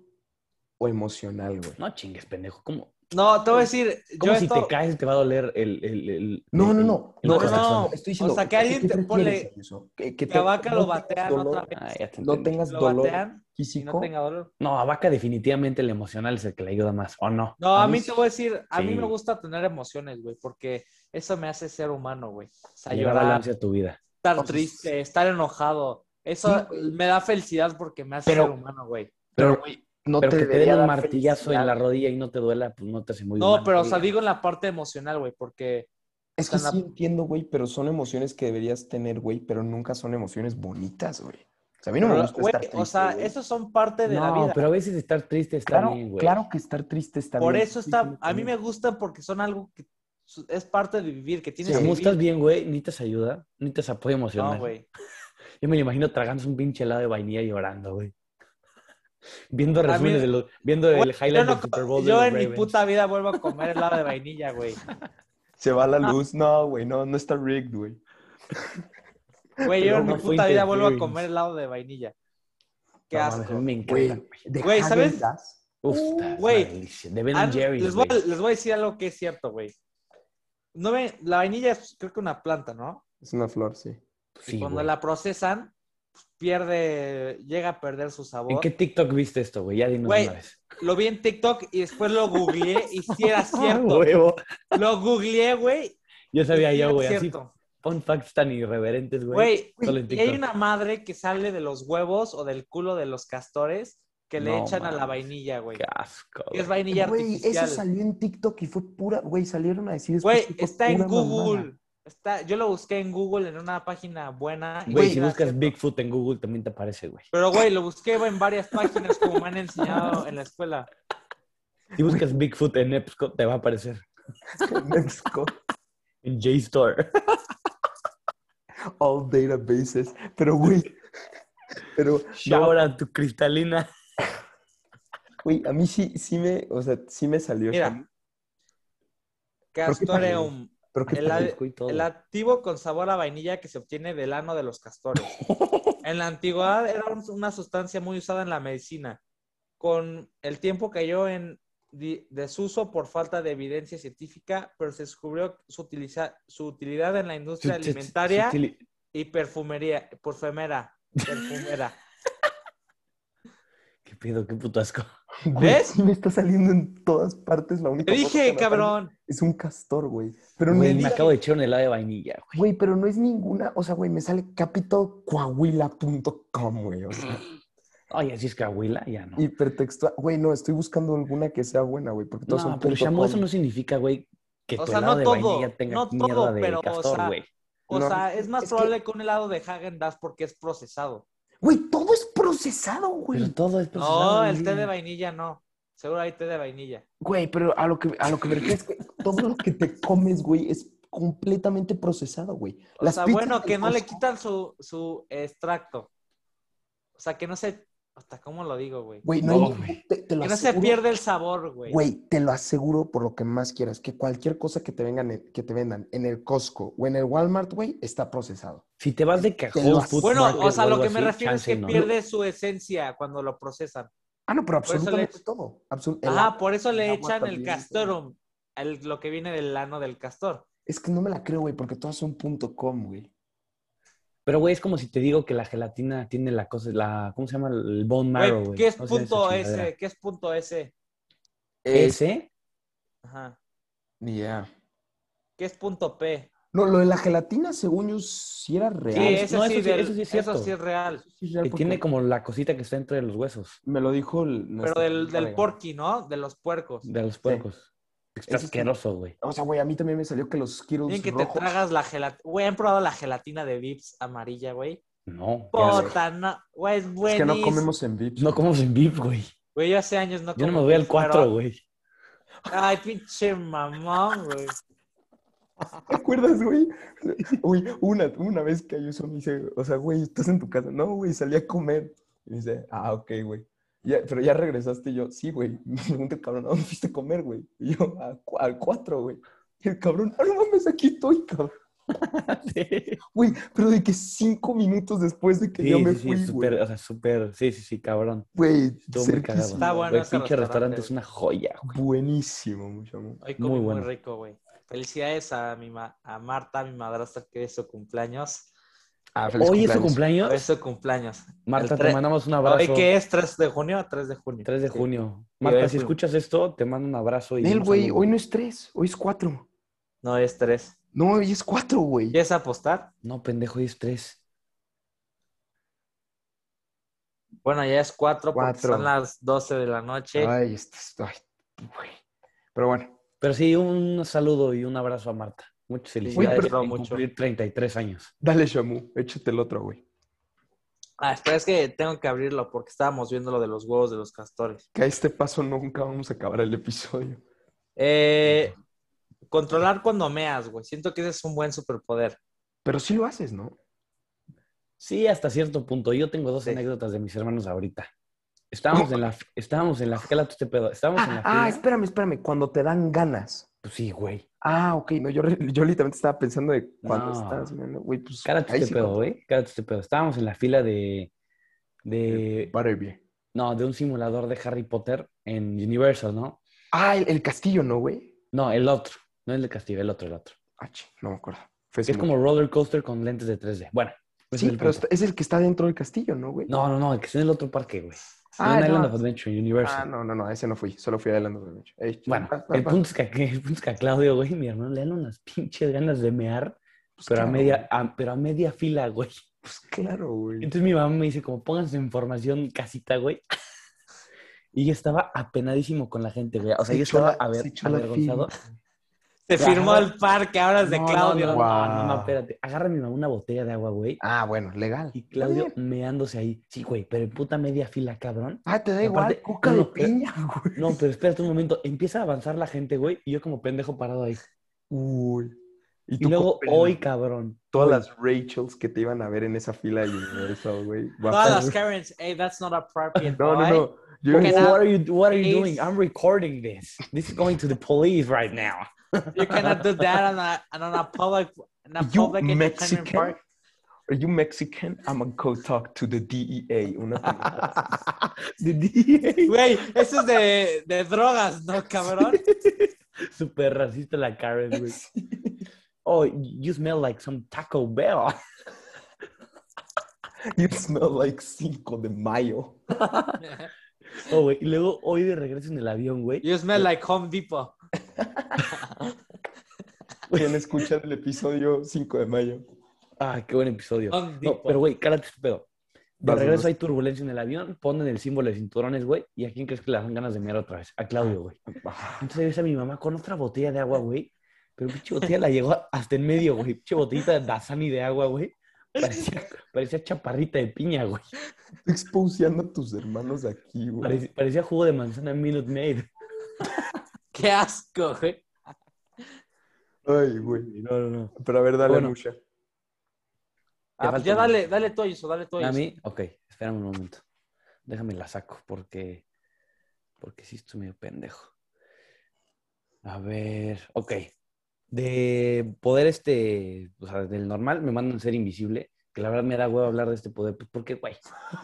[SPEAKER 1] o emocional, güey?
[SPEAKER 3] No chingues, pendejo. ¿Cómo,
[SPEAKER 2] No, te voy a decir, yo
[SPEAKER 3] cómo si
[SPEAKER 2] esto-
[SPEAKER 3] te caes te va a doler el. el, el-
[SPEAKER 1] No,
[SPEAKER 3] el-
[SPEAKER 1] no, no,
[SPEAKER 3] el
[SPEAKER 1] no,
[SPEAKER 2] no,
[SPEAKER 3] corazón?
[SPEAKER 2] no. o sea, que alguien
[SPEAKER 1] ¿qué
[SPEAKER 2] te
[SPEAKER 1] prefieres,
[SPEAKER 2] pone-
[SPEAKER 1] Ayuso? Que, que
[SPEAKER 2] que a Vaca
[SPEAKER 1] no
[SPEAKER 2] lo
[SPEAKER 1] tengas
[SPEAKER 2] batean
[SPEAKER 1] dolor-
[SPEAKER 2] otra vez.
[SPEAKER 3] Ah, ya te
[SPEAKER 1] No
[SPEAKER 3] entendí.
[SPEAKER 1] tengas
[SPEAKER 2] lo
[SPEAKER 1] dolor
[SPEAKER 2] batean y
[SPEAKER 1] físico.
[SPEAKER 2] no tenga dolor.
[SPEAKER 3] No, a Vaca definitivamente el emocional es el que le ayuda más, ¿o no?
[SPEAKER 2] No, a
[SPEAKER 1] mí
[SPEAKER 2] mí
[SPEAKER 1] sí.
[SPEAKER 2] te voy a decir, a mí
[SPEAKER 3] Sí.
[SPEAKER 2] me gusta tener emociones, güey, porque eso me hace ser humano, güey. O sea,
[SPEAKER 3] Llevar
[SPEAKER 2] llorar,
[SPEAKER 3] balance a tu vida.
[SPEAKER 2] estar
[SPEAKER 1] No, pues-
[SPEAKER 2] triste, estar enojado. Eso
[SPEAKER 1] Sí, güey.
[SPEAKER 2] me da felicidad porque me hace
[SPEAKER 1] Pero-
[SPEAKER 2] ser humano, güey.
[SPEAKER 1] Pero, güey, no
[SPEAKER 3] pero que te
[SPEAKER 1] debería
[SPEAKER 3] den un
[SPEAKER 1] dar
[SPEAKER 3] martillazo en la
[SPEAKER 1] felicidad.
[SPEAKER 3] rodilla y no te duela, pues no te hace muy
[SPEAKER 2] No,
[SPEAKER 3] humano.
[SPEAKER 2] pero o sea, digo en la parte emocional, güey, porque
[SPEAKER 1] Es que
[SPEAKER 2] tan la-
[SPEAKER 1] sí entiendo, güey, pero son emociones que deberías tener, güey, pero nunca son emociones bonitas, güey. O sea, a mí no me
[SPEAKER 2] pero,
[SPEAKER 1] gusta
[SPEAKER 2] güey,
[SPEAKER 1] estar triste,
[SPEAKER 2] o sea,
[SPEAKER 1] güey.
[SPEAKER 2] esos son parte de la
[SPEAKER 3] No,
[SPEAKER 2] vida.
[SPEAKER 3] pero a veces estar triste está
[SPEAKER 1] Claro,
[SPEAKER 3] bien, güey.
[SPEAKER 1] claro que estar triste está
[SPEAKER 2] Por
[SPEAKER 1] bien.
[SPEAKER 2] eso
[SPEAKER 1] sí,
[SPEAKER 2] está,
[SPEAKER 1] tiene que
[SPEAKER 2] a mí
[SPEAKER 1] ver.
[SPEAKER 2] me gustan porque son algo que su- es parte de vivir, que tienes
[SPEAKER 1] Sí.
[SPEAKER 2] que
[SPEAKER 3] Como estás
[SPEAKER 2] vivir.
[SPEAKER 3] bien, güey, necesitas ayuda, necesitas apoyo emocional.
[SPEAKER 2] No, güey.
[SPEAKER 3] Yo me lo imagino tragándose un pinche helado de vainilla y llorando, güey. Viendo
[SPEAKER 2] mí-
[SPEAKER 3] resúmenes de los, viendo
[SPEAKER 2] Güey,
[SPEAKER 3] el
[SPEAKER 2] Yo,
[SPEAKER 3] highlight
[SPEAKER 2] no
[SPEAKER 3] del
[SPEAKER 2] co-
[SPEAKER 3] Super Bowl de
[SPEAKER 2] yo
[SPEAKER 3] los
[SPEAKER 2] en mi
[SPEAKER 3] Ravens.
[SPEAKER 2] puta vida vuelvo a comer helado de vainilla, güey.
[SPEAKER 1] Se va la luz. No, güey, no, no está rigged, güey.
[SPEAKER 2] Güey, yo en mi
[SPEAKER 3] Broma, fue
[SPEAKER 2] puta vida
[SPEAKER 3] intenso,
[SPEAKER 2] vuelvo a
[SPEAKER 3] güey.
[SPEAKER 2] comer helado de vainilla. Qué
[SPEAKER 3] No, mames,
[SPEAKER 2] asco.
[SPEAKER 3] a mí me encanta.
[SPEAKER 1] Güey, de
[SPEAKER 2] Güey,
[SPEAKER 1] Häagen-Dazs,
[SPEAKER 2] ¿sabes?
[SPEAKER 3] Uf,
[SPEAKER 2] Uh,
[SPEAKER 3] está- es
[SPEAKER 2] güey.
[SPEAKER 3] una delicia. De Ben
[SPEAKER 2] Ah,
[SPEAKER 3] Jerry's,
[SPEAKER 2] les, voy,
[SPEAKER 3] güey.
[SPEAKER 2] les voy a decir algo que es cierto, güey. No ven, la vainilla es creo que una planta, ¿no?
[SPEAKER 1] Es una flor, sí.
[SPEAKER 3] Sí,
[SPEAKER 2] Cuando
[SPEAKER 3] güey.
[SPEAKER 2] la procesan, pues, pierde, llega a perder su sabor.
[SPEAKER 3] ¿En qué TikTok viste esto, güey? Ya dinos
[SPEAKER 2] Güey,
[SPEAKER 3] una vez.
[SPEAKER 2] Lo vi en TikTok y después lo googleé y sí era
[SPEAKER 3] Ah,
[SPEAKER 2] cierto.
[SPEAKER 3] huevo.
[SPEAKER 2] lo googleé, güey.
[SPEAKER 3] Yo
[SPEAKER 2] y
[SPEAKER 3] sabía
[SPEAKER 2] sí
[SPEAKER 3] yo,
[SPEAKER 2] era
[SPEAKER 3] güey. Así,
[SPEAKER 2] cierto.
[SPEAKER 3] fun facts tan irreverentes, güey.
[SPEAKER 2] Güey,
[SPEAKER 3] solo en
[SPEAKER 2] y hay
[SPEAKER 3] TikTok.
[SPEAKER 2] una madre que sale de los huevos o del culo de los castores que le
[SPEAKER 3] No
[SPEAKER 2] echan a la
[SPEAKER 3] mames.
[SPEAKER 2] vainilla, güey.
[SPEAKER 3] Qué asco,
[SPEAKER 2] Es
[SPEAKER 3] güey.
[SPEAKER 2] vainilla
[SPEAKER 1] Güey, eso
[SPEAKER 2] artificial.
[SPEAKER 1] salió en TikTok y fue pura, güey, salieron a decir después
[SPEAKER 2] Güey,
[SPEAKER 1] que fue
[SPEAKER 2] está en
[SPEAKER 1] pura mamada.
[SPEAKER 2] Google. Está, yo lo busqué en Google en una página buena. y
[SPEAKER 3] Güey,
[SPEAKER 2] sí
[SPEAKER 3] si
[SPEAKER 2] era
[SPEAKER 3] buscas
[SPEAKER 2] cierto.
[SPEAKER 3] Bigfoot en Google también te aparece, güey.
[SPEAKER 2] Pero, güey, lo busqué en varias páginas como me han enseñado en la escuela.
[SPEAKER 3] Si buscas Bigfoot en Epcot, te va a aparecer.
[SPEAKER 1] Mexico,
[SPEAKER 3] En JSTOR.
[SPEAKER 1] all databases. Pero, güey, pero,
[SPEAKER 3] Shout out to Cristalina.
[SPEAKER 1] güey, a mí sí, sí me, o sea, sí me salió.
[SPEAKER 2] Mira.
[SPEAKER 1] Shami.
[SPEAKER 2] Castoreum.
[SPEAKER 1] pero qué
[SPEAKER 2] El,
[SPEAKER 1] tal?
[SPEAKER 2] ad- el activo con sabor a vainilla que se obtiene del ano de los castores. En la antigüedad era un- una sustancia muy usada en la medicina. Con el tiempo cayó en di- desuso por falta de evidencia científica, pero se descubrió su, utiliza- su utilidad en la industria alimentaria y perfumería, perfumera, perfumera.
[SPEAKER 3] ¿Qué pedo? ¿Qué puto asco?
[SPEAKER 1] Güey,
[SPEAKER 2] ¿Ves?
[SPEAKER 1] sí me está saliendo en todas partes la única.
[SPEAKER 2] Te
[SPEAKER 1] foto que
[SPEAKER 2] dije,
[SPEAKER 1] me
[SPEAKER 2] cabrón.
[SPEAKER 1] aparece Es un castor, güey. Pero no
[SPEAKER 3] Güey,
[SPEAKER 1] es
[SPEAKER 3] me
[SPEAKER 1] ni-
[SPEAKER 3] acabo de echar un helado de vainilla, güey.
[SPEAKER 1] Güey, pero no es ninguna, o sea, güey, me sale capitolcoahuila.com, güey, o sea,
[SPEAKER 3] Ay, así es Cahuila, ya no.
[SPEAKER 1] hipertextual. Güey, no, estoy buscando alguna que sea buena, güey, porque todas
[SPEAKER 3] No,
[SPEAKER 1] son
[SPEAKER 3] pero
[SPEAKER 1] punto
[SPEAKER 3] Shamu,
[SPEAKER 1] com.
[SPEAKER 3] eso no significa, güey, que
[SPEAKER 2] O
[SPEAKER 3] tu
[SPEAKER 2] sea,
[SPEAKER 3] helado
[SPEAKER 2] no
[SPEAKER 3] de
[SPEAKER 2] todo,
[SPEAKER 3] vainilla tenga
[SPEAKER 2] no
[SPEAKER 3] mierda
[SPEAKER 2] todo,
[SPEAKER 3] de
[SPEAKER 2] pero, o sea,
[SPEAKER 3] castor, güey.
[SPEAKER 2] O
[SPEAKER 1] No,
[SPEAKER 2] sea, es más
[SPEAKER 1] es que-
[SPEAKER 2] probable que... un helado de Hagen Dazs porque es procesado.
[SPEAKER 1] Güey, todo es procesado,
[SPEAKER 3] Pero
[SPEAKER 1] güey.
[SPEAKER 3] todo es
[SPEAKER 2] No,
[SPEAKER 3] procesado,
[SPEAKER 2] el té de
[SPEAKER 3] güey.
[SPEAKER 2] vainilla no. Seguro hay té de vainilla.
[SPEAKER 1] Güey, pero a lo que a lo que me refiero es que todo lo que te comes, güey, es completamente procesado, güey.
[SPEAKER 2] O sea,
[SPEAKER 1] pizzas
[SPEAKER 2] bueno,
[SPEAKER 1] del
[SPEAKER 2] que no le
[SPEAKER 1] Costco-
[SPEAKER 2] quitan su, su extracto. O sea, que no se... Hasta cómo lo digo, güey.
[SPEAKER 1] Güey, no,
[SPEAKER 3] No,
[SPEAKER 1] hay-
[SPEAKER 3] güey.
[SPEAKER 1] Te, te lo
[SPEAKER 2] Que no se
[SPEAKER 1] aseguro,
[SPEAKER 2] pierde el sabor, güey.
[SPEAKER 1] Güey, te lo aseguro por lo que más quieras, que cualquier cosa que te vengan en- que te vendan en el Costco o en el Walmart, güey, está procesado.
[SPEAKER 3] Si te vas de
[SPEAKER 1] Te lo
[SPEAKER 3] cajón,
[SPEAKER 1] aseguro.
[SPEAKER 2] Bueno,
[SPEAKER 1] Market
[SPEAKER 2] o sea, lo que me refiero es que pierde su esencia cuando lo procesan.
[SPEAKER 1] Ah, no, pero
[SPEAKER 2] Por eso le
[SPEAKER 1] absolutamente
[SPEAKER 2] echan-
[SPEAKER 1] todo. Absol- el
[SPEAKER 2] Ah,
[SPEAKER 1] agua-
[SPEAKER 2] por eso
[SPEAKER 1] el
[SPEAKER 2] le
[SPEAKER 1] agua
[SPEAKER 2] echan el
[SPEAKER 1] también,
[SPEAKER 2] castorum, el- lo que viene del ano del castor.
[SPEAKER 1] Es que no me la creo, güey, porque todas son punto .com, güey.
[SPEAKER 3] Pero, güey, es como si te digo que la gelatina tiene la cosa, la, ¿cómo se llama? El bone marrow,
[SPEAKER 2] Güey,
[SPEAKER 3] güey.
[SPEAKER 2] ¿qué es
[SPEAKER 3] No sé, esa
[SPEAKER 2] punto
[SPEAKER 3] chingadera.
[SPEAKER 2] S? ¿Qué es punto S? Eh,
[SPEAKER 3] ¿Ese?
[SPEAKER 2] Ajá.
[SPEAKER 1] Ni idea.
[SPEAKER 2] ¿Qué es punto P?
[SPEAKER 1] No, lo de la gelatina, según yo, sí era real.
[SPEAKER 2] Sí,
[SPEAKER 3] Ah,
[SPEAKER 2] ese
[SPEAKER 3] no,
[SPEAKER 2] sí,
[SPEAKER 3] eso sí-
[SPEAKER 2] del-
[SPEAKER 3] eso sí es
[SPEAKER 2] eso
[SPEAKER 3] cierto.
[SPEAKER 2] sí es real.
[SPEAKER 1] Sí, es real
[SPEAKER 3] Que
[SPEAKER 1] porque
[SPEAKER 3] tiene como la cosita que está entre los huesos
[SPEAKER 1] Me lo dijo el-
[SPEAKER 2] Pero
[SPEAKER 1] nuestra
[SPEAKER 2] del,
[SPEAKER 1] amiga
[SPEAKER 2] del
[SPEAKER 1] vegana.
[SPEAKER 2] porky, ¿no? De los puercos.
[SPEAKER 3] de los puercos. Está
[SPEAKER 1] Eso sí.
[SPEAKER 3] asqueroso, güey.
[SPEAKER 1] O sea, güey, a mí también me salió que los Skittles
[SPEAKER 2] Bien que
[SPEAKER 1] rojos...
[SPEAKER 2] te tragas la gelatina. Güey, han probado la gelatina de Vips amarilla, güey.
[SPEAKER 3] No. qué asco.
[SPEAKER 2] Puta, no. Güey, es
[SPEAKER 1] Es que
[SPEAKER 2] buenísimo.
[SPEAKER 1] no comemos en Vips.
[SPEAKER 3] No comemos en VIP, güey.
[SPEAKER 2] Güey, yo hace años no
[SPEAKER 3] Yo no me
[SPEAKER 2] como
[SPEAKER 3] voy al
[SPEAKER 2] Vips,
[SPEAKER 3] 4,
[SPEAKER 2] pero-
[SPEAKER 3] güey.
[SPEAKER 2] Ay, pinche mamón, güey.
[SPEAKER 1] ¿Te acuerdas, güey? Güey, una, una vez que Ayuso me dice, o sea, güey, estás en tu casa. No, güey, salí a comer. Y me dice, ah, ok, güey. Ya, pero ya regresaste y yo, sí, güey. Me pregunta el cabrón, ¿a dónde fuiste a comer, güey? Y yo, "A cu- al cuatro, güey. Y el cabrón, ah, no mames, aquí estoy, cabrón. Güey, pero de que cinco minutos después de que
[SPEAKER 3] Sí,
[SPEAKER 1] yo me
[SPEAKER 3] sí, sí,
[SPEAKER 1] fui, güey.
[SPEAKER 3] súper, o sea, súper, sí, sí, sí, cabrón.
[SPEAKER 1] Güey,
[SPEAKER 3] Estuvo muy cagado.
[SPEAKER 1] cerquísimo.
[SPEAKER 2] Está bueno
[SPEAKER 3] Güey,
[SPEAKER 2] ese
[SPEAKER 3] pinche restaurante
[SPEAKER 2] restaurante,
[SPEAKER 3] es una joya.
[SPEAKER 1] Buenísimo, mucho amor.
[SPEAKER 2] Hoy
[SPEAKER 3] Muy
[SPEAKER 2] comí muy,
[SPEAKER 3] bueno.
[SPEAKER 2] rico, güey. Felicidades a, mi ma- a Marta, mi madrastra, que es su cumpleaños.
[SPEAKER 1] Ah, feliz
[SPEAKER 3] Hoy
[SPEAKER 2] Hoy es
[SPEAKER 3] es su Ah, cumpleaños.
[SPEAKER 2] su cumpleaños.
[SPEAKER 3] Marta,
[SPEAKER 2] El
[SPEAKER 3] te
[SPEAKER 2] tre-
[SPEAKER 3] mandamos un
[SPEAKER 2] Hoy
[SPEAKER 3] abrazo.
[SPEAKER 2] que es 3 de junio, 3 de junio.
[SPEAKER 3] 3 de
[SPEAKER 2] Sí.
[SPEAKER 3] junio.
[SPEAKER 2] Y
[SPEAKER 3] Marta,
[SPEAKER 2] hoy
[SPEAKER 3] si
[SPEAKER 2] fue-
[SPEAKER 3] escuchas esto, te mando un abrazo. y
[SPEAKER 1] Nel,
[SPEAKER 3] un
[SPEAKER 1] güey,
[SPEAKER 3] saludo.
[SPEAKER 1] hoy no es tres, hoy es cuatro.
[SPEAKER 2] No, es 3.
[SPEAKER 1] No, hoy es cuatro, güey.
[SPEAKER 2] ¿Quieres apostar?
[SPEAKER 3] No, pendejo, hoy es 3.
[SPEAKER 2] Bueno, ya es 4 porque
[SPEAKER 1] Cuatro.
[SPEAKER 2] son las 12 de la noche.
[SPEAKER 1] Ay, estás, ay, güey. Pero bueno,
[SPEAKER 3] Pero sí, un saludo y un abrazo a Marta. Muchas felicidades
[SPEAKER 2] pero-
[SPEAKER 3] por cumplir 33 años.
[SPEAKER 1] dale, Shamu, échate el otro, güey.
[SPEAKER 2] Ah, espera, es que tengo que abrirlo porque estábamos viendo lo de los huevos de los castores.
[SPEAKER 1] Que a este paso nunca vamos a acabar el episodio.
[SPEAKER 2] Eh, controlar cuando meas, güey. Siento que ese es un buen superpoder.
[SPEAKER 1] Pero sí lo haces, ¿no?
[SPEAKER 3] Sí, hasta cierto punto. Yo tengo dos
[SPEAKER 2] Sí.
[SPEAKER 3] anécdotas de mis hermanos ahorita. Estábamos en la, estábamos en la, ¿qué lata este pedo? Estábamos en la
[SPEAKER 1] Ah, ah,
[SPEAKER 3] fila.
[SPEAKER 1] espérame, espérame. Cuando te dan ganas.
[SPEAKER 3] Pues sí, güey.
[SPEAKER 1] Ah, ok. No, yo, re- yo literalmente estaba pensando de cuando
[SPEAKER 3] No.
[SPEAKER 1] estás viendo. Güey, pues.
[SPEAKER 3] Cárate
[SPEAKER 1] ahí
[SPEAKER 3] este
[SPEAKER 1] sí
[SPEAKER 3] pedo,
[SPEAKER 1] cuenta.
[SPEAKER 3] güey. Cárate este pedo. Estábamos en la fila de. de
[SPEAKER 1] Butterbeer.
[SPEAKER 3] no, de un simulador de Harry Potter en Universal, ¿no?
[SPEAKER 1] Ah, el, el castillo, ¿no, güey?
[SPEAKER 3] No, el otro. No el de Castillo, el otro, el otro.
[SPEAKER 1] Ah, ching, no me acuerdo. Fue
[SPEAKER 3] Que es
[SPEAKER 1] hace
[SPEAKER 3] como roller coaster con lentes de 3D. Bueno, ese
[SPEAKER 1] Sí,
[SPEAKER 3] es el
[SPEAKER 1] pero
[SPEAKER 3] punto.
[SPEAKER 1] está- es el que está dentro del castillo, ¿no, güey?
[SPEAKER 3] No, no, no, el que está en el otro parque, güey.
[SPEAKER 1] Ah,
[SPEAKER 3] en
[SPEAKER 1] no.
[SPEAKER 3] Island of Adventure, Universal.
[SPEAKER 1] Ah, no, no, no, a ese no fui. Solo fui a Island of Adventure. Ey,
[SPEAKER 3] Bueno,
[SPEAKER 1] va, va,
[SPEAKER 3] el
[SPEAKER 1] va.
[SPEAKER 3] punto, es que, a- el punto es que a Claudio, güey, mi hermano, le dan unas pinches ganas de mear,
[SPEAKER 1] Pues
[SPEAKER 3] pero,
[SPEAKER 1] claro,
[SPEAKER 3] a media, a- pero a media fila, güey.
[SPEAKER 1] Pues claro, güey.
[SPEAKER 3] Entonces mi mamá me dice, como pónganse en formación casita, güey. Y yo estaba apenadísimo con la gente, güey. O sea,
[SPEAKER 1] Se
[SPEAKER 3] yo
[SPEAKER 1] echó
[SPEAKER 3] estaba
[SPEAKER 1] la-
[SPEAKER 3] a ver,
[SPEAKER 1] se echó la
[SPEAKER 3] avergonzado.
[SPEAKER 2] Se
[SPEAKER 3] Claro.
[SPEAKER 2] firmó el parque, ahora es de
[SPEAKER 3] No, no,
[SPEAKER 2] Claudio.
[SPEAKER 3] No, no, no, no,
[SPEAKER 1] Wow.
[SPEAKER 3] espérate. Agarra mi mamá una botella de agua, güey.
[SPEAKER 1] Ah, bueno, legal.
[SPEAKER 3] Y Claudio
[SPEAKER 1] Está bien.
[SPEAKER 3] meándose ahí. Sí, güey, pero en puta media fila, cabrón.
[SPEAKER 1] Ah, te da
[SPEAKER 3] Y
[SPEAKER 1] igual.
[SPEAKER 3] aparte-
[SPEAKER 1] Coca
[SPEAKER 3] no,
[SPEAKER 1] de
[SPEAKER 3] no, pero-
[SPEAKER 1] piña, güey.
[SPEAKER 3] No, pero espérate un momento. Empieza a avanzar la gente, güey. Y yo como pendejo parado ahí.
[SPEAKER 1] Uy.
[SPEAKER 3] Y
[SPEAKER 1] tú
[SPEAKER 3] luego
[SPEAKER 1] con-
[SPEAKER 3] hoy, cabrón.
[SPEAKER 1] Todas las Rachels que te iban a ver en esa fila de Universal, güey.
[SPEAKER 2] Todas las Karens, hey, that's not appropriate,
[SPEAKER 1] No, no,
[SPEAKER 2] boy.
[SPEAKER 1] no. Yo,
[SPEAKER 2] Porque
[SPEAKER 3] What
[SPEAKER 2] nada-
[SPEAKER 3] are you What are you
[SPEAKER 2] Please.
[SPEAKER 3] doing? I'm recording this. This is going to the police right now.
[SPEAKER 2] You cannot do that on a, on a public, on a
[SPEAKER 1] you
[SPEAKER 2] public entertainment
[SPEAKER 1] Mexican?
[SPEAKER 2] park.
[SPEAKER 1] Are you Mexican? I'm gonna go talk to the DEA. Una pendejada.
[SPEAKER 3] The DA.
[SPEAKER 2] Güey, eso es de, de drogas, ¿no, cabrón?
[SPEAKER 3] Super racista la Karen, güey. Oh, you smell like some Taco Bell.
[SPEAKER 1] you smell like Cinco de Mayo.
[SPEAKER 3] Oh, güey. Y luego hoy de regreso en el avión, güey.
[SPEAKER 2] You smell like Home Depot.
[SPEAKER 1] ¿Quién escucha el episodio 5 de mayo?
[SPEAKER 3] Ah, qué buen episodio.
[SPEAKER 2] Home
[SPEAKER 3] No,
[SPEAKER 2] Depot.
[SPEAKER 3] pero güey, cárate este pedo. De
[SPEAKER 1] pues. Vas,
[SPEAKER 3] regreso
[SPEAKER 1] vas.
[SPEAKER 3] hay turbulencia en el avión, ponen el símbolo de cinturones, güey. ¿Y a quién crees que le dan ganas de mirar otra vez? A
[SPEAKER 1] Ah.
[SPEAKER 3] Claudio, güey. Entonces ahí ves a mi mamá con otra botella de agua, güey. Pero pinche botella la llegó hasta en medio, güey. Pinche botellita de Dasani de agua, güey. Parecía, parecía chaparrita de piña, güey.
[SPEAKER 1] Exposeando a tus hermanos aquí, güey.
[SPEAKER 3] Parec- parecía jugo de manzana Minute Maid.
[SPEAKER 2] Qué asco, güey.
[SPEAKER 1] Ay, güey.
[SPEAKER 3] No, no, no.
[SPEAKER 1] Pero a ver, dale,
[SPEAKER 3] Bueno.
[SPEAKER 1] Musha.
[SPEAKER 2] Ah, pues
[SPEAKER 3] falta
[SPEAKER 2] ya
[SPEAKER 3] uno.
[SPEAKER 2] dale, dale tú, Ayuso, dale tú,
[SPEAKER 3] ¿A
[SPEAKER 2] Ayuso.
[SPEAKER 3] mí? Ok, espérame un momento. Déjame la saco porque. Porque sí estoy medio pendejo. A ver, ok. De poder este, o sea, del normal me mandan ser invisible, que la verdad me da huevo hablar de este poder, pues porque, güey,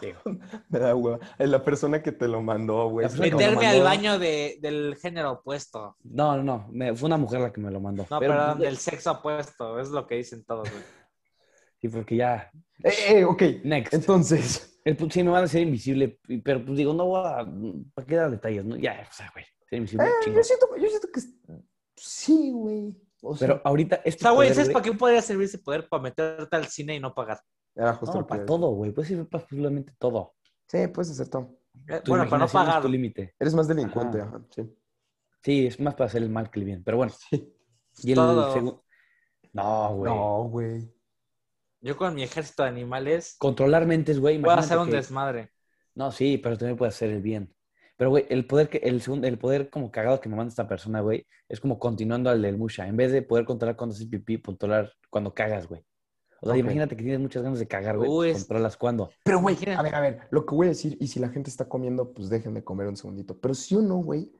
[SPEAKER 3] digo,
[SPEAKER 1] Me da hueva. Es la persona que te lo mandó, güey.
[SPEAKER 3] La
[SPEAKER 1] Es
[SPEAKER 3] persona que
[SPEAKER 1] como-
[SPEAKER 3] me lo
[SPEAKER 2] Meterme
[SPEAKER 3] mandó.
[SPEAKER 2] al baño de, del género opuesto.
[SPEAKER 3] no, no, no, me- fue una mujer la que me lo mandó.
[SPEAKER 2] No,
[SPEAKER 3] pero,
[SPEAKER 2] perdón,
[SPEAKER 3] pues,
[SPEAKER 2] del sexo opuesto. Es lo que dicen todos, güey.
[SPEAKER 3] Sí, porque ya,
[SPEAKER 1] Eh, eh, ok.
[SPEAKER 3] next.
[SPEAKER 1] Entonces,
[SPEAKER 3] El pu- sí, me van a ser invisible, y- pero pues digo, no voy a, ¿para qué dar detalles? No? Ya, o sea, güey, ser invisible,
[SPEAKER 1] eh,
[SPEAKER 3] chingón.
[SPEAKER 1] yo, siento, yo siento que sí, güey. O sea,
[SPEAKER 3] Pero ahorita,
[SPEAKER 2] O
[SPEAKER 3] este
[SPEAKER 2] sea, güey,
[SPEAKER 3] poder,
[SPEAKER 2] ¿sabes
[SPEAKER 3] güey,
[SPEAKER 2] para qué podría servir ese poder? Para meterte al cine y no pagar.
[SPEAKER 1] era justo
[SPEAKER 3] No,
[SPEAKER 1] lo que
[SPEAKER 2] pues.
[SPEAKER 3] pues, para
[SPEAKER 1] iba a
[SPEAKER 3] todo, güey. Puede servir para absolutamente todo.
[SPEAKER 1] decir. Sí, puedes hacer todo.
[SPEAKER 2] Eh,
[SPEAKER 3] Tu
[SPEAKER 2] Bueno, para no
[SPEAKER 3] imaginación es
[SPEAKER 2] pagar.
[SPEAKER 3] tu límite.
[SPEAKER 1] Eres más delincuente, ajá, sí.
[SPEAKER 3] Sí, es más para hacer el mal que el bien. Pero bueno. Y el
[SPEAKER 2] Todo.
[SPEAKER 3] segundo. No, güey.
[SPEAKER 1] No, güey.
[SPEAKER 2] Yo con mi ejército de animales
[SPEAKER 3] Controlar mentes, güey.
[SPEAKER 2] voy a
[SPEAKER 3] imagínate
[SPEAKER 2] hacer un
[SPEAKER 3] que-
[SPEAKER 2] desmadre.
[SPEAKER 3] No, sí, pero también puede hacer el bien. Pero, güey, el poder que, el segundo, el poder como cagado que me manda esta persona, güey, es como continuando al del Musha. En vez de poder controlar cuando haces pipí, controlar cuando cagas, güey. O sea,
[SPEAKER 1] Ok.
[SPEAKER 3] imagínate que tienes muchas ganas de cagar, güey.
[SPEAKER 2] Uy,
[SPEAKER 3] pues
[SPEAKER 2] es-
[SPEAKER 3] Controlas cuando.
[SPEAKER 1] Pero, güey,
[SPEAKER 2] Imagina-
[SPEAKER 1] a ver, a ver, lo que voy a decir, y si la gente está comiendo, pues dejen de comer un segundito. Pero sí o no, güey,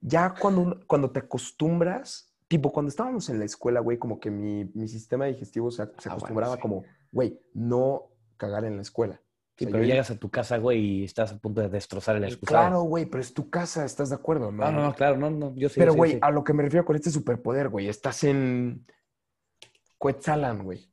[SPEAKER 1] ya cuando, uno- cuando te acostumbras, tipo cuando estábamos en la escuela, güey, como que mi, mi sistema digestivo se, ac- se
[SPEAKER 3] Ah, bueno,
[SPEAKER 1] acostumbraba
[SPEAKER 3] sí.
[SPEAKER 1] como, güey, no cagar en la escuela.
[SPEAKER 3] Sí,
[SPEAKER 1] O sea,
[SPEAKER 3] pero
[SPEAKER 1] yo-
[SPEAKER 3] llegas a tu casa, güey, y estás a punto de destrozar el excusado.
[SPEAKER 1] Claro, güey, pero es tu casa, ¿estás de acuerdo?
[SPEAKER 3] Ah, No, no, no, claro, no, no, yo sé. yo
[SPEAKER 1] Pero,
[SPEAKER 3] sé, yo
[SPEAKER 1] güey,
[SPEAKER 3] sé.
[SPEAKER 1] a lo que me refiero con este superpoder, güey, estás en Coetzalan, güey.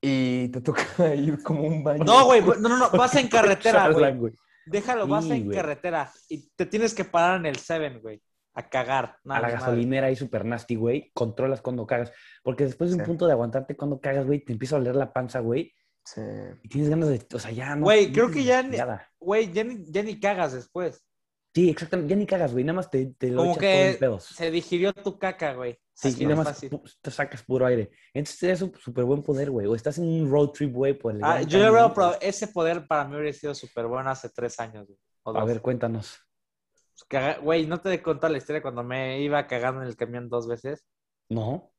[SPEAKER 1] Y te toca ir como un baño.
[SPEAKER 2] No, güey, no, no, no, vas en carretera,
[SPEAKER 3] Charlan,
[SPEAKER 2] güey. Déjalo, vas
[SPEAKER 3] Sí,
[SPEAKER 2] en
[SPEAKER 3] güey.
[SPEAKER 2] carretera y te tienes que parar en el Seven, güey, a cagar. No,
[SPEAKER 3] a la
[SPEAKER 2] madre.
[SPEAKER 3] gasolinera ahí super nasty, güey. Controlas cuando cagas. Porque después de un
[SPEAKER 1] Sí.
[SPEAKER 3] punto de aguantarte cuando cagas, güey, te empieza a oler la panza, güey.
[SPEAKER 1] Sí.
[SPEAKER 3] Y tienes ganas de. O sea, ya no.
[SPEAKER 2] Güey,
[SPEAKER 3] no
[SPEAKER 2] creo
[SPEAKER 3] tienes
[SPEAKER 2] que ya ni-
[SPEAKER 3] nada.
[SPEAKER 2] Güey, ya ni, ya ni cagas después.
[SPEAKER 3] Sí, exactamente. Ya ni cagas, güey. Nada más te, te lo
[SPEAKER 2] Como
[SPEAKER 3] echas
[SPEAKER 2] que
[SPEAKER 3] todo en pedos.
[SPEAKER 2] Se digirió tu caca, güey.
[SPEAKER 3] Sí,
[SPEAKER 2] Así
[SPEAKER 3] y
[SPEAKER 2] de
[SPEAKER 3] nada más
[SPEAKER 2] fácil.
[SPEAKER 3] pu- te sacas puro aire. Entonces es un súper buen poder, güey. O estás en un road trip, güey, por el.
[SPEAKER 2] Ah,
[SPEAKER 3] gran
[SPEAKER 2] yo lo veo,
[SPEAKER 3] cañón,
[SPEAKER 2] pero
[SPEAKER 3] güey.
[SPEAKER 2] ese poder para mí hubiera sido súper bueno hace tres años, güey. O
[SPEAKER 3] pues. A
[SPEAKER 2] dos. Pues,
[SPEAKER 3] ver, cuéntanos.
[SPEAKER 2] Caga- Güey, no te he contado la historia cuando me iba cagando en el camión dos veces.
[SPEAKER 3] No.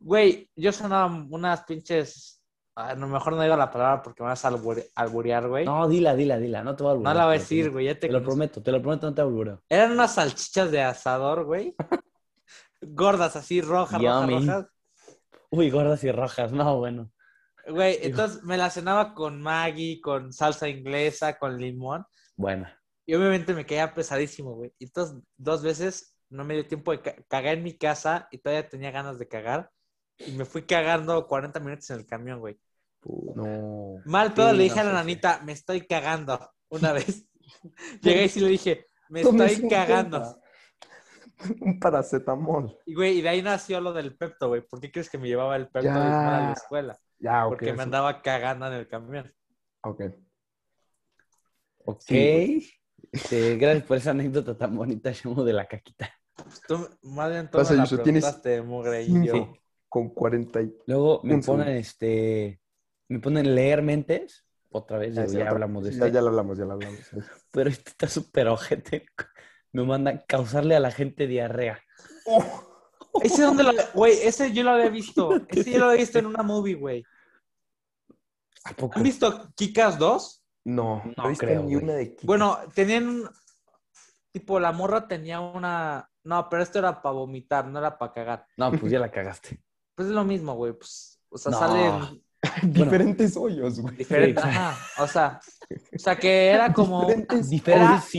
[SPEAKER 2] Güey, yo sonaba unas pinches. A lo mejor no digo la palabra porque me vas a albure- alburear, güey. No,
[SPEAKER 3] No, dila, dila, dila. No te voy a alburear.
[SPEAKER 2] la voy a
[SPEAKER 3] te lo
[SPEAKER 2] decir,
[SPEAKER 3] prometo.
[SPEAKER 2] güey. Ya te
[SPEAKER 3] Te lo
[SPEAKER 2] conozco.
[SPEAKER 3] prometo, te lo prometo, no te albureo.
[SPEAKER 2] Eran unas salchichas de asador, güey. gordas así, rojas, rojas,
[SPEAKER 3] Yummy.
[SPEAKER 2] rojas.
[SPEAKER 3] Uy, gordas y rojas. No, bueno.
[SPEAKER 2] Güey,
[SPEAKER 3] Digo.
[SPEAKER 2] entonces me la cenaba con Maggie, con salsa inglesa, con limón.
[SPEAKER 3] Buena.
[SPEAKER 2] Y obviamente me quedaba pesadísimo, güey. Y Entonces, dos veces no me dio tiempo de ca- cagar en mi casa y todavía tenía ganas de cagar. Y me fui cagando 40 minutos en el camión, güey.
[SPEAKER 1] No.
[SPEAKER 2] Mal pedo
[SPEAKER 3] Sí,
[SPEAKER 2] le dije
[SPEAKER 3] no
[SPEAKER 2] a la
[SPEAKER 3] sé, sí.
[SPEAKER 2] nanita, me estoy cagando una vez. Llegué y sí le dije, me estoy cagando.
[SPEAKER 1] Un paracetamol.
[SPEAKER 2] Y güey, y de ahí nació lo del Pepto, güey. ¿Por qué crees que me llevaba el Pepto
[SPEAKER 1] Ya.
[SPEAKER 2] a la escuela?
[SPEAKER 3] Ah,
[SPEAKER 1] Ya, ok.
[SPEAKER 2] Porque me
[SPEAKER 1] eso-
[SPEAKER 2] andaba cagando en el camión.
[SPEAKER 1] Ok.
[SPEAKER 3] Ok.
[SPEAKER 1] Sí, güey.
[SPEAKER 3] Este, gracias por esa anécdota tan bonita, Shamo, de la caquita.
[SPEAKER 2] Pues Tú, madre en
[SPEAKER 1] Vas a
[SPEAKER 2] la
[SPEAKER 1] Yusuf, tienes
[SPEAKER 2] preguntaste, mugre, y
[SPEAKER 1] Cinco
[SPEAKER 2] yo.
[SPEAKER 1] Con 40 y...
[SPEAKER 3] Luego me
[SPEAKER 1] Un segundo.
[SPEAKER 3] ponen este. Me ponen leer mentes. Otra
[SPEAKER 2] Ah,
[SPEAKER 3] vez, digo,
[SPEAKER 1] sí,
[SPEAKER 3] ya
[SPEAKER 1] otra-
[SPEAKER 3] hablamos de
[SPEAKER 1] sí,
[SPEAKER 3] esto.
[SPEAKER 1] ya, ya lo hablamos, ya lo hablamos. sí.
[SPEAKER 3] Pero este está súper ojete. Me mandan causarle a la gente diarrea.
[SPEAKER 2] Ese donde lo. Güey, ese yo lo había visto. Ese yo lo había visto en una movie, güey.
[SPEAKER 3] ¿A poco?
[SPEAKER 2] ¿Han visto Kikas 2?
[SPEAKER 1] No, no,
[SPEAKER 3] No
[SPEAKER 1] he visto
[SPEAKER 3] creo,
[SPEAKER 1] ni
[SPEAKER 3] güey.
[SPEAKER 1] una de Kika.
[SPEAKER 2] Bueno, tenían. un- Tipo, la morra tenía una. No, pero esto era para vomitar, no era para cagar.
[SPEAKER 3] No, pues ya la cagaste.
[SPEAKER 2] Pues es lo mismo, güey. Pues, o sea,
[SPEAKER 3] No.
[SPEAKER 2] salen
[SPEAKER 1] diferentes hoyos, güey.
[SPEAKER 2] diferentes.
[SPEAKER 3] Sí,
[SPEAKER 2] ajá, o sea. O sea, que era como.
[SPEAKER 1] Diferentes
[SPEAKER 3] Ah,
[SPEAKER 2] Ah, Era-
[SPEAKER 3] Diferentes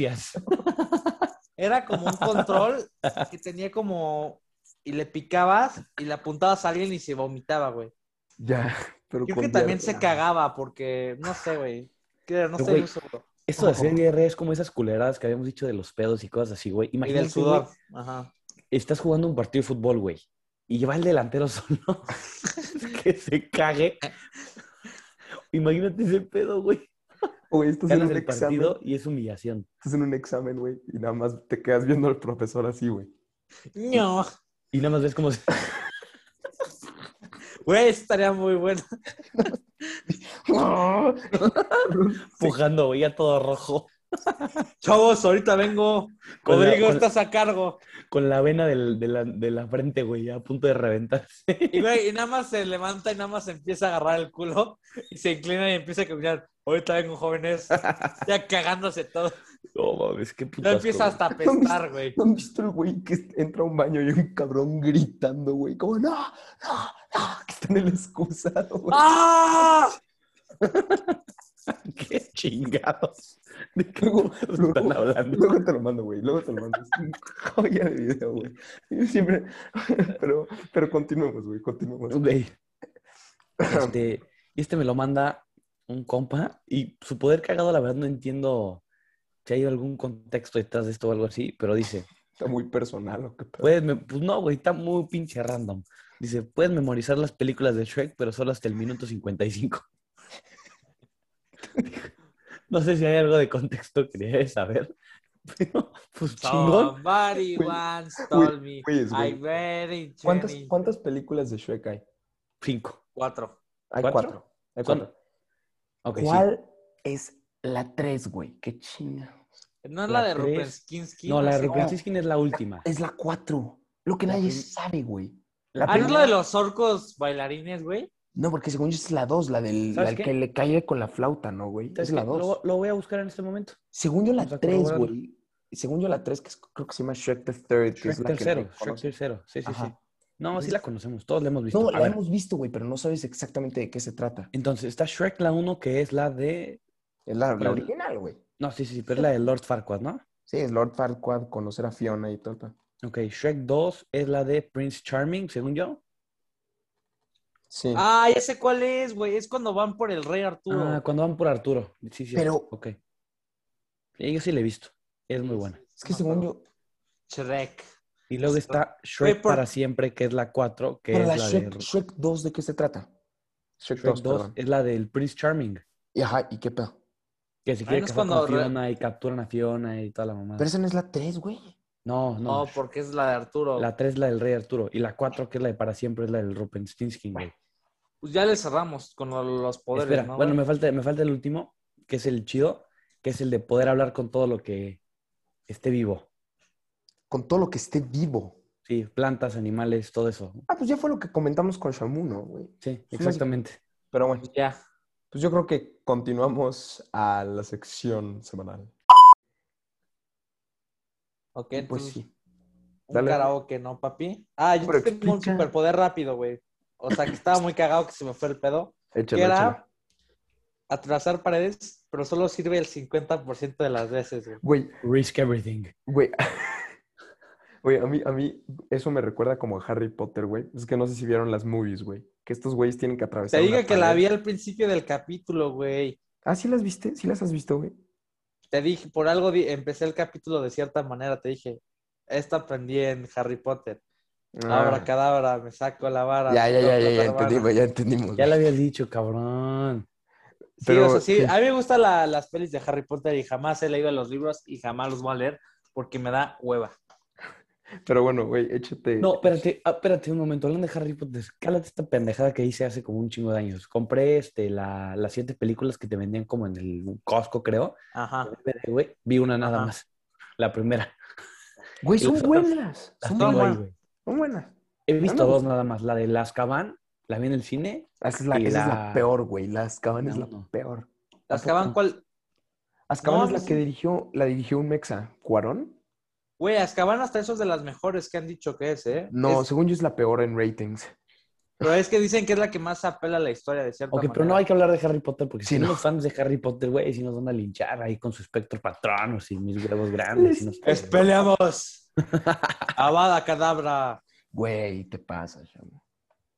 [SPEAKER 2] era-
[SPEAKER 3] circunferencias.
[SPEAKER 2] Era como un control que tenía como. Y le picabas y le apuntabas a alguien y se vomitaba, güey.
[SPEAKER 1] Ya, pero
[SPEAKER 2] Creo
[SPEAKER 1] con
[SPEAKER 2] que también se
[SPEAKER 1] diarrea.
[SPEAKER 2] cagaba porque, no sé, güey. Creo, No
[SPEAKER 3] Pero,
[SPEAKER 2] sé,
[SPEAKER 3] güey,
[SPEAKER 2] yo seguro.
[SPEAKER 3] Esto de hacer diarrea es como esas culeradas que habíamos dicho de los pedos y cosas así, güey.
[SPEAKER 2] Y
[SPEAKER 3] Imagínate,
[SPEAKER 2] del sudor. Ajá.
[SPEAKER 3] güey, estás jugando un partido de fútbol, güey, y lleva el delantero solo que se cague. Imagínate ese pedo, güey.
[SPEAKER 1] Güey, estás en
[SPEAKER 3] Ganas
[SPEAKER 1] un
[SPEAKER 3] el
[SPEAKER 1] examen.
[SPEAKER 3] partido y es humillación.
[SPEAKER 1] Estás en un examen, güey. Y nada más te quedas viendo al profesor así, güey.
[SPEAKER 2] No.
[SPEAKER 3] Y nada más ves cómo se...
[SPEAKER 2] Güey, estaría muy bueno.
[SPEAKER 1] ¡Ah!
[SPEAKER 3] pujando, güey, ya todo rojo,
[SPEAKER 2] Chavos, ahorita vengo.
[SPEAKER 3] Con la-
[SPEAKER 2] Rodrigo,
[SPEAKER 3] con la-
[SPEAKER 2] estás a cargo.
[SPEAKER 3] con la vena del- de, la, de la frente, güey, ya a punto de reventarse.
[SPEAKER 2] Y, güey, y nada más se levanta y nada más empieza a agarrar el culo y se inclina y empieza a caminar. Ahorita vengo, jóvenes. Ya cagándose todo.
[SPEAKER 3] No mames, qué
[SPEAKER 2] Ya
[SPEAKER 3] putas.
[SPEAKER 2] empieza hasta a apestar, güey.
[SPEAKER 1] ¿No han visto el güey que entra a un baño y un cabrón gritando, güey? Como, no, no, no, que está en el excusado, güey.
[SPEAKER 2] ¡Ah!
[SPEAKER 3] Qué chingados. ¿De qué
[SPEAKER 1] Luego-
[SPEAKER 3] putas
[SPEAKER 1] luego-
[SPEAKER 3] están hablando?
[SPEAKER 1] Luego te lo mando, güey. Luego te lo mando. Es una joya de video, güey. Yo siempre... Pero, pero continuemos, güey. Continuemos.
[SPEAKER 3] Güey. Este, y este me lo manda un compa. Y su poder cagado, la verdad, no entiendo si hay algún contexto detrás de esto o algo así. Pero dice:
[SPEAKER 1] Está muy personal, o qué pedo.
[SPEAKER 3] puedes me- Pues no, güey, está muy pinche random. Dice: Puedes memorizar las películas de Shrek, pero solo hasta el minuto 55. no sé si hay algo de contexto que debes saber. Pero, pues chingón.
[SPEAKER 2] Somebody
[SPEAKER 1] Güey,
[SPEAKER 2] once told me.
[SPEAKER 1] güey, es güey.
[SPEAKER 2] I'm very
[SPEAKER 1] ¿Cuántas,
[SPEAKER 2] Jenny.
[SPEAKER 1] ¿Cuántas películas de Shrek hay?
[SPEAKER 3] Cinco.
[SPEAKER 2] Cuatro.
[SPEAKER 1] Hay
[SPEAKER 3] ¿Cuatro?
[SPEAKER 1] cuatro. Hay
[SPEAKER 3] Son-
[SPEAKER 1] cuatro.
[SPEAKER 3] Ok, sí.
[SPEAKER 1] ¿Cuál es la tres, güey? Qué chinga.
[SPEAKER 2] No es
[SPEAKER 3] La
[SPEAKER 2] la, de
[SPEAKER 3] tres.
[SPEAKER 2] Rupenskinsky.
[SPEAKER 3] No, la de
[SPEAKER 2] sé cómo.
[SPEAKER 3] Rumpelstiltskin es la última.
[SPEAKER 1] Es la cuatro. Lo que
[SPEAKER 3] La
[SPEAKER 1] nadie
[SPEAKER 3] prim-
[SPEAKER 1] sabe, güey.
[SPEAKER 3] La
[SPEAKER 2] Ah, ¿no es la de los orcos bailarines, güey?
[SPEAKER 1] No, porque según yo es la dos, la del la
[SPEAKER 3] ¿Sabes
[SPEAKER 1] del
[SPEAKER 3] qué?
[SPEAKER 1] que le cae con la flauta, ¿no, güey? Es
[SPEAKER 3] Entonces,
[SPEAKER 1] la
[SPEAKER 3] ¿qué? Lo,
[SPEAKER 1] dos.
[SPEAKER 3] lo voy a buscar en este momento.
[SPEAKER 1] Según yo la
[SPEAKER 3] Vamos a
[SPEAKER 1] tres,
[SPEAKER 3] corroborarlo.
[SPEAKER 1] güey. Según yo la tres, que es- creo que se llama Shrek the Third. que es
[SPEAKER 3] Shrek
[SPEAKER 1] la que
[SPEAKER 3] tercero,
[SPEAKER 1] nadie
[SPEAKER 3] Shrek
[SPEAKER 1] conoce.
[SPEAKER 3] tercero. Sí, sí, sí.
[SPEAKER 1] Ajá.
[SPEAKER 3] No, sí
[SPEAKER 1] ¿Viste?
[SPEAKER 3] la conocemos, todos la hemos visto.
[SPEAKER 1] No,
[SPEAKER 3] A
[SPEAKER 1] la
[SPEAKER 3] ver,
[SPEAKER 1] hemos visto, güey, pero no sabes exactamente de qué se trata.
[SPEAKER 3] Entonces, está Shrek la 1, que es la de...
[SPEAKER 1] Es la, la
[SPEAKER 3] Pero-
[SPEAKER 1] original, güey.
[SPEAKER 3] No, sí, sí, sí, pero es la de Lord Farquaad, ¿no?
[SPEAKER 1] Sí, es Lord Farquaad, conocer a Fiona y todo. el pedo.
[SPEAKER 3] Ok, Shrek 2 es la de Prince Charming, según yo.
[SPEAKER 1] Ah, Sí.
[SPEAKER 2] Ah, ya sé cuál es, güey. Es cuando van por el rey Arturo.
[SPEAKER 3] Ah, cuando van por Arturo. Sí, sí.
[SPEAKER 1] Pero-
[SPEAKER 3] Ok. Sí, yo sí la he visto. Es muy buena.
[SPEAKER 1] es que según yo,
[SPEAKER 2] Shrek.
[SPEAKER 3] Y luego está Shrek
[SPEAKER 2] Güey, por-
[SPEAKER 3] para siempre, que es la 4, que
[SPEAKER 1] Pero
[SPEAKER 3] es
[SPEAKER 1] la
[SPEAKER 3] la,
[SPEAKER 1] Shrek,
[SPEAKER 3] de...
[SPEAKER 1] Shrek 2, ¿de qué se trata? Shrek,
[SPEAKER 3] Shrek
[SPEAKER 1] 2,
[SPEAKER 3] 2
[SPEAKER 1] perdón. Ah.
[SPEAKER 3] es la del Prince Charming,
[SPEAKER 1] Y ajá, ¿y qué pedo?
[SPEAKER 3] que se
[SPEAKER 2] Ay,
[SPEAKER 3] quiere
[SPEAKER 2] no es
[SPEAKER 3] casar
[SPEAKER 2] cuando
[SPEAKER 3] con
[SPEAKER 2] re-
[SPEAKER 3] Fiona y capturan a Fiona y toda la mamá.
[SPEAKER 1] Pero esa no es la 3, güey.
[SPEAKER 3] No, no.
[SPEAKER 2] No, Oh, porque es la de Arturo.
[SPEAKER 3] La 3 es la del Rey Arturo. Y la 4, que es la de para siempre, es la del Rupenstinskin, güey.
[SPEAKER 2] Pues ya le cerramos con lo- los poderes,
[SPEAKER 3] Espera,
[SPEAKER 2] ¿no?
[SPEAKER 3] bueno,
[SPEAKER 2] güey?
[SPEAKER 3] me falta, me falta el último, que es el chido, que es el de poder hablar con todo lo que esté vivo.
[SPEAKER 1] Con todo lo que esté vivo.
[SPEAKER 3] Sí, plantas, animales, todo eso.
[SPEAKER 1] Ah, pues ya fue lo que comentamos con Shamu, ¿no, güey?
[SPEAKER 3] Sí, exactamente.
[SPEAKER 1] Pero bueno,
[SPEAKER 2] Pues ya.
[SPEAKER 1] pues yo creo que continuamos a la sección semanal.
[SPEAKER 2] Ok,
[SPEAKER 1] Pues
[SPEAKER 2] entonces,
[SPEAKER 1] sí.
[SPEAKER 2] Un
[SPEAKER 1] Dale.
[SPEAKER 2] karaoke, ¿no, papi? Ah, yo
[SPEAKER 1] Pero
[SPEAKER 2] tengo un
[SPEAKER 1] explica.
[SPEAKER 2] superpoder rápido, güey. O sea, que estaba muy cagado que se me fue el pedo.
[SPEAKER 1] Échalo, échalo.
[SPEAKER 2] Que era atravesar paredes, pero solo sirve el 50% de las veces, güey.
[SPEAKER 1] Güey,
[SPEAKER 3] Risk everything.
[SPEAKER 1] güey. Güey, a mí, a mí eso me recuerda como a Harry Potter, güey. Es que no sé si vieron las movies, güey. Que estos güeyes tienen que
[SPEAKER 2] Te
[SPEAKER 1] atravesar.
[SPEAKER 2] digo
[SPEAKER 1] una
[SPEAKER 2] que la
[SPEAKER 1] pared.
[SPEAKER 2] vi al principio del capítulo, güey.
[SPEAKER 1] Ah, ¿sí las viste? ¿Sí las has visto, güey?
[SPEAKER 2] Te dije, por algo di- empecé el capítulo de cierta manera, te dije, esta aprendí en Harry Potter. Abra cadabra, me saco la vara.
[SPEAKER 1] Ah. Ya, ya,
[SPEAKER 2] me
[SPEAKER 1] ya,
[SPEAKER 2] toco
[SPEAKER 1] ya, ya
[SPEAKER 2] la vara.
[SPEAKER 1] entendimos, ya entendimos.
[SPEAKER 3] Ya lo habías dicho, cabrón.
[SPEAKER 2] Sí,
[SPEAKER 1] Pero-
[SPEAKER 2] o sea, sí, a mí me gustan la- las pelis de Harry Potter y jamás he leído los libros y jamás los voy a leer porque me da hueva.
[SPEAKER 1] Pero bueno, güey, échate.
[SPEAKER 3] No, espérate, ah, espérate un momento. Hablando de Harry Potter, cálate esta pendejada que hice hace como un chingo de años. Compré este, la- las siete películas que te vendían como en el Costco, creo.
[SPEAKER 2] Ajá.
[SPEAKER 3] DVD, güey. Vi una nada
[SPEAKER 2] Ajá.
[SPEAKER 3] más. La primera.
[SPEAKER 1] Güey,
[SPEAKER 3] y las
[SPEAKER 1] son
[SPEAKER 3] otras-
[SPEAKER 1] buenas.
[SPEAKER 3] Las
[SPEAKER 1] Son
[SPEAKER 3] tengo ahí,
[SPEAKER 1] buenas.
[SPEAKER 3] güey.
[SPEAKER 1] Son buenas.
[SPEAKER 3] He visto
[SPEAKER 1] me
[SPEAKER 3] dos nada más. La de Las Caban, la vi en el cine.
[SPEAKER 1] Esa es la,
[SPEAKER 3] Y
[SPEAKER 1] esa es la
[SPEAKER 3] la-
[SPEAKER 1] peor, güey. Las cabanas es
[SPEAKER 3] No,
[SPEAKER 1] la
[SPEAKER 3] no.
[SPEAKER 1] peor.
[SPEAKER 2] Las
[SPEAKER 3] poco?
[SPEAKER 2] Azkaban, ¿cuál?
[SPEAKER 1] Azkaban
[SPEAKER 2] No,
[SPEAKER 1] es la
[SPEAKER 2] pues
[SPEAKER 1] que
[SPEAKER 2] sí.
[SPEAKER 1] dirigió, la dirigió un mexa. ¿Cuarón?
[SPEAKER 2] Güey, Azkaban hasta eso es de las mejores que han dicho que es, ¿eh?
[SPEAKER 1] No,
[SPEAKER 2] Es-
[SPEAKER 1] según yo es la peor en ratings.
[SPEAKER 2] pero es que dicen que es la que más apela a la historia de cierta
[SPEAKER 3] Ok,
[SPEAKER 2] manera.
[SPEAKER 3] pero no hay que hablar de Harry Potter porque
[SPEAKER 1] Sí,
[SPEAKER 3] si
[SPEAKER 1] no.
[SPEAKER 3] no los fans de Harry Potter, güey, si nos van a linchar ahí con su espectro patronos y mis huevos grandes. y no sé qué.
[SPEAKER 2] ¡Espeleamos! ¡Abada cadabra!
[SPEAKER 1] Güey, te pasa, chamo.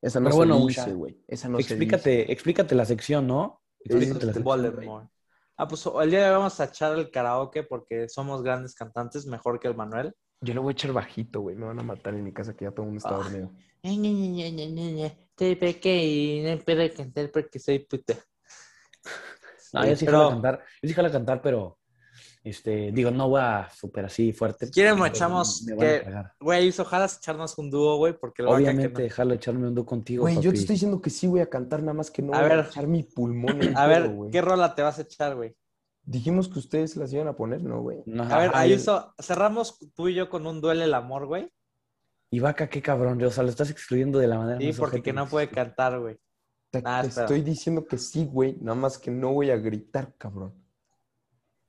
[SPEAKER 1] Esa no
[SPEAKER 3] Pero
[SPEAKER 1] se
[SPEAKER 3] bueno,
[SPEAKER 1] dice,
[SPEAKER 3] Usha,
[SPEAKER 1] güey. Esa no se dice.
[SPEAKER 3] explícate, explícate la sección, ¿no? Explícate la
[SPEAKER 1] Este
[SPEAKER 3] sección.
[SPEAKER 2] Voldemort. Ah, pues el día de hoy vamos a echar el karaoke porque somos grandes cantantes, mejor que el Manuel.
[SPEAKER 1] Yo lo voy a echar bajito, güey. Me van a matar en mi casa que ya todo el mundo está
[SPEAKER 2] Ah.
[SPEAKER 1] dormido.
[SPEAKER 2] Estoy pequeña, pero cantar porque soy puta.
[SPEAKER 3] No, yo sí
[SPEAKER 2] Pero-
[SPEAKER 3] jalo a cantar, yo sí jalo a cantar, pero este, digo, no voy a súper así fuerte.
[SPEAKER 2] Si quieren,
[SPEAKER 3] porque
[SPEAKER 2] guachamos
[SPEAKER 3] me van a
[SPEAKER 2] que-
[SPEAKER 3] cagar.
[SPEAKER 2] Güey, hizo jalas echarnos un dúo, güey, porque el vaca que
[SPEAKER 3] Obviamente, jalo echarme un dúo contigo,
[SPEAKER 1] Güey, yo te
[SPEAKER 3] papi.
[SPEAKER 1] estoy diciendo que sí voy a cantar, nada más que no
[SPEAKER 2] A
[SPEAKER 1] voy
[SPEAKER 2] ver.
[SPEAKER 1] a echar mi pulmón.
[SPEAKER 2] no-
[SPEAKER 1] entero,
[SPEAKER 2] A ver,
[SPEAKER 1] güey.
[SPEAKER 2] ¿qué rola te vas a echar, güey?
[SPEAKER 1] Dijimos que ustedes las iban a poner, ¿no, güey?
[SPEAKER 3] No,
[SPEAKER 2] A ver,
[SPEAKER 3] ajá, y-
[SPEAKER 2] Ayuso, cerramos tú y yo con un duelo el amor, güey.
[SPEAKER 3] Y vaca, qué cabrón, o sea, lo estás excluyendo de la manera
[SPEAKER 2] Sí,
[SPEAKER 3] más
[SPEAKER 2] porque
[SPEAKER 3] ojete
[SPEAKER 2] que no
[SPEAKER 3] existe.
[SPEAKER 2] puede cantar, güey.
[SPEAKER 1] Te,
[SPEAKER 2] Nah,
[SPEAKER 1] te
[SPEAKER 2] Ah, espera.
[SPEAKER 1] estoy diciendo que sí, güey. Nada más que no voy a gritar, cabrón.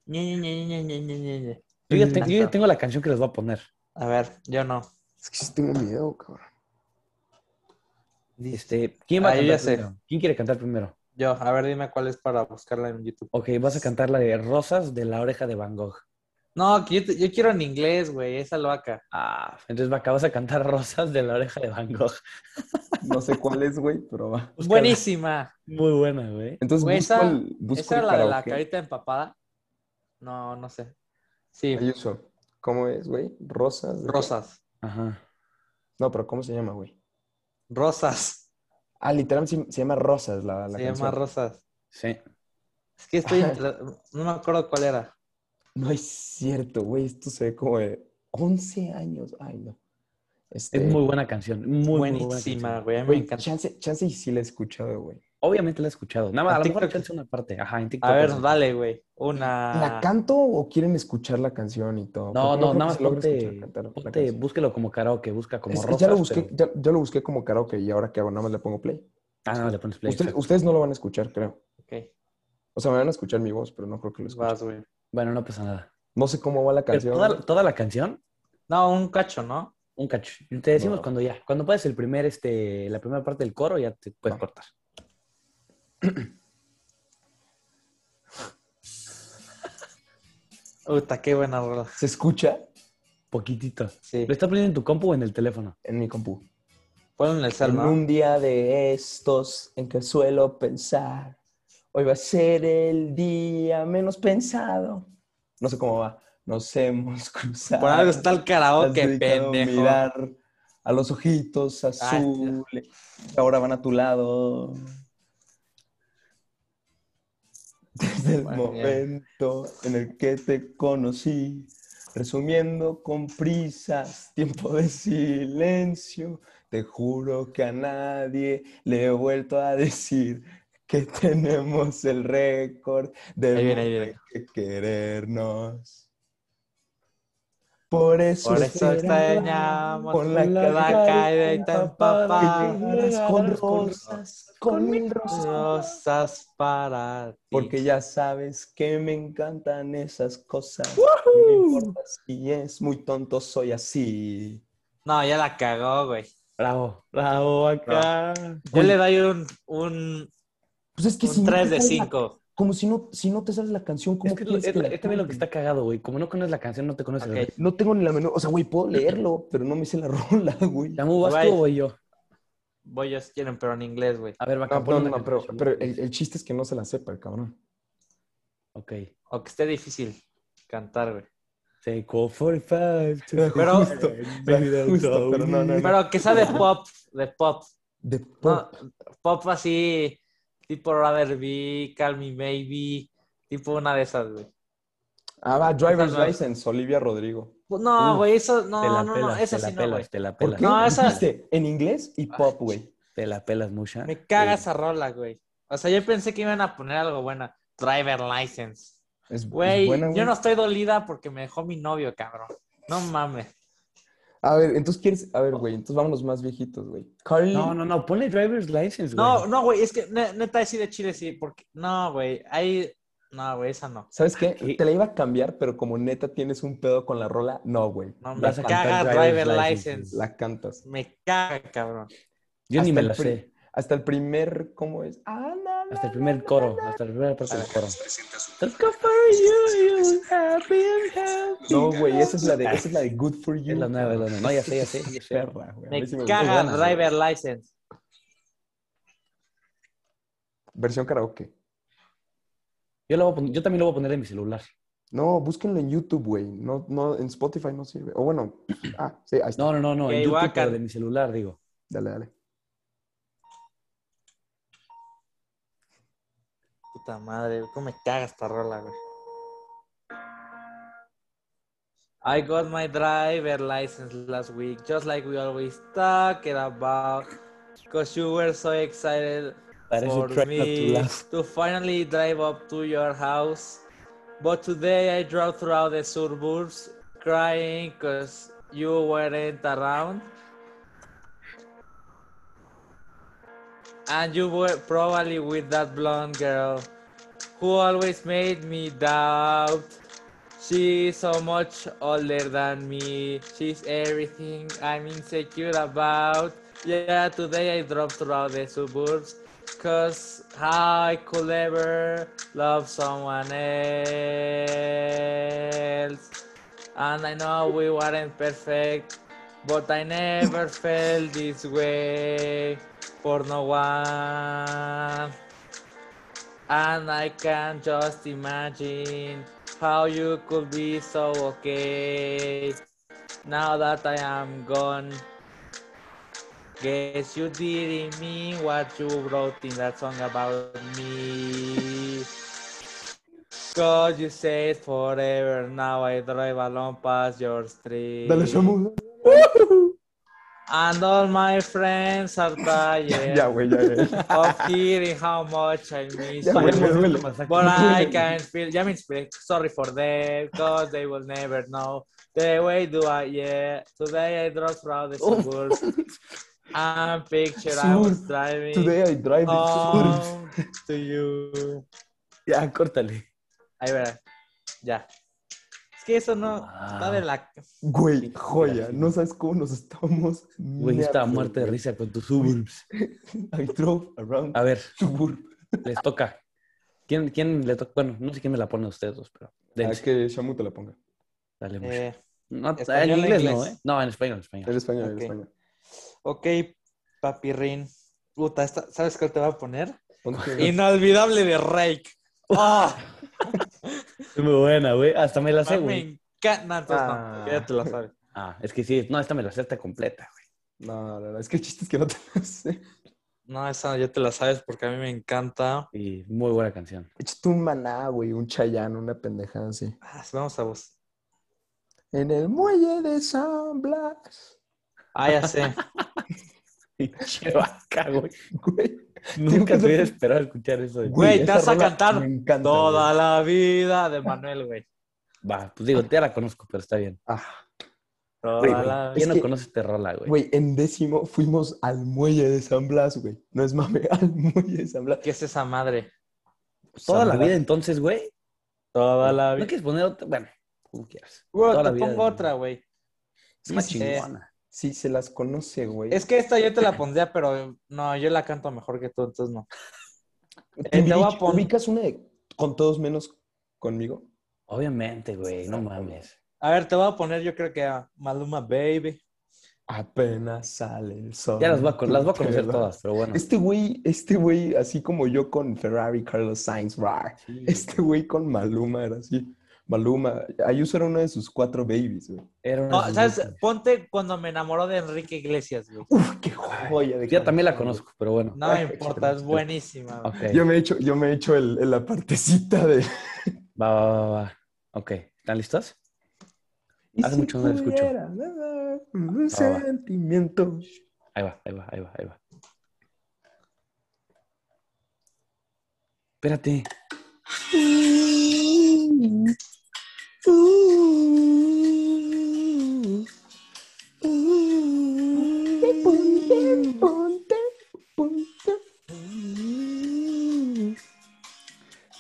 [SPEAKER 2] Ñe, ñe, ñe, ñe, ñe, ñe, ñe.
[SPEAKER 3] Yo ya, te- yo ya tengo la canción que les voy a poner.
[SPEAKER 2] A ver, yo no.
[SPEAKER 1] Es que sí tengo miedo, cabrón.
[SPEAKER 3] Este, ¿quién va a
[SPEAKER 2] Ah, yo
[SPEAKER 3] cantar
[SPEAKER 2] ya sé.
[SPEAKER 3] primero? ¿Quién quiere cantar primero?
[SPEAKER 2] Yo, a ver, dime cuál es para buscarla en YouTube.
[SPEAKER 3] Ok, vas a cantar la de Rosas de la oreja de Van Gogh.
[SPEAKER 2] No, que yo, te- yo quiero en inglés, güey, esa loca.
[SPEAKER 3] Ah, entonces vaca, vas a cantar Rosas de la oreja de Van Gogh.
[SPEAKER 1] No sé cuál es, güey, pero va.
[SPEAKER 3] Búscala.
[SPEAKER 2] Buenísima.
[SPEAKER 3] Muy buena, güey.
[SPEAKER 1] Entonces
[SPEAKER 2] Güey,
[SPEAKER 1] busco
[SPEAKER 2] esa-
[SPEAKER 1] el, busco
[SPEAKER 2] ¿Esa
[SPEAKER 1] el
[SPEAKER 2] era la de la
[SPEAKER 1] karaoke.
[SPEAKER 2] carita empapada? No, no sé. Sí,
[SPEAKER 1] Ayuso, ¿cómo es, güey? Rosas. de-
[SPEAKER 2] rosas.
[SPEAKER 3] Ajá.
[SPEAKER 1] No, pero ¿cómo se llama, güey?
[SPEAKER 2] Rosas.
[SPEAKER 1] Ah, literalmente se, se llama Rosas la, la
[SPEAKER 2] Se
[SPEAKER 1] canción.
[SPEAKER 2] llama Rosas.
[SPEAKER 3] Sí.
[SPEAKER 2] Es que estoy entre- No me acuerdo cuál era.
[SPEAKER 1] No es cierto, güey. Esto se ve como de 11 años. Ay, no. Este,
[SPEAKER 3] Es muy buena canción. Muy, muy buena
[SPEAKER 2] Buenísima,
[SPEAKER 3] canción.
[SPEAKER 2] güey. a mí Me
[SPEAKER 1] güey,
[SPEAKER 2] encanta.
[SPEAKER 1] chance, chance y sí la he escuchado, güey.
[SPEAKER 3] Obviamente la he escuchado. Nada más,
[SPEAKER 2] En
[SPEAKER 3] a lo mejor
[SPEAKER 2] TikTok.
[SPEAKER 3] alcanza una parte. Ajá, en TikTok.
[SPEAKER 2] A ver,
[SPEAKER 3] alcanza.
[SPEAKER 2] dale, güey. Una.
[SPEAKER 1] ¿La canto o quieren escuchar la canción y todo?
[SPEAKER 3] Ah. No,
[SPEAKER 1] Porque
[SPEAKER 3] no,
[SPEAKER 1] creo
[SPEAKER 3] nada más
[SPEAKER 1] que se logra escuchar
[SPEAKER 3] ponte,
[SPEAKER 1] cantar la
[SPEAKER 3] ponte,
[SPEAKER 1] canción.
[SPEAKER 3] búsquelo como karaoke, busca como
[SPEAKER 1] Es-
[SPEAKER 3] Rosas.
[SPEAKER 1] ya, lo busqué,
[SPEAKER 3] pero-
[SPEAKER 1] ya, ya lo busqué como karaoke y ahora que hago, nada más le pongo play.
[SPEAKER 3] Ah, no, le pones play.
[SPEAKER 1] Ustedes-
[SPEAKER 3] exacto.
[SPEAKER 1] ustedes no lo van a escuchar, creo.
[SPEAKER 2] Ok,
[SPEAKER 1] O sea, me van a escuchar mi voz, pero no creo que lo escuchen.
[SPEAKER 2] vas, güey.
[SPEAKER 3] Bueno, no pasa nada.
[SPEAKER 1] No sé cómo va la
[SPEAKER 3] Pero
[SPEAKER 1] canción.
[SPEAKER 3] toda, toda la canción
[SPEAKER 2] No, un cacho, ¿no?
[SPEAKER 3] Un cacho. Te decimos
[SPEAKER 1] No.
[SPEAKER 3] cuando ya. Cuando puedes el primer, este, la primera parte del coro, ya te puedes
[SPEAKER 1] Va.
[SPEAKER 3] cortar.
[SPEAKER 2] Puta, qué buena rola.
[SPEAKER 1] ¿Se escucha?
[SPEAKER 3] Poquitito.
[SPEAKER 2] Sí.
[SPEAKER 1] Pues,
[SPEAKER 3] ¿Lo estás poniendo en tu compu o en el teléfono?
[SPEAKER 1] En mi compu.
[SPEAKER 2] Ponlo en el cel,
[SPEAKER 1] en
[SPEAKER 2] ¿no?
[SPEAKER 1] un Pues día de estos en que suelo pensar, hoy va a ser el día menos pensado. No sé cómo va. Nos hemos cruzado.
[SPEAKER 2] Por algo está el
[SPEAKER 1] Has
[SPEAKER 2] karaoke,
[SPEAKER 1] dedicado a
[SPEAKER 2] pendejo.
[SPEAKER 1] Mirar a los ojitos azules. que ahora van a tu lado. Desde el
[SPEAKER 2] Bueno, ya.
[SPEAKER 1] momento en el que te conocí. Resumiendo con prisas, tiempo de silencio. Te juro que a nadie le he vuelto a decir que tenemos el récord de
[SPEAKER 2] Ahí viene, ahí viene.
[SPEAKER 1] que querernos. Por eso,
[SPEAKER 2] Por eso
[SPEAKER 1] será
[SPEAKER 2] extrañamos
[SPEAKER 1] con la
[SPEAKER 2] la carita
[SPEAKER 1] que
[SPEAKER 2] empapada.
[SPEAKER 1] llegarás con rosas, con mil
[SPEAKER 2] Oh,
[SPEAKER 1] rosas.
[SPEAKER 2] Rosas para ti.
[SPEAKER 1] Porque ya sabes que me encantan esas cosas. No me importa si es muy tonto, soy así.
[SPEAKER 2] No, ya la cagó, güey.
[SPEAKER 3] Bravo, bravo acá.
[SPEAKER 2] Yo
[SPEAKER 1] Güey.
[SPEAKER 2] le doy un, un,
[SPEAKER 1] Pues es que
[SPEAKER 2] un
[SPEAKER 1] si no te
[SPEAKER 2] 3 de
[SPEAKER 1] sabes la-
[SPEAKER 2] 5.
[SPEAKER 1] como si no, si no te sabes la canción, ¿cómo
[SPEAKER 3] Es que es, lo-
[SPEAKER 1] quieres
[SPEAKER 3] es-
[SPEAKER 1] la
[SPEAKER 3] es también lo que
[SPEAKER 1] canten?
[SPEAKER 3] está cagado, güey. Como no conoces la canción, no te conoces
[SPEAKER 2] Ok.
[SPEAKER 3] el ritmo.
[SPEAKER 1] No tengo ni la menor... O sea, güey, puedo leerlo, pero no me sé la rola, güey.
[SPEAKER 3] ¿Yamu, vas
[SPEAKER 2] Güey.
[SPEAKER 3] tú o voy yo?
[SPEAKER 2] Voy yo si quieren, pero en inglés, güey.
[SPEAKER 3] A ver, va
[SPEAKER 1] No, pues
[SPEAKER 3] acá.
[SPEAKER 1] no, no, pero, pero el, el chiste es que no se la sepa el cabrón.
[SPEAKER 3] Ok.
[SPEAKER 2] O que esté difícil cantar, güey.
[SPEAKER 3] Take off 45. to-
[SPEAKER 2] Pero-
[SPEAKER 3] Justo,
[SPEAKER 1] eh, pero- justo, pero no, no, no.
[SPEAKER 2] Pero que sea de pop, de pop.
[SPEAKER 1] De
[SPEAKER 2] No,
[SPEAKER 1] pop.
[SPEAKER 2] pop así, tipo Rather Be, Call Me Maybe, tipo una de esas, güey.
[SPEAKER 1] Ah, va, Driver's
[SPEAKER 2] Esas no.
[SPEAKER 1] License, Olivia Rodrigo.
[SPEAKER 2] No,
[SPEAKER 1] Uf,
[SPEAKER 2] güey, eso, no,
[SPEAKER 3] Te la
[SPEAKER 2] no, no,
[SPEAKER 3] pelas,
[SPEAKER 2] esa
[SPEAKER 3] te la
[SPEAKER 2] sí no, güey.
[SPEAKER 3] pelas, te la
[SPEAKER 1] ¿Por
[SPEAKER 3] pelas.
[SPEAKER 1] qué
[SPEAKER 2] No, esa-
[SPEAKER 1] dijiste en inglés y pop, güey?
[SPEAKER 3] Te la pelas mucha.
[SPEAKER 2] Me caga esa rola, güey. O sea, yo pensé que iban a poner algo buena. Driver License.
[SPEAKER 1] Es, es
[SPEAKER 2] Güey,
[SPEAKER 1] buena, güey.
[SPEAKER 2] yo no estoy dolida porque me dejó mi novio, cabrón. No mames.
[SPEAKER 1] A ver, entonces quieres... A
[SPEAKER 2] Oh.
[SPEAKER 1] ver, güey, entonces vámonos más viejitos, güey. Carly...
[SPEAKER 3] Eh, No, no, no, ponle driver's license, güey.
[SPEAKER 2] No, no, güey, es que ne- neta, así de Chile sí, porque... No, güey, ahí... No, güey, esa no.
[SPEAKER 1] ¿Sabes qué?
[SPEAKER 3] ¿Qué?
[SPEAKER 1] Te la iba a cambiar, pero como neta tienes un pedo con la rola, no, güey.
[SPEAKER 2] No, me
[SPEAKER 3] Vas a
[SPEAKER 2] caga
[SPEAKER 3] cantar Driver's
[SPEAKER 2] Driver
[SPEAKER 3] License.
[SPEAKER 2] License.
[SPEAKER 1] La cantas.
[SPEAKER 2] Me caga, cabrón.
[SPEAKER 3] Yo ni
[SPEAKER 1] Hasta
[SPEAKER 3] me
[SPEAKER 1] el
[SPEAKER 3] la
[SPEAKER 1] pri-
[SPEAKER 3] sé.
[SPEAKER 1] Hasta el primer, ¿cómo es? Ah, no,
[SPEAKER 3] Hasta
[SPEAKER 1] no,
[SPEAKER 3] el primer
[SPEAKER 1] no,
[SPEAKER 3] coro,
[SPEAKER 1] no.
[SPEAKER 3] hasta el primer parte del coro. Let's
[SPEAKER 1] No, güey, esa es la de, esa es la de Good for You.
[SPEAKER 3] Es la nueva, es la nueva. No, ya sé, ya sé. ya sé.
[SPEAKER 1] Perra, güey. A
[SPEAKER 2] Me
[SPEAKER 1] mí sí me gusta.
[SPEAKER 2] caga
[SPEAKER 3] buena, güey.
[SPEAKER 2] Driver License.
[SPEAKER 1] Versión karaoke.
[SPEAKER 3] Yo, la voy a pon- yo también lo voy a poner en mi celular.
[SPEAKER 1] No, búsquenlo en YouTube, güey. No, no, en Spotify no sirve. O bueno, ah, sí, ahí está.
[SPEAKER 3] No, no, no, no. En
[SPEAKER 2] Ok,
[SPEAKER 3] YouTube,
[SPEAKER 2] guacan.
[SPEAKER 3] pero de mi celular, digo.
[SPEAKER 1] Dale, dale.
[SPEAKER 2] Puta madre, güey, cómo me caga esta rola, güey. I got my driver license last week, just like we always talked about. Cause you were so excited
[SPEAKER 3] Parece
[SPEAKER 2] for
[SPEAKER 3] un track not to
[SPEAKER 2] me
[SPEAKER 3] laugh.
[SPEAKER 2] to finally drive up to your house. But today I drove throughout the suburbs crying cause you weren't around. And you were probably with that blonde girl who always made me doubt. She's so much older than me. She's everything I'm insecure about. Yeah, today I drove throughout the suburbs. Cause how I could ever love someone else. And I know we weren't perfect, but I never felt this way for no one. And I can just imagine how you could be so okay now that I am gone. Guess you didn't mean what you wrote in that song about me. Cause you said forever, now I drive alone past your street.
[SPEAKER 1] Dale, Shamu.
[SPEAKER 2] And all my friends are tired
[SPEAKER 1] Ya, güey, ya, ya.
[SPEAKER 2] of hearing how much I miss
[SPEAKER 1] Ya,
[SPEAKER 2] you.
[SPEAKER 1] güey, me duele.
[SPEAKER 2] But I can feel, ya me inspiré. Sorry for them, cause they will never know the way do I, yeah. Today I drove through the
[SPEAKER 1] Oh.
[SPEAKER 2] suburbs. and picture I was
[SPEAKER 1] Sur-
[SPEAKER 2] driving
[SPEAKER 1] Today I drive the suburbs.
[SPEAKER 2] home to you.
[SPEAKER 3] Ya, córtale.
[SPEAKER 2] Ahí verás, ya. Es que eso no está de la.
[SPEAKER 1] Güey, joya. No sabes cómo nos estamos.
[SPEAKER 3] Güey, yo estaba
[SPEAKER 1] meando,
[SPEAKER 3] muerta de
[SPEAKER 1] güey.
[SPEAKER 3] risa con tus suburbs.
[SPEAKER 1] I drove
[SPEAKER 2] Ah,
[SPEAKER 1] around
[SPEAKER 3] A ver,
[SPEAKER 1] suburb.
[SPEAKER 3] les toca. ¿Quién, quién le toca? Bueno, no sé quién me la pone a ustedes dos, pero.
[SPEAKER 1] Ah,
[SPEAKER 3] dense.
[SPEAKER 1] que Shamu te la ponga.
[SPEAKER 3] Dale, mucho.
[SPEAKER 2] Eh,
[SPEAKER 3] No, en
[SPEAKER 2] ¿español o
[SPEAKER 3] inglés, no,
[SPEAKER 2] inglés?
[SPEAKER 3] ¿eh? No, en español, en español.
[SPEAKER 1] El español, el
[SPEAKER 2] Ok.
[SPEAKER 1] español.
[SPEAKER 2] ok, papirrín. Puta, esta- ¿sabes cuál te va a poner?
[SPEAKER 1] Ponte-
[SPEAKER 2] Inolvidable de Rake. ¡Ah!
[SPEAKER 3] Es muy buena, güey. Hasta me la sé,
[SPEAKER 2] me
[SPEAKER 3] güey.
[SPEAKER 2] encanta. No, entonces no,
[SPEAKER 1] Ah.
[SPEAKER 2] porque ya te lo sabes.
[SPEAKER 3] Ah, es que sí. No, esta me la sé hasta completa, güey.
[SPEAKER 1] No, no, no, es que el chiste es que no te lo sé.
[SPEAKER 2] No, esa ya te la sabes porque a mí me encanta.
[SPEAKER 3] Y muy buena canción.
[SPEAKER 1] Échate un maná, güey, un chayán, una pendejada así.
[SPEAKER 2] Ah, Vamos a vos.
[SPEAKER 1] En el muelle de San Blas.
[SPEAKER 2] Ah, ya sé.
[SPEAKER 3] Che, vaca, güey.
[SPEAKER 1] Güey,
[SPEAKER 3] Nunca
[SPEAKER 1] que-
[SPEAKER 3] te hubiera esperado escuchar eso. de ti.
[SPEAKER 2] Güey, te
[SPEAKER 1] esa
[SPEAKER 2] vas a
[SPEAKER 1] rola
[SPEAKER 2] cantar
[SPEAKER 1] me encanta,
[SPEAKER 2] Toda
[SPEAKER 1] güey.
[SPEAKER 2] la vida de Manuel, güey.
[SPEAKER 3] Va, pues digo, ya la conozco, pero está bien.
[SPEAKER 1] Ah,
[SPEAKER 2] Toda
[SPEAKER 1] Güey,
[SPEAKER 2] la
[SPEAKER 1] Es
[SPEAKER 3] Ya no
[SPEAKER 1] que-
[SPEAKER 3] conoces este rola, güey.
[SPEAKER 1] güey, en décimo fuimos al muelle de San Blas, güey. No es mame, al muelle de San Blas.
[SPEAKER 2] ¿Qué es esa madre?
[SPEAKER 3] Pues, Toda
[SPEAKER 1] San
[SPEAKER 3] la
[SPEAKER 1] Blas.
[SPEAKER 3] vida, entonces, güey.
[SPEAKER 2] Toda la
[SPEAKER 3] No quieres poner otra. Bueno, como quieras.
[SPEAKER 2] Güey,
[SPEAKER 3] Toda
[SPEAKER 2] te
[SPEAKER 3] la vida
[SPEAKER 2] pongo
[SPEAKER 3] de-
[SPEAKER 2] otra, güey.
[SPEAKER 3] Es más
[SPEAKER 2] Sí, sí, sí.
[SPEAKER 3] chingona.
[SPEAKER 1] Sí, se las conoce, güey.
[SPEAKER 2] Es que esta yo te la pondría, pero no, yo la canto mejor que tú, entonces no. eh, te voy a poner-
[SPEAKER 1] ¿Ubicas una de con todos menos conmigo?
[SPEAKER 3] Obviamente, güey, no mames.
[SPEAKER 2] A ver, te voy a poner, yo creo que a Maluma Baby.
[SPEAKER 1] Apenas sale el sol.
[SPEAKER 3] Ya las voy a, con- las voy a conocer
[SPEAKER 1] Perdón.
[SPEAKER 3] todas, pero bueno.
[SPEAKER 1] Este güey, este güey, así como yo con Ferrari, Carlos Sainz, rar.
[SPEAKER 3] Sí,
[SPEAKER 1] Este güey con Maluma era así. Maluma, Ayuso era uno de sus cuatro babies, güey.
[SPEAKER 3] era una
[SPEAKER 2] No, ¿Sabes?
[SPEAKER 3] belleza.
[SPEAKER 2] Ponte cuando me enamoró de Enrique Iglesias, güey.
[SPEAKER 1] Uf, qué joya de
[SPEAKER 3] Ya también la
[SPEAKER 1] canción, güey.
[SPEAKER 3] conozco, pero bueno.
[SPEAKER 2] No me importa, es buenísima. güey.
[SPEAKER 3] Ok.
[SPEAKER 1] Yo me he hecho, yo me he hecho el- el- la partecita de.
[SPEAKER 3] Va, va, va, va. Ok. ¿Están listos? Hace mucho no la escucho.
[SPEAKER 1] pudiera, nada, Un
[SPEAKER 3] Va, va.
[SPEAKER 1] sentimiento.
[SPEAKER 3] Ahí va, ahí va, ahí va, ahí va. Espérate.
[SPEAKER 1] Ponte, ponte, ponte.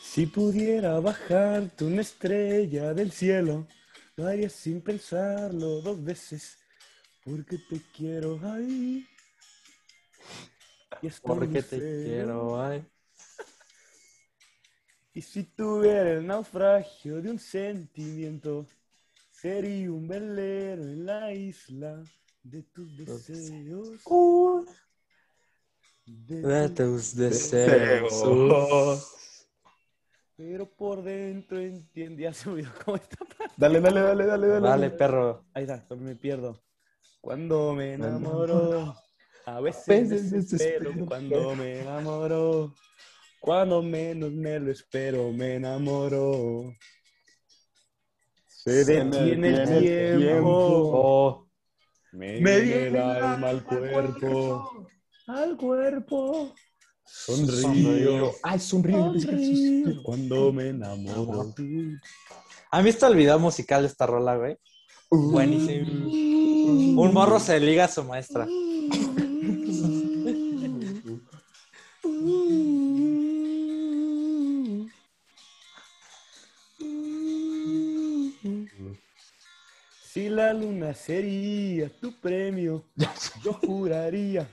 [SPEAKER 3] Si pudiera bajarte una estrella del cielo, lo haría sin pensarlo dos veces, porque te quiero ahí. Y estoy muy
[SPEAKER 2] Porque te
[SPEAKER 3] feliz.
[SPEAKER 2] quiero, ay.
[SPEAKER 3] Y si tuviera el naufragio de un sentimiento, sería un velero en la isla de tus
[SPEAKER 2] Los
[SPEAKER 3] deseos. de
[SPEAKER 2] De
[SPEAKER 3] tus-
[SPEAKER 2] tus deseos.
[SPEAKER 3] Pero por dentro entiende, ya se me olvidó cómo está.
[SPEAKER 1] Dale, dale, dale, dale, dale.
[SPEAKER 2] Dale, perro.
[SPEAKER 3] Ahí está, pero me pierdo. Cuando me
[SPEAKER 1] Me
[SPEAKER 3] enamoro, a veces,
[SPEAKER 1] veces
[SPEAKER 3] desespero,
[SPEAKER 1] desespero.
[SPEAKER 3] cuando me enamoro, cuando menos me lo espero, me enamoro. Se detiene el
[SPEAKER 1] detiene el
[SPEAKER 2] Oh,
[SPEAKER 3] tiempo, me viene el alma al cuerpo, al cuerpo. Sonrío,
[SPEAKER 1] Ah, es un río. es que es un
[SPEAKER 3] sonrío
[SPEAKER 1] suspiro.
[SPEAKER 3] cuando me enamoro.
[SPEAKER 2] ¿Han visto el video musical de esta rola, güey? Buenísimo. Un morro se liga a su maestra.
[SPEAKER 3] Si la luna sería tu premio, yo juraría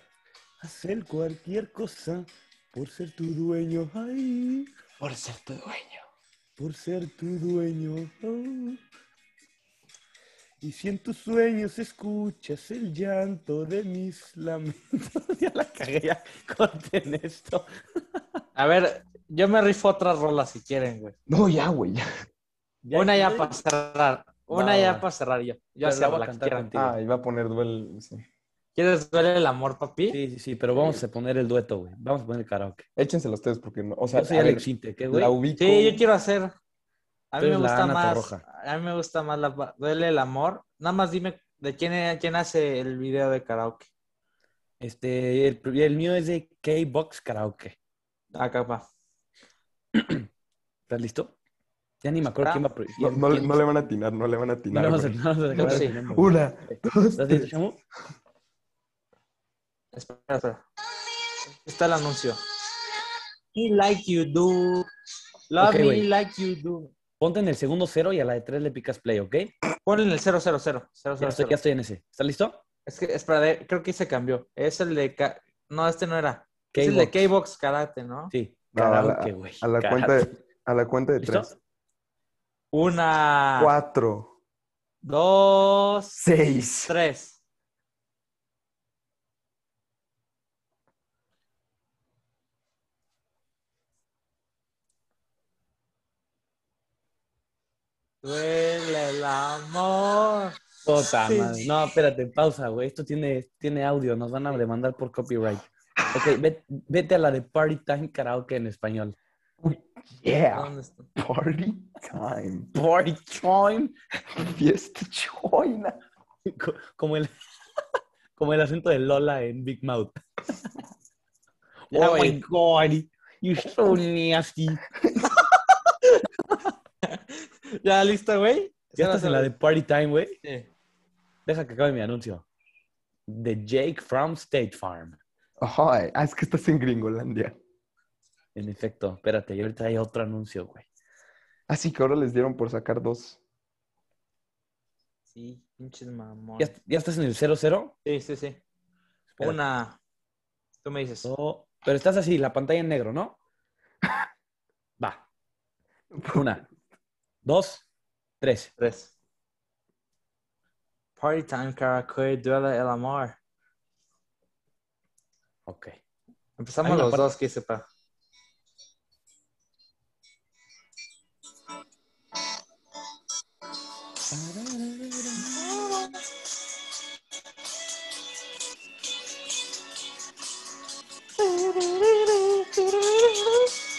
[SPEAKER 3] hacer cualquier cosa por ser tu dueño. Ay,
[SPEAKER 1] Por ser tu dueño.
[SPEAKER 3] por ser tu dueño. Oh. Y si en tus sueños escuchas el llanto de mis lamentos, ya la cagué, ya corten esto.
[SPEAKER 2] A ver, yo me rifo otra rola si quieren, güey.
[SPEAKER 1] No, ya, güey. ya.
[SPEAKER 2] Una ya para cerrar. Una
[SPEAKER 3] Va,
[SPEAKER 2] ya
[SPEAKER 3] va.
[SPEAKER 2] para cerrar yo. Yo
[SPEAKER 3] Pero la
[SPEAKER 2] hacer
[SPEAKER 3] voy a
[SPEAKER 2] la que
[SPEAKER 3] cantar
[SPEAKER 2] quieran.
[SPEAKER 3] contigo.
[SPEAKER 1] Ah, iba a poner duel. sí.
[SPEAKER 2] ¿Quieres ver el amor, papi?
[SPEAKER 3] Sí, sí, sí, pero vamos a poner el dueto, güey. Vamos a poner el karaoke.
[SPEAKER 1] Échenselo ustedes porque no. O sea,
[SPEAKER 3] Yo soy
[SPEAKER 1] a ver,
[SPEAKER 3] Alex Inte, ¿qué, güey?
[SPEAKER 1] la ubico.
[SPEAKER 2] Sí, yo quiero hacer. A mí me
[SPEAKER 3] Entonces, la
[SPEAKER 2] gusta
[SPEAKER 3] Ana
[SPEAKER 2] más.
[SPEAKER 3] Torroja.
[SPEAKER 2] A mí me gusta más la duele el amor. Nada más dime de quién quién hace el video de karaoke.
[SPEAKER 3] Este, el, el mío es de K-Box Karaoke.
[SPEAKER 2] Acá va.
[SPEAKER 3] ¿Estás listo? Ya ni me acuerdo
[SPEAKER 2] Ah,
[SPEAKER 3] quién va a pro-
[SPEAKER 1] No,
[SPEAKER 3] quién-
[SPEAKER 1] no le-
[SPEAKER 3] quién-
[SPEAKER 1] no le van a atinar, no le van a
[SPEAKER 3] no
[SPEAKER 1] atinar.
[SPEAKER 3] le vamos a-
[SPEAKER 1] güey.
[SPEAKER 3] no vamos a acabar
[SPEAKER 2] Sí.
[SPEAKER 3] atinando, güey.
[SPEAKER 1] Una, dos,
[SPEAKER 3] ¿Estás listo,
[SPEAKER 1] tres.
[SPEAKER 3] chamo?
[SPEAKER 2] Espera, espera. Está el anuncio. Me like you do. Love
[SPEAKER 3] Ok,
[SPEAKER 2] me
[SPEAKER 3] güey.
[SPEAKER 2] like you do.
[SPEAKER 3] Ponte en el segundo cero y a la de tres le picas play, ¿ok?
[SPEAKER 2] Ponle en el 000. 000.
[SPEAKER 3] Ya estoy, ya estoy en ese. ¿Estás listo?
[SPEAKER 2] Es que, espera, de- creo que se cambió. Es el de. Ka- No, este no era. Es el de
[SPEAKER 3] K-Box.
[SPEAKER 2] K-Box Karate, ¿no?
[SPEAKER 3] Sí,
[SPEAKER 1] No, a la-
[SPEAKER 3] karaoke, güey.
[SPEAKER 1] A la cuenta
[SPEAKER 3] Karaoke.
[SPEAKER 1] de, a la cuenta de
[SPEAKER 3] ¿Listo?
[SPEAKER 1] tres.
[SPEAKER 2] Una,
[SPEAKER 1] Cuatro,
[SPEAKER 2] dos,
[SPEAKER 1] seis.
[SPEAKER 2] tres. Duele el amor.
[SPEAKER 3] Puta
[SPEAKER 2] Sí.
[SPEAKER 3] madre. No, espérate, pausa, güey. Esto tiene, tiene audio, nos van a demandar por copyright. Ok, ve- vete a la de Party Time Karaoke en español.
[SPEAKER 1] Yeah.
[SPEAKER 2] ¿Dónde está?
[SPEAKER 1] Party time.
[SPEAKER 3] Party Time.
[SPEAKER 1] Fiesta choina.
[SPEAKER 3] Co- Como el, como el acento de Lola en Big Mouth.
[SPEAKER 2] Ya,
[SPEAKER 3] oh
[SPEAKER 2] güey.
[SPEAKER 3] my God, you're so nasty.
[SPEAKER 2] ¿Ya lista, güey?
[SPEAKER 3] Ya estás en la de Party Time, güey.
[SPEAKER 2] Sí.
[SPEAKER 3] Deja que acabe mi anuncio. De Jake from State Farm.
[SPEAKER 1] Ajá, ah, es que estás en Gringolandia.
[SPEAKER 3] En efecto, espérate, y ahorita hay otro anuncio, güey.
[SPEAKER 1] Así que ahora les dieron por sacar dos.
[SPEAKER 2] Sí. Pinches mamón.
[SPEAKER 3] ¿Ya, ya estás en el 0-0?
[SPEAKER 2] Sí, sí, sí.
[SPEAKER 3] Espérate.
[SPEAKER 2] Una. Tú me dices.
[SPEAKER 3] No, pero estás así, la pantalla en negro, ¿no? Va. Una, dos, tres.
[SPEAKER 2] Tres. Party time, Karakoy, duela el amor.
[SPEAKER 3] Ok.
[SPEAKER 2] Empezamos
[SPEAKER 3] Hay una
[SPEAKER 2] los
[SPEAKER 3] parte-
[SPEAKER 2] dos, que sepa.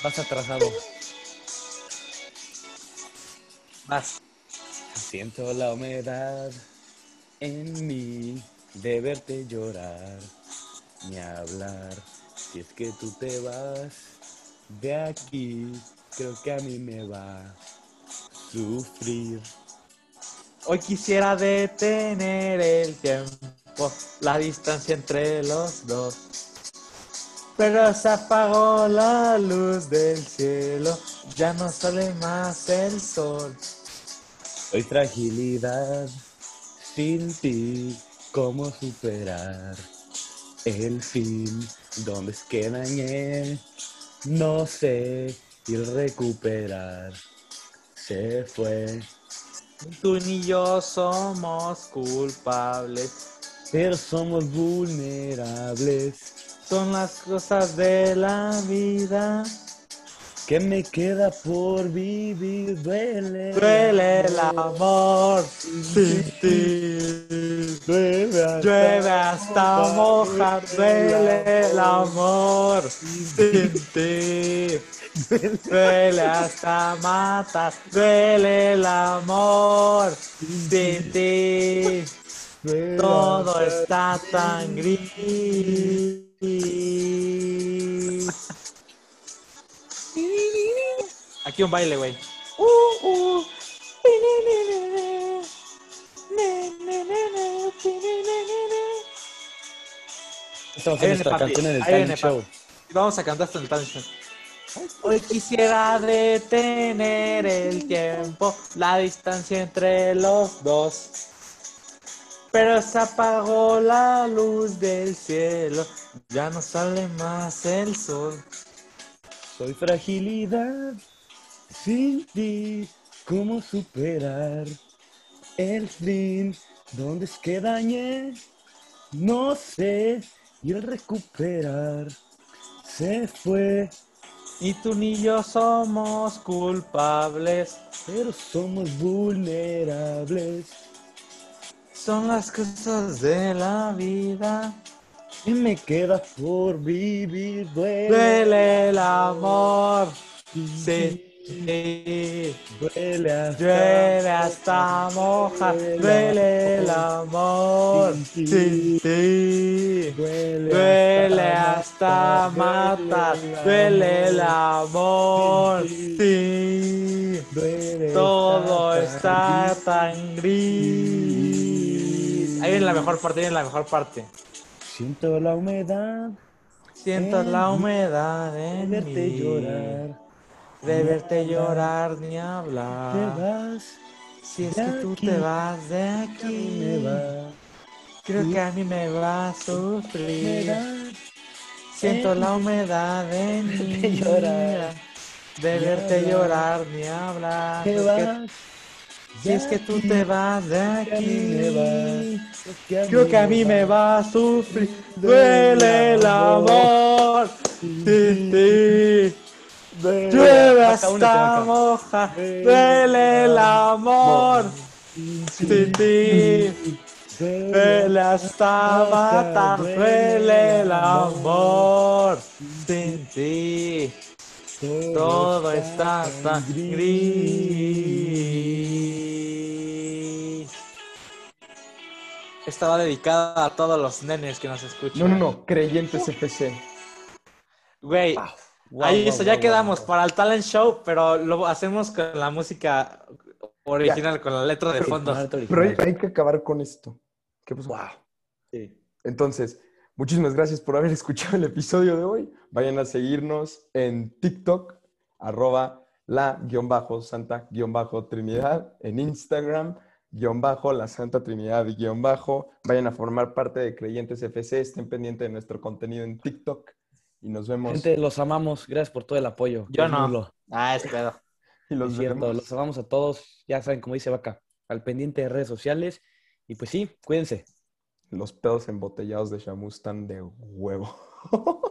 [SPEAKER 3] Vas atrasado.
[SPEAKER 2] Vas.
[SPEAKER 3] Siento la humedad en mí de verte llorar ni hablar. Si es que tú te vas de aquí, creo que a mí me va a sufrir.
[SPEAKER 2] Hoy quisiera detener el tiempo, la distancia entre los dos. Pero se apagó la luz del cielo, ya no sale más el sol.
[SPEAKER 3] Hoy fragilidad sin ti, cómo superar el fin, dónde es que dañé, no sé, y recuperar se fue,
[SPEAKER 2] Tú ni yo somos culpables,
[SPEAKER 3] pero somos vulnerables.
[SPEAKER 2] son las cosas de la vida.
[SPEAKER 3] ¿Qué me queda por vivir? Duele.
[SPEAKER 2] Duele el amor sin ti.
[SPEAKER 3] Llueve hasta,
[SPEAKER 2] Llueve hasta mojar,
[SPEAKER 3] mojar,
[SPEAKER 2] duele el amor sin ti. Duele hasta matar, duele el amor sin ti.
[SPEAKER 3] Duele
[SPEAKER 2] Todo
[SPEAKER 3] hasta-
[SPEAKER 2] está tan gris. Aquí un baile, güey.
[SPEAKER 3] Esta va a
[SPEAKER 2] Ahí viene
[SPEAKER 3] ser nuestra
[SPEAKER 2] papi,
[SPEAKER 3] canción en el
[SPEAKER 2] ahí
[SPEAKER 3] Tiny
[SPEAKER 2] viene
[SPEAKER 3] Show.
[SPEAKER 2] Y Vamos a cantar hasta el tancho. Hoy quisiera detener el tiempo, la distancia entre los dos. Pero se apagó la luz del cielo, ya no sale más el sol.
[SPEAKER 3] Soy fragilidad sin ti. ¿Cómo superar el fin? ¿Dónde es que dañé? No sé. Y el recuperar se fue,
[SPEAKER 2] Ni tú ni yo somos culpables,
[SPEAKER 3] pero somos vulnerables.
[SPEAKER 2] son las cosas de la vida.
[SPEAKER 3] ¿Qué me queda por vivir? Duele,
[SPEAKER 2] Duele el amor,
[SPEAKER 3] sí,
[SPEAKER 2] sí.
[SPEAKER 3] duele hasta,
[SPEAKER 2] Llueve hasta moja, duele el amor
[SPEAKER 3] Sin ti.
[SPEAKER 2] sin ti.
[SPEAKER 3] Duele,
[SPEAKER 2] Duele hasta matar,
[SPEAKER 3] matar,
[SPEAKER 2] duele el amor sin
[SPEAKER 3] Sin ti.
[SPEAKER 2] ti.
[SPEAKER 3] duele
[SPEAKER 2] Todo
[SPEAKER 3] hasta
[SPEAKER 2] está tan gris. Ahí viene la mejor parte, ahí viene la mejor parte.
[SPEAKER 3] Siento la humedad
[SPEAKER 2] Siento
[SPEAKER 3] En
[SPEAKER 2] la
[SPEAKER 3] mí,
[SPEAKER 2] humedad
[SPEAKER 3] de
[SPEAKER 2] en
[SPEAKER 3] verte
[SPEAKER 2] mí,
[SPEAKER 3] llorar.
[SPEAKER 2] de verte llorar ni
[SPEAKER 3] Te
[SPEAKER 2] hablar.
[SPEAKER 3] vas,
[SPEAKER 2] Si es
[SPEAKER 3] de
[SPEAKER 2] que tú
[SPEAKER 3] aquí,
[SPEAKER 2] te vas de
[SPEAKER 3] a mí me
[SPEAKER 2] aquí.
[SPEAKER 3] va,
[SPEAKER 2] Creo
[SPEAKER 3] Sí.
[SPEAKER 2] que a mí me va a
[SPEAKER 3] me
[SPEAKER 2] sufrir.
[SPEAKER 3] da.
[SPEAKER 2] Siento la humedad en
[SPEAKER 3] Verte
[SPEAKER 2] mí.
[SPEAKER 3] llorar.
[SPEAKER 2] De
[SPEAKER 3] Ni
[SPEAKER 2] verte
[SPEAKER 3] hablar.
[SPEAKER 2] llorar ni hablar.
[SPEAKER 3] Te
[SPEAKER 2] Es que-
[SPEAKER 3] vas.
[SPEAKER 2] si es que tú te vas de aquí.
[SPEAKER 3] vas,
[SPEAKER 2] Creo que a mí me va a sufrir. Duele el amor. Sin ti. Llueve hasta moja. Duele el amor. Mm. Sin ti. Duele hasta matar, duele el amor. Sin ti, todo está tan gris. Esta va dedicada a todos los nenes que nos escuchan.
[SPEAKER 1] No, no, Ah, no, creyentes FC.
[SPEAKER 2] Güey, ahí eso, ya quedamos para el talent show, pero lo hacemos con la música original, con la letra de fondo.
[SPEAKER 1] Pero hay, hay que acabar con esto. ¿Qué pasó? Entonces, muchísimas gracias por haber escuchado el episodio de hoy. Vayan a seguirnos en TikTok, arroba la-santa-trinidad, en Instagram, guión bajo, la Santa Trinidad, guión bajo. Vayan a formar parte de Creyentes FC, estén pendientes de nuestro contenido en TikTok y nos vemos.
[SPEAKER 3] Gente, los amamos. Gracias por todo el apoyo.
[SPEAKER 2] Yo
[SPEAKER 3] Es
[SPEAKER 2] no.
[SPEAKER 3] nulo.
[SPEAKER 2] Ah, es pedo.
[SPEAKER 1] y
[SPEAKER 3] Es
[SPEAKER 1] los
[SPEAKER 3] cierto,
[SPEAKER 1] vemos.
[SPEAKER 3] los amamos a todos. Ya saben, como dice Vaca, al pendiente de redes sociales. Y pues sí, cuídense.
[SPEAKER 1] Los pedos embotellados de Shamu están de huevo.